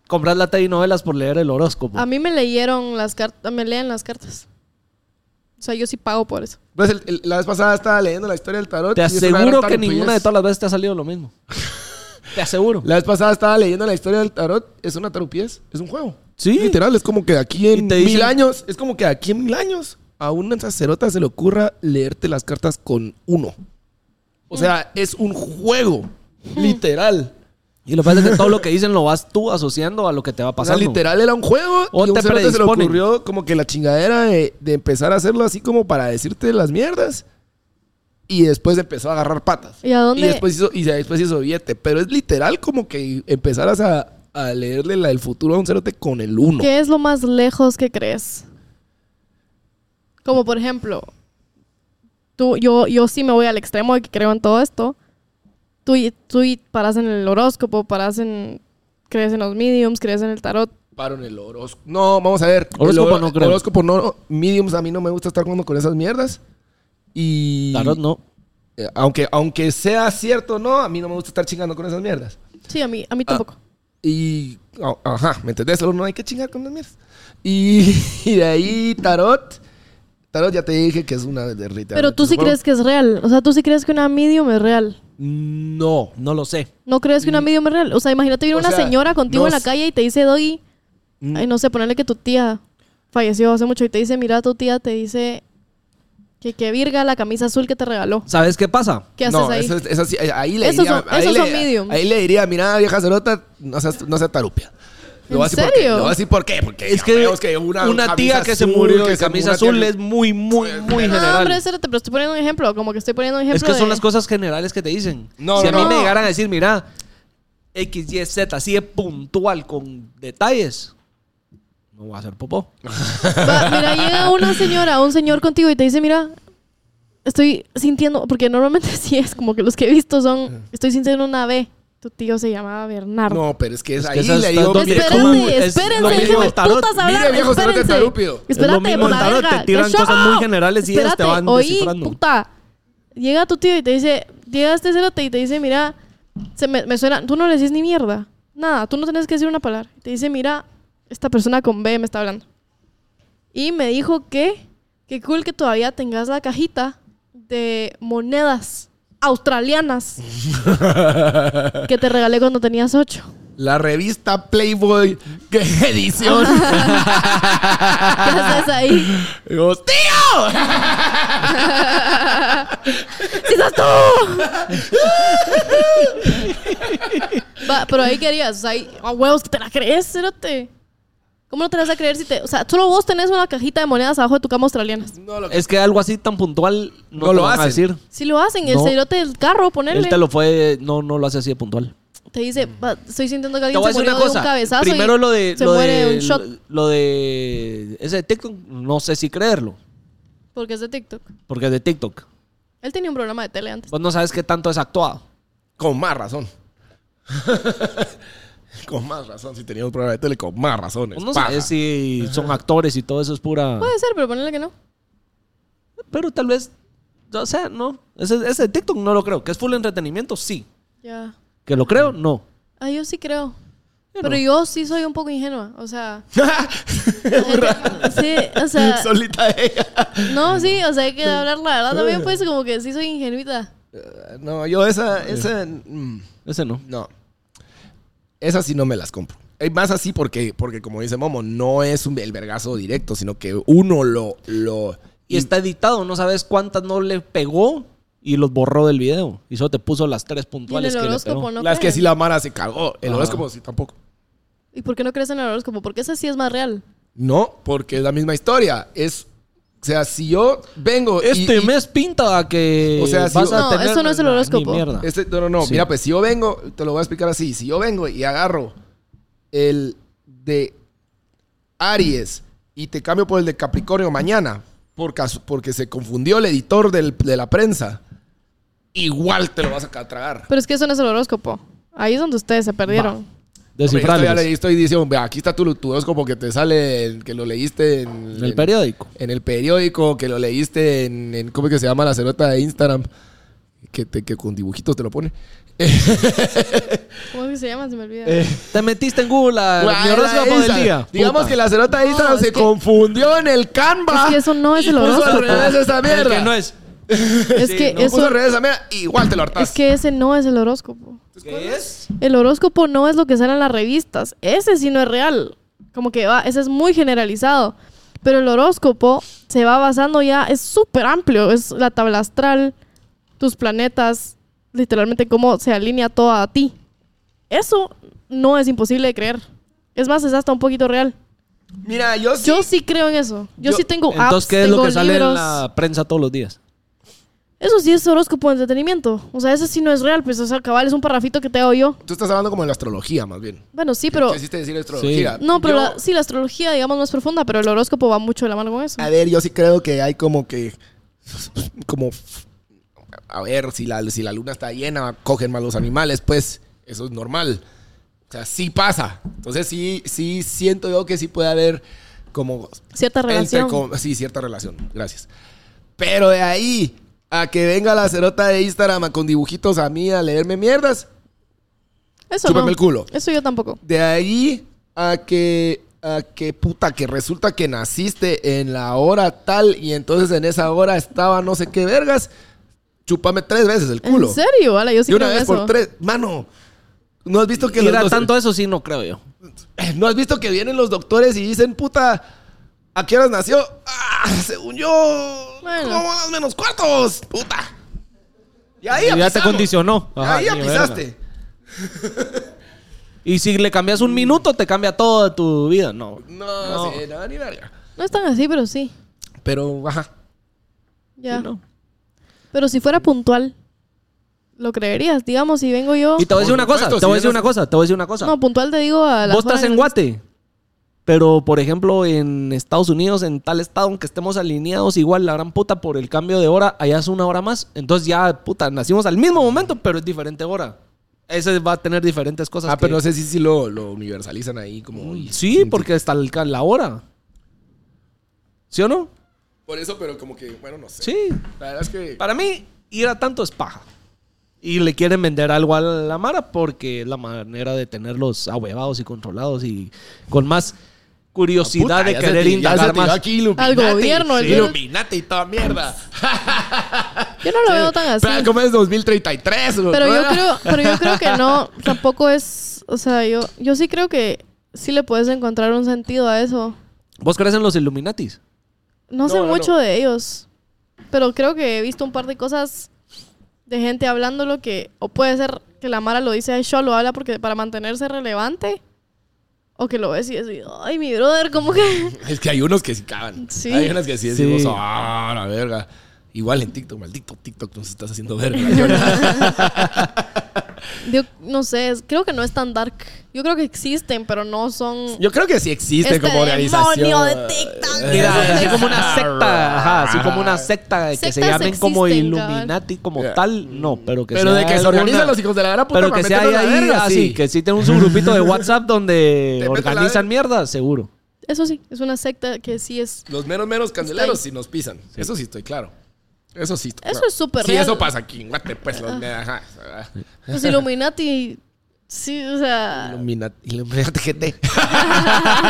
Speaker 5: Comprar
Speaker 1: Ah,
Speaker 5: la TV novelas por leer el horóscopo.
Speaker 1: A mí me leyeron las cartas, me leen las cartas. O sea, yo sí pago por eso.
Speaker 3: Pues el- el- la vez pasada estaba leyendo la historia del tarot.
Speaker 5: Te
Speaker 3: y es una gran
Speaker 5: aseguro que ninguna
Speaker 3: tarupillez.
Speaker 5: de todas las veces te ha salido lo mismo. te aseguro.
Speaker 3: La vez pasada estaba leyendo la historia del tarot. Es una tarupiez. Es un juego.
Speaker 5: Sí.
Speaker 3: Literal, es como que de aquí en
Speaker 5: Y te
Speaker 3: mil
Speaker 5: dicen-
Speaker 3: años. Es como que de aquí en mil años a una sacerota se le ocurra leerte las cartas con uno. O sea, es un juego. Literal.
Speaker 5: Y lo que pasa es que todo lo que dicen lo vas tú asociando a lo que te va
Speaker 3: O sea,
Speaker 5: pasando.
Speaker 3: literal era un juego.
Speaker 5: O
Speaker 3: y a un
Speaker 5: te
Speaker 3: cerote se le
Speaker 5: predisponen.
Speaker 3: ocurrió como que la chingadera de, de empezar a hacerlo así como para decirte las mierdas. Y después empezó a agarrar patas.
Speaker 1: ¿Y a dónde?
Speaker 3: después hizo, y después hizo billete. Pero es literal como que empezaras a, a leerle la del futuro a un cerote con el uno.
Speaker 1: ¿Qué es lo más lejos que crees? Como por ejemplo, tú, yo, yo sí me voy al extremo de que creo en todo esto. Tú, y- tú y paras en el horóscopo, paras en. crees en los mediums, crees en el tarot.
Speaker 3: Paro en el horóscopo. No, vamos a ver.
Speaker 5: Horóscopo
Speaker 3: El hor-
Speaker 5: no creo.
Speaker 3: Horóscopo no. Mediums a mí no me gusta estar jugando con esas mierdas. Y.
Speaker 5: Tarot no.
Speaker 3: Eh, Aunque, aunque sea cierto o no, a mí no me gusta estar chingando con esas mierdas.
Speaker 1: Sí, a mí, a
Speaker 3: Ah,
Speaker 1: mí tampoco.
Speaker 3: Y. a- Ajá, ¿me entendés? Solo no hay que chingar con las mierdas. Y, y de ahí, tarot. Tarot ya te dije que es una de Rita.
Speaker 1: Pero tú sí crees que es real. O sea, tú sí crees que una medium es real.
Speaker 5: No, no lo sé.
Speaker 1: ¿No crees que una medium es real? O sea, imagínate viene
Speaker 3: Mm. O
Speaker 1: una
Speaker 3: sea,
Speaker 1: señora contigo
Speaker 3: no
Speaker 1: en la
Speaker 3: s- Mm.
Speaker 1: calle y te dice, Doggy, ay, no sé, ponerle que tu tía falleció hace mucho y te dice, mira, tu tía te dice que, que virga la camisa azul que te regaló.
Speaker 5: ¿Sabes qué pasa?
Speaker 1: ¿Qué haces
Speaker 3: no,
Speaker 1: ahí?
Speaker 3: eso es- eso sí, ahí- ahí le
Speaker 1: Esos
Speaker 3: diría.
Speaker 1: son-
Speaker 3: ahí
Speaker 1: esos
Speaker 3: le-
Speaker 1: son medium.
Speaker 3: Ahí le diría, mira, vieja cerota, no seas, no seas tarupia.
Speaker 1: ¿En
Speaker 3: Lo voy a decir por qué,
Speaker 1: serio?
Speaker 3: Lo voy a decir por qué. Porque
Speaker 5: Es
Speaker 3: ya
Speaker 5: que,
Speaker 3: vemos
Speaker 5: una,
Speaker 3: camisa
Speaker 5: tía que se
Speaker 3: azul,
Speaker 5: murió
Speaker 3: que
Speaker 5: de
Speaker 3: se-
Speaker 5: camisa
Speaker 3: una tía
Speaker 5: azul
Speaker 3: que-
Speaker 5: es muy, muy, muy
Speaker 1: No,
Speaker 5: general.
Speaker 1: hombre, espérate, pero estoy poniendo un ejemplo, como que estoy poniendo un ejemplo.
Speaker 5: Es que son
Speaker 1: de-
Speaker 5: las cosas generales que te dicen.
Speaker 3: No, no,
Speaker 5: si a mí
Speaker 1: no.
Speaker 5: me llegaran a decir, mira, X, Y, Z, así de puntual, con detalles, no voy a hacer popó.
Speaker 1: Va, mira, llega una señora, un señor contigo y te dice, mira, estoy sintiendo, porque normalmente sí es como que los que he visto son, estoy sintiendo una B. Tu tío se llamaba Bernardo.
Speaker 3: No, pero es que es
Speaker 5: Es que
Speaker 3: ahí
Speaker 5: esas
Speaker 3: le digo.
Speaker 5: tantas
Speaker 3: mire,
Speaker 5: viejas-
Speaker 1: Espérate,
Speaker 3: ¿cómo-
Speaker 5: ¿cómo? Es
Speaker 1: espérense,
Speaker 5: lo
Speaker 1: déjenme
Speaker 5: mismo del tarot.
Speaker 1: putas hablar.
Speaker 3: Mire, viejo, cerote
Speaker 1: espérense.
Speaker 3: tarúpido.
Speaker 5: Es lo
Speaker 1: Espérate,
Speaker 5: mismo
Speaker 1: por
Speaker 5: el tarot,
Speaker 1: verga.
Speaker 5: te tiran
Speaker 1: Shut
Speaker 5: cosas muy
Speaker 1: up.
Speaker 5: generales y ellas te
Speaker 1: Espérate,
Speaker 5: van
Speaker 1: oí,
Speaker 5: descifrando.
Speaker 1: puta. Llega tu tío y te dice, llega este cerote y te dice, mira, se me, me suena, tú no le decís ni mierda. Nada, tú no tenés que decir una palabra. Te dice, mira, esta persona con B me está hablando. Y me dijo que, que cool que todavía tengas la cajita de monedas australianas que te regalé cuando tenías ocho.
Speaker 3: La revista Playboy, ¿qué edición?
Speaker 1: ¿Qué haces ahí?
Speaker 3: Y vos, ¡Tío!
Speaker 1: ¡Sí sos tú! Va, pero ahí querías, o sea, ahí- a huevos que te la crees, cerote. ¿Cómo no te la vas a creer si te. O sea, solo vos tenés una cajita de monedas abajo de tu cama australiana.
Speaker 3: No lo
Speaker 5: Es que algo así tan puntual no,
Speaker 3: No
Speaker 5: te
Speaker 3: lo
Speaker 5: lo van a
Speaker 3: hacen.
Speaker 5: decir.
Speaker 1: Si lo hacen, el
Speaker 5: No.
Speaker 1: cerote del carro,
Speaker 5: Él
Speaker 1: ponerle.
Speaker 5: te
Speaker 1: Te,
Speaker 5: lo fue, no, no lo hace así de puntual.
Speaker 1: dice, "Va, estoy sintiendo que
Speaker 5: Te
Speaker 1: alguien
Speaker 5: voy a
Speaker 1: se
Speaker 5: decir
Speaker 1: murió de
Speaker 5: una
Speaker 1: un
Speaker 5: cosa.
Speaker 1: cabezazo. y
Speaker 5: Primero lo de,
Speaker 1: Se
Speaker 5: lo
Speaker 1: muere de
Speaker 5: de
Speaker 1: un shot.
Speaker 5: lo de ese de TikTok, no sé si creerlo,
Speaker 1: Porque es de TikTok.
Speaker 5: porque es de TikTok.
Speaker 1: Él tenía un programa de tele antes.
Speaker 5: Vos no sabes qué tanto es actuado.
Speaker 3: Con más razón. con más razón. Si tenía un programa de tele, con más razón.
Speaker 1: Pues
Speaker 5: Vos Pues no sabes si son actores y todo eso es pura.
Speaker 1: Puede ser, pero ponerle que no.
Speaker 5: Pero tal vez, o sea, no. Ese, ese de TikTok no lo creo. Que es full entretenimiento, sí.
Speaker 1: Ya.
Speaker 5: Que lo
Speaker 3: Mm.
Speaker 5: creo, no.
Speaker 1: Ah, yo sí creo.
Speaker 5: Yo
Speaker 1: Pero
Speaker 5: no.
Speaker 1: yo sí soy un poco ingenua. O sea. sí, o sea.
Speaker 3: Solita ella.
Speaker 1: No, sí, o sea, hay que hablar la verdad también, pues como que sí soy ingenuita.
Speaker 3: Eh, No, yo esa, esa, mm,
Speaker 5: Ese no.
Speaker 3: no. Esa sí no me las compro. Eh, Más así porque, porque como dice Momo, no es un, el vergazo directo, sino que uno lo, lo...
Speaker 5: Y está editado, no sabes cuántas no le pegó y los borró del video. Y solo te puso las tres
Speaker 1: Y en
Speaker 5: puntuales
Speaker 1: el
Speaker 5: que le pegó.
Speaker 1: horóscopo no
Speaker 3: Las que
Speaker 1: creen.
Speaker 3: sí la Mara se cagó. El
Speaker 5: Ajá.
Speaker 3: horóscopo sí tampoco.
Speaker 1: ¿Y por qué no crees en el horóscopo? Porque ese sí es más real.
Speaker 3: No, porque es la misma historia. Es, o sea, si yo vengo... y-
Speaker 5: Este
Speaker 3: y-
Speaker 5: mes pinta a que.
Speaker 3: O sea, si
Speaker 5: vas
Speaker 3: yo-
Speaker 5: a
Speaker 1: No,
Speaker 5: tener-
Speaker 1: eso no es el
Speaker 5: Nah, ni
Speaker 1: horóscopo.
Speaker 5: mierda.
Speaker 3: Este- no, no, no.
Speaker 5: Sí.
Speaker 3: Mira, pues si yo vengo, te lo voy a explicar así. Si yo vengo y agarro el de Aries y te cambio por el de Capricornio mañana, por caso- porque se confundió el editor del- de la prensa, igual te lo vas a ca- tragar.
Speaker 1: Pero es que eso no es el horóscopo. Ahí es donde ustedes se perdieron.
Speaker 3: Hombre, esto ya
Speaker 5: Descifrarlos.
Speaker 3: le estoy diciendo, "Ve, aquí está tu, tu horóscopo que te sale, en- que lo leíste en
Speaker 5: En el periódico.
Speaker 3: en el periódico, que lo leíste en, en- ¿cómo es que se llama la cerota de Instagram? Que, te- que con dibujitos te lo pone.
Speaker 1: ¿Cómo es que se llama? Se me olvida.
Speaker 3: Eh,
Speaker 5: Te metiste en Google. la-
Speaker 3: Ah,
Speaker 5: Mi
Speaker 3: era
Speaker 5: horóscopo del
Speaker 3: esa.
Speaker 5: día.
Speaker 3: Digamos
Speaker 5: Puta.
Speaker 3: que la cerota de Instagram
Speaker 1: es
Speaker 3: se
Speaker 1: que-
Speaker 3: confundió en el Canva.
Speaker 1: Es que eso no es
Speaker 3: y
Speaker 1: el
Speaker 3: puso al
Speaker 1: horóscopo.
Speaker 3: revés esa mierda.
Speaker 5: El que no es.
Speaker 1: es que
Speaker 5: no,
Speaker 3: Puso
Speaker 1: eso.
Speaker 3: al revés esa mierda. Igual te lo hartas.
Speaker 1: Es que ese no es el horóscopo.
Speaker 5: ¿Qué es?
Speaker 1: El horóscopo no es lo que sale en las revistas. Ese sí no es real. Como que va, ese es muy generalizado. Pero el horóscopo se va basando ya, es súper amplio. Es la tabla astral, tus planetas, literalmente cómo se alinea todo a ti. Eso no es imposible de creer. Es más, es hasta un poquito real.
Speaker 3: Mira, yo sí.
Speaker 1: Yo sí creo en eso. Yo, sí tengo apps,
Speaker 5: Entonces, ¿qué es lo
Speaker 1: tengo
Speaker 5: que sale en
Speaker 1: libros.
Speaker 5: la prensa todos los días?
Speaker 1: Eso sí es horóscopo de entretenimiento. O sea, eso sí no es real. Pues, o sea, cabal, es un parrafito que te hago yo.
Speaker 3: Tú estás hablando como de la astrología, más bien.
Speaker 1: Bueno, sí, pero...
Speaker 3: Quisiste decir astrología.
Speaker 1: No, pero
Speaker 3: Yo-
Speaker 1: la- sí, la astrología, digamos, no es profunda, pero el horóscopo va mucho de la mano con eso.
Speaker 3: A ver, yo sí creo que hay como que. Como. A ver, si la, si la luna está llena, cogen más los animales, pues eso es normal. O sea, sí pasa. Entonces, sí, sí siento yo que sí puede haber como.
Speaker 1: Cierta relación.
Speaker 3: entre com- sí, cierta relación. Gracias. Pero de ahí a que venga la cerota de Instagram con dibujitos a mí a leerme mierdas,
Speaker 1: Eso
Speaker 3: Chúpame
Speaker 1: no.
Speaker 3: el culo.
Speaker 1: Eso yo tampoco.
Speaker 3: De ahí a que a que puta que resulta que naciste en la hora tal y entonces en esa hora estaba no sé qué vergas. Chúpame tres veces el culo.
Speaker 1: ¿En serio? Ala, yo sí
Speaker 3: de
Speaker 1: creo
Speaker 3: una vez
Speaker 1: eso.
Speaker 3: por tres, mano. No has visto que los
Speaker 5: Mira,
Speaker 3: doc-
Speaker 5: tanto eso sí no creo yo.
Speaker 3: no has visto que vienen los doctores y dicen, "Puta, ¿a qué horas nació?" Ah, según yo,
Speaker 1: Bueno.
Speaker 3: ¿cómo van los menos cuartos? Puta. Y ahí
Speaker 5: Y ya te
Speaker 3: apisamos.
Speaker 5: condicionó. Ajá,
Speaker 3: ahí
Speaker 5: ni
Speaker 3: ya pisaste.
Speaker 5: verga. Y si le cambias un minuto, te cambia toda tu vida. No.
Speaker 3: No,
Speaker 5: No.
Speaker 3: sí, no, ni verga.
Speaker 1: No es tan así, pero sí.
Speaker 3: Pero ajá.
Speaker 1: Ya. Pero si fuera puntual, lo creerías. Digamos, si vengo yo...
Speaker 5: Y te voy a decir
Speaker 3: Por
Speaker 5: una cosa,
Speaker 3: supuesto,
Speaker 5: te voy a
Speaker 3: si
Speaker 5: decir
Speaker 3: vienes-
Speaker 5: una cosa, te voy a decir una cosa.
Speaker 1: No, puntual te digo a la
Speaker 5: Vos estás en Guate, pero por ejemplo en Estados Unidos, en tal estado, aunque estemos alineados igual, la gran puta por el cambio de hora, allá es una hora más. Entonces ya, puta, nacimos al mismo momento, pero es diferente hora. Ese va a tener diferentes cosas.
Speaker 3: Ah,
Speaker 5: que-
Speaker 3: pero no sé si, si lo, lo universalizan ahí como... y-
Speaker 5: Sí, porque está el ca- la hora. ¿Sí o no?
Speaker 3: Por eso, pero como que, bueno, no sé.
Speaker 5: Sí.
Speaker 3: La verdad es que...
Speaker 5: Para mí, ir a tanto es paja. Y le quieren vender algo a la Mara porque es la manera de tenerlos ahuevados y controlados y con
Speaker 3: Ah,
Speaker 5: más curiosidad de querer indagar más.
Speaker 1: Al gobierno, el-
Speaker 3: Iluminate y toda mierda.
Speaker 1: Yo no lo veo tan así.
Speaker 3: Pero ¿Cómo es 2033? bro?
Speaker 1: Pero yo
Speaker 3: Ah.
Speaker 1: creo, pero yo creo que no, tampoco es, o sea, yo, yo sí creo que sí le puedes encontrar un sentido a eso.
Speaker 5: ¿Vos crees en los Illuminatis?
Speaker 1: No, sé
Speaker 3: No, no,
Speaker 1: mucho
Speaker 3: no.
Speaker 1: de ellos, pero creo que he visto un par de cosas de gente hablando lo que, o puede ser que la Mara lo dice, ay, yo lo habla porque para mantenerse relevante, o que lo ves y decís, ay, mi brother, como que...
Speaker 3: Es que hay unos que sí cagan.
Speaker 1: Sí.
Speaker 3: Hay unos que sí
Speaker 5: Sí.
Speaker 3: decimos, ah, la verga. Igual en TikTok, maldito TikTok, nos estás haciendo verga.
Speaker 1: Yo no sé, es- creo que no es tan dark. Yo creo que existen, pero no son...
Speaker 3: Yo creo que sí existe
Speaker 1: Este
Speaker 3: como organización. Eh,
Speaker 1: demonio de TikTok.
Speaker 5: Mira, así como una secta, ajá, así como una secta de que se
Speaker 1: Sectas
Speaker 5: llamen como
Speaker 1: existen,
Speaker 5: Illuminati como
Speaker 3: Yeah.
Speaker 5: tal, no, pero que
Speaker 3: Pero de
Speaker 5: sea
Speaker 3: que se organizan
Speaker 5: alguna-
Speaker 3: los hijos de la gran puta
Speaker 5: Pero
Speaker 3: para
Speaker 5: que sea ahí,
Speaker 3: meternos la
Speaker 5: ahí,
Speaker 3: verga,
Speaker 5: así, que sí tenemos un grupito de WhatsApp donde
Speaker 3: Te meten la
Speaker 5: organizan
Speaker 3: verga.
Speaker 5: mierda, seguro.
Speaker 1: Eso sí, es una secta que sí es...
Speaker 3: Los menos menos candeleros
Speaker 1: ahí.
Speaker 3: si nos pisan. Eso sí estoy claro. Eso sí. estoy
Speaker 1: Eso
Speaker 3: claro.
Speaker 1: es súper
Speaker 3: Sí,
Speaker 1: real. Ah.
Speaker 3: eso pasa aquí en Guate, pues. Los, ajá, ajá.
Speaker 1: Los Pues Illuminati, sí, o sea...
Speaker 3: Illuminati, Illuminati gente.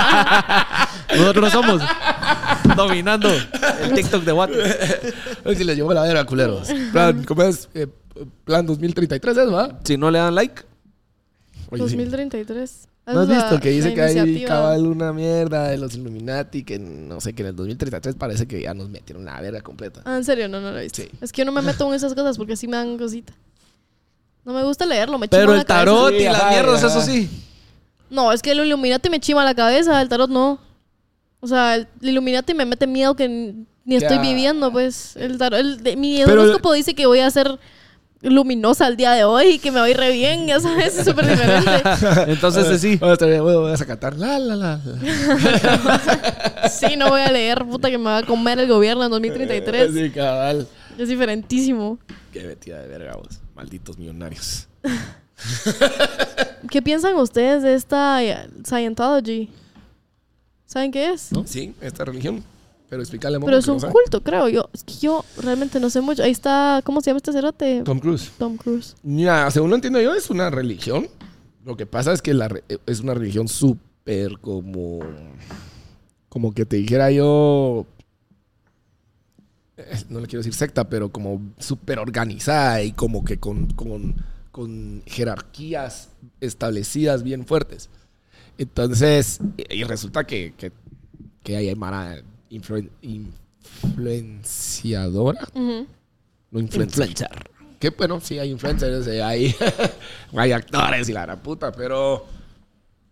Speaker 5: Nosotros somos dominando el TikTok de WhatsApp.
Speaker 3: Hoy sí les llevó la verga, culeros. Plan, ¿cómo es? Eh, plan 2033, ¿es, va?
Speaker 5: Si no le dan like,
Speaker 3: Oye, sí.
Speaker 1: 2033.
Speaker 3: ¿No has
Speaker 1: Esa es la-
Speaker 3: visto que dice
Speaker 1: la
Speaker 3: que hay
Speaker 1: iniciativa.
Speaker 3: cabal una mierda de los Illuminati que no sé, que en el 2033 parece que ya nos metieron la verga completa?
Speaker 1: Ah, en serio, no, no lo he visto.
Speaker 3: Sí.
Speaker 1: Es que yo no me meto en esas cosas porque sí me dan cosita. No me gusta leerlo, me
Speaker 5: pero
Speaker 1: chima la
Speaker 5: el tarot
Speaker 1: cabeza.
Speaker 5: y
Speaker 3: Sí,
Speaker 5: las
Speaker 3: ajá,
Speaker 5: mierdas,
Speaker 3: ajá.
Speaker 5: eso sí.
Speaker 1: No, es que el Illuminati me chima la cabeza, el tarot no. O sea, el Illuminati me mete miedo que ni ni estoy
Speaker 3: Ya.
Speaker 1: viviendo, pues. El tarot, el de- mi
Speaker 3: Pero-
Speaker 1: horóscopo dice que voy a ser luminosa el día de hoy y que me voy re bien, ya sabes, es súper diferente.
Speaker 5: Entonces ese sí.
Speaker 3: Voy a, estar- voy a sacatar. La, la, la, la.
Speaker 1: Sí, no voy a leer, puta, que me va a comer el gobierno en 2033.
Speaker 3: Sí, cabal.
Speaker 1: Es diferentísimo.
Speaker 3: Qué metida de verga, vos. Malditos millonarios.
Speaker 1: ¿Qué piensan ustedes de esta eh, Scientology? ¿Saben qué es?
Speaker 3: Sí, esta religión. Pero explicarle a Momo
Speaker 1: Pero es
Speaker 3: que no
Speaker 1: un
Speaker 3: sabe.
Speaker 1: culto, creo yo. Es que yo realmente no sé mucho. Ahí está, ¿cómo se llama este cerote?
Speaker 3: Tom Cruise.
Speaker 1: Tom Cruise.
Speaker 3: Mira, según lo entiendo yo, es una religión. Lo que pasa es que la re- eh, es una religión súper como. Como que te dijera yo. eh, No le quiero decir secta, pero como súper organizada y como que con, con, con jerarquías establecidas bien fuertes. Entonces, eh, y y resulta que, que, que ahí hay mara influen- influenciadora. No influencer. Que bueno, sí hay influencers, eh, hay, hay actores y la gran puta, pero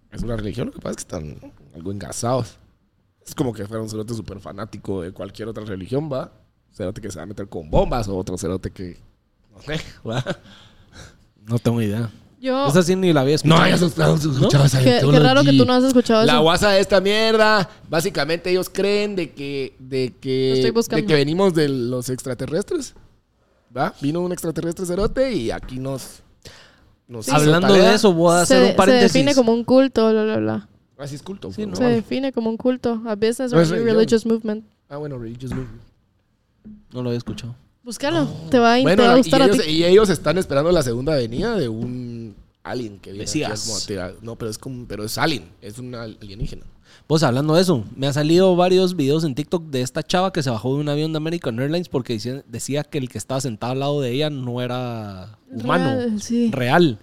Speaker 3: es una religión, lo que pasa es que están algo engasados. Es como que fuera un cerote súper fanático de cualquier otra religión, va. Cerote que se va a meter con bombas o otro cerote que. No sé, va.
Speaker 5: No tengo idea.
Speaker 1: Yo.
Speaker 5: Esa sí ni la había
Speaker 3: No
Speaker 5: escuchado.
Speaker 3: hayas escuchado escuchado esa
Speaker 1: Qué, qué raro que tú no has escuchado
Speaker 3: La
Speaker 1: eso.
Speaker 3: guasa de esta mierda, básicamente ellos creen de que, de
Speaker 1: Lo
Speaker 3: que,
Speaker 1: estoy buscando.
Speaker 3: de que venimos de los extraterrestres. ¿Va? Vino un extraterrestre cerote y aquí nos... nos hizo
Speaker 5: Hablando
Speaker 3: tarea.
Speaker 5: de eso, voy a
Speaker 1: se,
Speaker 5: hacer un
Speaker 1: se
Speaker 5: paréntesis.
Speaker 1: define como un culto, bla, bla, bla.
Speaker 3: Así es culto.
Speaker 5: Sí,
Speaker 3: bro.
Speaker 5: ¿no? Pues,
Speaker 1: Se define como un culto. A business
Speaker 3: No
Speaker 1: or
Speaker 3: es
Speaker 1: new
Speaker 3: religión.
Speaker 1: religious movement.
Speaker 3: Ah, bueno, religious movement.
Speaker 5: No lo había escuchado.
Speaker 1: Búscalo. Te va a, te va
Speaker 3: Bueno,
Speaker 1: a
Speaker 3: y
Speaker 1: gustar a ti.
Speaker 3: ellos, y ellos están esperando la segunda venida de un alien que viene. aquí,
Speaker 5: Mesías.
Speaker 3: es como a tirar- no, pero es como, pero es alien, es un al- alienígena.
Speaker 5: Vos, Pues hablando de eso, me han salido varios videos en TikTok de esta chava que se bajó de un avión de American Airlines porque decía, decía que el que estaba sentado al lado de ella no era humano,
Speaker 1: Real, sí.
Speaker 5: real.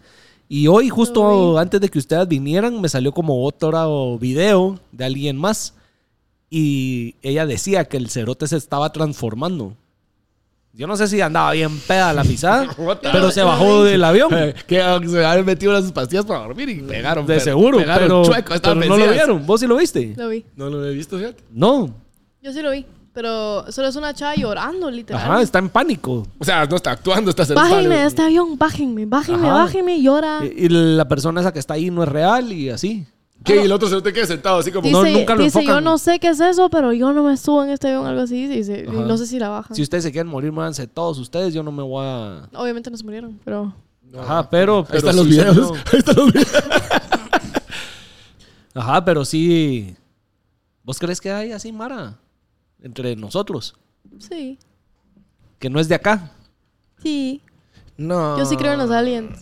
Speaker 5: Y hoy, justo antes de que ustedes vinieran, me salió como otro video de alguien más y ella decía que el cerote se estaba transformando. Yo no sé si andaba bien peda la pisada, pero se bajó del avión.
Speaker 3: que se habían metido las pastillas para dormir y pegaron.
Speaker 5: Mm, De
Speaker 3: pero-
Speaker 5: seguro,
Speaker 3: pegaron
Speaker 5: pero,
Speaker 3: chueco, estaban
Speaker 5: pero no lo
Speaker 3: vencidas.
Speaker 5: vieron. ¿Vos sí lo viste?
Speaker 1: Lo vi.
Speaker 3: No lo he visto, fíjate.
Speaker 5: No.
Speaker 1: Yo sí lo vi. Pero solo es una chava llorando, literal.
Speaker 5: Ajá, está en pánico.
Speaker 3: O sea, no está actuando, está
Speaker 1: Bájenme de
Speaker 3: sentado.
Speaker 1: este avión, bájenme, bájenme,
Speaker 5: Ajá. Eh,
Speaker 1: bájenme, llora.
Speaker 5: Y y la persona esa que está ahí no es real y así.
Speaker 3: ¿Qué? Y el otro se te queda sentado así como.
Speaker 1: Dice,
Speaker 5: no, nunca lo
Speaker 1: dice, yo
Speaker 5: enfocan.
Speaker 1: no sé qué es eso, pero yo no me subo en este avión, algo así. Dice, y
Speaker 5: Ajá.
Speaker 1: no sé si la bajan.
Speaker 5: Si ustedes se quieren morir, muéranse todos ustedes. Yo no me voy a.
Speaker 1: Obviamente no se murieron, pero...
Speaker 5: Ajá, pero.
Speaker 3: Ahí
Speaker 5: pero
Speaker 3: están los
Speaker 5: sí
Speaker 3: videos.
Speaker 5: salió-
Speaker 3: Ahí están los videos.
Speaker 5: Ajá, pero sí. ¿Vos crees que hay así, Mara? Entre nosotros.
Speaker 1: Sí,
Speaker 5: Que no es de acá.
Speaker 1: sí.
Speaker 3: No.
Speaker 1: Yo sí creo en los aliens.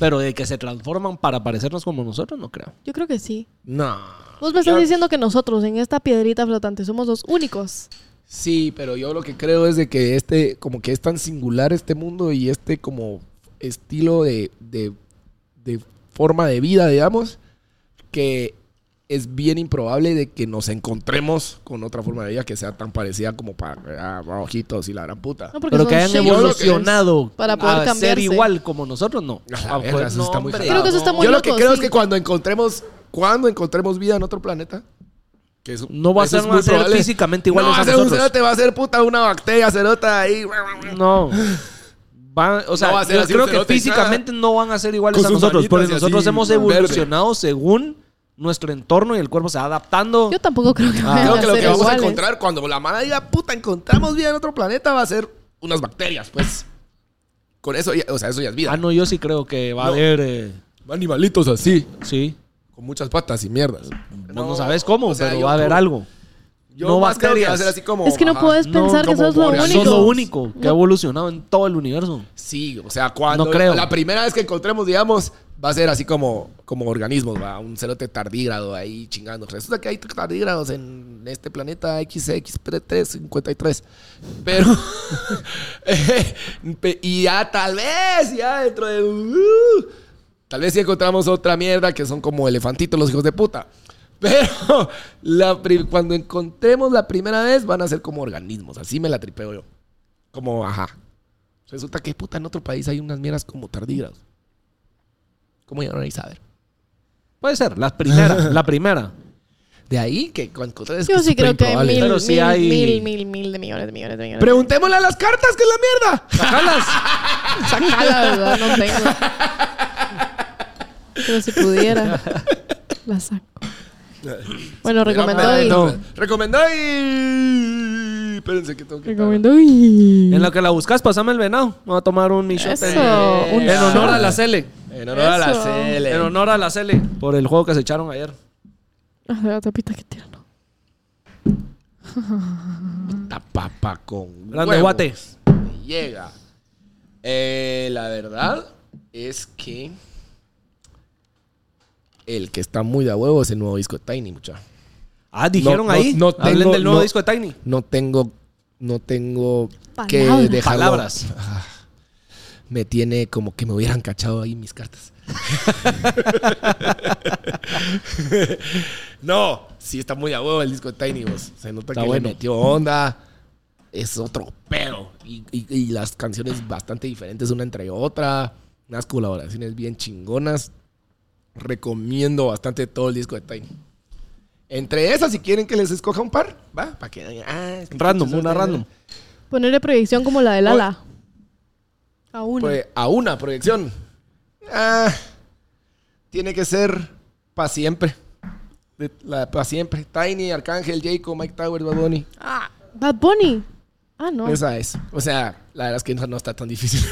Speaker 5: Pero de que se transforman para parecernos como nosotros, no creo.
Speaker 1: Yo creo que sí.
Speaker 3: No.
Speaker 1: Vos me estás
Speaker 3: Yo-
Speaker 1: diciendo que nosotros en esta piedrita flotante somos los únicos.
Speaker 3: Sí, pero yo lo que creo es de que este, como que es tan singular este mundo y este como estilo de, de, de forma de vida, digamos, que es bien improbable de que nos encontremos con otra forma de vida que sea tan parecida como para ah, ojitos y la gran puta.
Speaker 1: No, porque
Speaker 5: Pero
Speaker 1: son
Speaker 5: que hayan
Speaker 1: shapers.
Speaker 5: evolucionado
Speaker 1: Para poder
Speaker 5: a ser
Speaker 1: cambiarse.
Speaker 5: igual como nosotros, no.
Speaker 3: A la
Speaker 5: Ah,
Speaker 3: verga,
Speaker 5: pues,
Speaker 3: eso
Speaker 5: no,
Speaker 3: está muy
Speaker 5: hombre,
Speaker 3: jalado.
Speaker 1: Creo que eso está muy
Speaker 3: yo lo que
Speaker 1: loco,
Speaker 3: creo es
Speaker 1: sí.
Speaker 3: que cuando encontremos, cuando encontremos vida en otro planeta, que eso-
Speaker 5: No va a
Speaker 3: eso
Speaker 5: ser-
Speaker 3: es
Speaker 5: no
Speaker 3: muy
Speaker 5: va a ser
Speaker 3: probable.
Speaker 5: físicamente iguales
Speaker 3: No va
Speaker 5: a
Speaker 3: a ser un
Speaker 5: nosotros.
Speaker 3: cerote, va a ser puta una bacteria cerota ahí.
Speaker 5: No. Van- o sea,
Speaker 3: No va a ser
Speaker 5: yo
Speaker 3: así
Speaker 5: creo
Speaker 3: un
Speaker 5: que
Speaker 3: cerote,
Speaker 5: físicamente no van a ser iguales
Speaker 3: Con
Speaker 5: a
Speaker 3: sus
Speaker 5: nosotros,
Speaker 3: manitas
Speaker 5: porque
Speaker 3: y así,
Speaker 5: nosotros hemos
Speaker 3: verde.
Speaker 5: evolucionado según nuestro entorno y el cuerpo se va adaptando.
Speaker 1: Yo tampoco creo que
Speaker 5: Ah,
Speaker 1: vayan
Speaker 3: Creo
Speaker 1: a
Speaker 3: que lo
Speaker 1: ser
Speaker 3: que vamos a
Speaker 1: iguales.
Speaker 3: encontrar cuando la mala diga, puta, encontramos vida en otro planeta, va a ser unas bacterias, pues. Con eso, ya- o sea, eso ya es vida.
Speaker 5: Ah, no, yo sí creo que va a
Speaker 3: No.
Speaker 5: haber. eh,
Speaker 3: Animalitos así,
Speaker 5: sí.
Speaker 3: con muchas patas y mierdas.
Speaker 5: Vos Pues No, sabes cómo,
Speaker 3: o sea,
Speaker 5: pero
Speaker 3: yo
Speaker 5: va a haber
Speaker 3: creo-
Speaker 5: algo.
Speaker 3: Yo
Speaker 5: no
Speaker 3: más creo que va a ser
Speaker 5: bacterias.
Speaker 3: así como.
Speaker 1: Es que no
Speaker 3: ajá.
Speaker 1: puedes
Speaker 5: No,
Speaker 1: pensar que
Speaker 3: como
Speaker 1: sos lo
Speaker 3: Boreas.
Speaker 1: único.
Speaker 5: Sos lo único que
Speaker 1: No.
Speaker 5: ha evolucionado en todo el universo.
Speaker 3: Sí, o sea, cuando
Speaker 5: No creo.
Speaker 3: la primera vez que encontremos, digamos, va a ser así como, como organismos, va, un cerote tardígrado ahí chingando. Resulta que hay tardígrados en este planeta XX353. Pero. pe- y ya tal vez, ya dentro de. uh, tal vez si encontramos otra mierda que son como elefantitos los hijos de puta. Pero la pri- cuando encontremos la primera vez van a ser como organismos. Así me la tripeo yo. Como, ajá. Resulta que puta en otro país hay unas mierdas como tardígrados. ¿Cómo llegaron ahí a saber?
Speaker 5: Puede ser, la primera, la primera.
Speaker 3: De ahí que cuando entonces
Speaker 1: Yo
Speaker 3: es
Speaker 1: sí creo que
Speaker 3: superimprobable.
Speaker 1: mil,
Speaker 5: Pero
Speaker 1: mil,
Speaker 5: sí hay-
Speaker 1: mil, mil, mil de millones de millones de millones.
Speaker 3: Preguntémosle a las cartas, que es la mierda.
Speaker 5: ¡Sacalas!
Speaker 1: Ah, la verdad, no tengo. Pero si pudiera, la saco. Bueno, recomendó y...
Speaker 3: No. Recomendó y. Espérense que tengo que.
Speaker 1: Recomendó y...
Speaker 5: En lo que la buscas, pasame el venado. Me voy a tomar un mi shot
Speaker 1: Eso,
Speaker 5: de-
Speaker 1: un
Speaker 5: en honor
Speaker 1: shot.
Speaker 5: a la Cele.
Speaker 3: En honor a la
Speaker 1: Eso.
Speaker 3: Cele.
Speaker 5: En honor a la Cele. Por el juego que se echaron ayer.
Speaker 1: Ah, la tapita que tira, no.
Speaker 3: Puta papa con
Speaker 5: Grande
Speaker 3: huevo.
Speaker 5: guate.
Speaker 3: Llega. Eh, la verdad es que el que está muy de a huevo es el nuevo disco de Tiny, mucha.
Speaker 5: Ah, dijeron
Speaker 3: No,
Speaker 5: ahí.
Speaker 3: no, no
Speaker 5: Hablen
Speaker 3: tengo-
Speaker 5: del nuevo
Speaker 3: no-
Speaker 5: disco de Tiny.
Speaker 3: No tengo, no tengo que
Speaker 1: Palabras.
Speaker 3: dejarlo.
Speaker 5: Palabras.
Speaker 3: Ah, Me tiene como que me hubieran cachado ahí mis cartas. no, sí está muy a huevo el disco de Tiny vos. Se nota
Speaker 5: Está
Speaker 3: que
Speaker 5: bueno.
Speaker 3: le metió onda. Es otro pedo. Y, y- y las canciones bastante diferentes una entre otra. Unas colaboraciones bien chingonas. Recomiendo bastante todo el disco de Tiny. Entre esas, si quieren que les escoja un par, va, para que. ah, es que-
Speaker 5: Random, una random.
Speaker 1: Ponerle proyección como la de Lala. A una.
Speaker 3: Pues, a una proyección. Ah, tiene que ser para siempre. para siempre. Tiny, Arcángel, Jacob, Mike Tower, Bad Bunny.
Speaker 1: Bad Bunny. Ah, no.
Speaker 3: Esa es. O sea, la verdad es que no, no está tan difícil.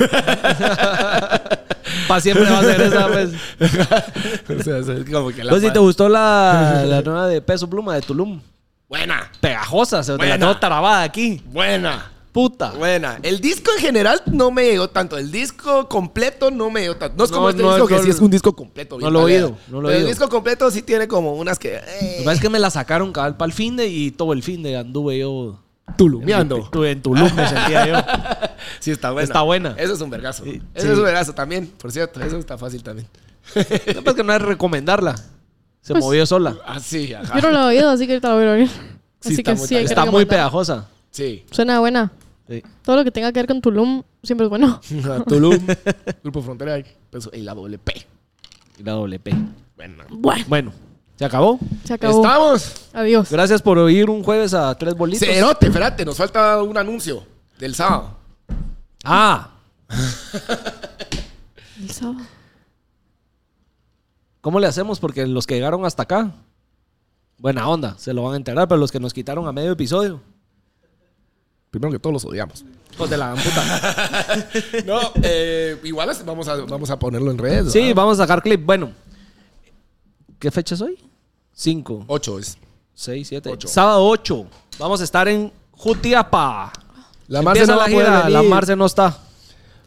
Speaker 5: Para siempre va a ser esa, pues.
Speaker 3: o sea, es como que la.
Speaker 5: Pues si te gustó la, la nueva de Peso Pluma de Tulum.
Speaker 3: Buena,
Speaker 5: Pegajosa, se te la
Speaker 3: Buena.
Speaker 5: tengo trabada aquí.
Speaker 3: buena.
Speaker 5: Puta.
Speaker 3: Buena. El disco en general no me llegó tanto. El disco completo no me llegó tanto. No es como
Speaker 5: No,
Speaker 3: este
Speaker 5: no,
Speaker 3: disco que
Speaker 5: no,
Speaker 3: sí es un disco completo. bien
Speaker 5: lo he
Speaker 3: variado.
Speaker 5: oído, no lo he
Speaker 3: Pero el
Speaker 5: oído.
Speaker 3: disco completo sí tiene como unas que. eh,
Speaker 5: Lo que pasa es que me la sacaron cabal para el fin de y todo el fin de anduve yo.
Speaker 3: Tulumeando.
Speaker 5: Estuve en Tulum, me sentía yo.
Speaker 3: Sí, está buena.
Speaker 5: Está buena.
Speaker 3: Eso es un vergazo.
Speaker 5: Sí.
Speaker 3: Eso es un vergazo también, por cierto. Eso está fácil también.
Speaker 5: No, pues que no es recomendarla. Se
Speaker 1: Pues-
Speaker 5: movió sola.
Speaker 3: Así, ajá.
Speaker 1: Yo no lo he oído, así que ahorita lo voy a oír.
Speaker 3: Sí,
Speaker 1: así
Speaker 3: está
Speaker 1: que
Speaker 3: muy
Speaker 1: sí, hay que
Speaker 5: Está muy
Speaker 1: recomendar.
Speaker 5: pegajosa.
Speaker 3: Sí.
Speaker 1: Suena buena. Todo lo que tenga que ver con Tulum siempre es bueno.
Speaker 3: Tulum, Grupo Frontera pues, y la WP.
Speaker 5: Y la WP.
Speaker 3: Bueno.
Speaker 1: Bueno,
Speaker 5: Bueno, se acabó.
Speaker 1: se acabó.
Speaker 3: Estamos.
Speaker 1: Adiós.
Speaker 5: Gracias por oír un jueves a tres bolitos.
Speaker 3: Cerote, espérate, nos falta un anuncio del sábado.
Speaker 5: Ah,
Speaker 1: El sábado.
Speaker 5: ¿cómo le hacemos? Porque los que llegaron hasta acá, buena onda, se lo van a enterar, pero los que nos quitaron a medio episodio.
Speaker 3: Primero que todos los odiamos.
Speaker 5: Hijos de la gran puta.
Speaker 3: No, eh, igual es- vamos a, vamos a ponerlo en redes.
Speaker 5: Sí,
Speaker 3: ¿verdad?
Speaker 5: vamos a sacar clip. Bueno, ¿qué fecha es hoy? 5,
Speaker 3: Ocho es.
Speaker 5: 6, 7,
Speaker 3: Ocho.
Speaker 5: sábado 8. Vamos a estar en Jutiapa.
Speaker 3: La Marce
Speaker 5: Empieza
Speaker 3: no va
Speaker 5: la
Speaker 3: a poder
Speaker 5: gira, la
Speaker 3: venir.
Speaker 5: Marce no está.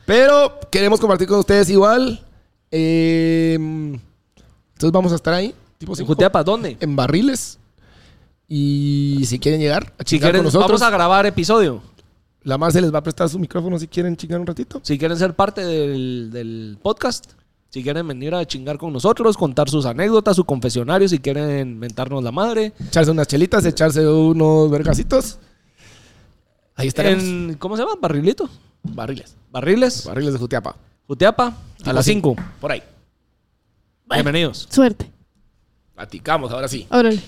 Speaker 3: Pero queremos compartir con ustedes igual. Eh, entonces vamos a estar ahí. Tipo
Speaker 5: ¿En
Speaker 3: Pues cinco.
Speaker 5: Jutiapa dónde?
Speaker 3: en barriles. Y si quieren llegar a
Speaker 5: Si
Speaker 3: chingar
Speaker 5: quieren,
Speaker 3: con nosotros,
Speaker 5: vamos a grabar episodio.
Speaker 3: la Marce les va a prestar su micrófono si quieren chingar un ratito.
Speaker 5: Si quieren ser parte del, del podcast, si quieren venir a chingar con nosotros, contar sus anécdotas, su confesionario, si quieren mentarnos la madre.
Speaker 3: Echarse unas chelitas, echarse unos vergacitos. Ahí estaremos.
Speaker 5: En, ¿Cómo se llama? Barrilito.
Speaker 3: barriles.
Speaker 5: Barriles.
Speaker 3: Barriles de Jutiapa.
Speaker 5: Jutiapa. A las 5.
Speaker 3: Por ahí.
Speaker 5: Bienvenidos.
Speaker 1: Suerte.
Speaker 3: Platicamos ahora sí.
Speaker 1: Órale.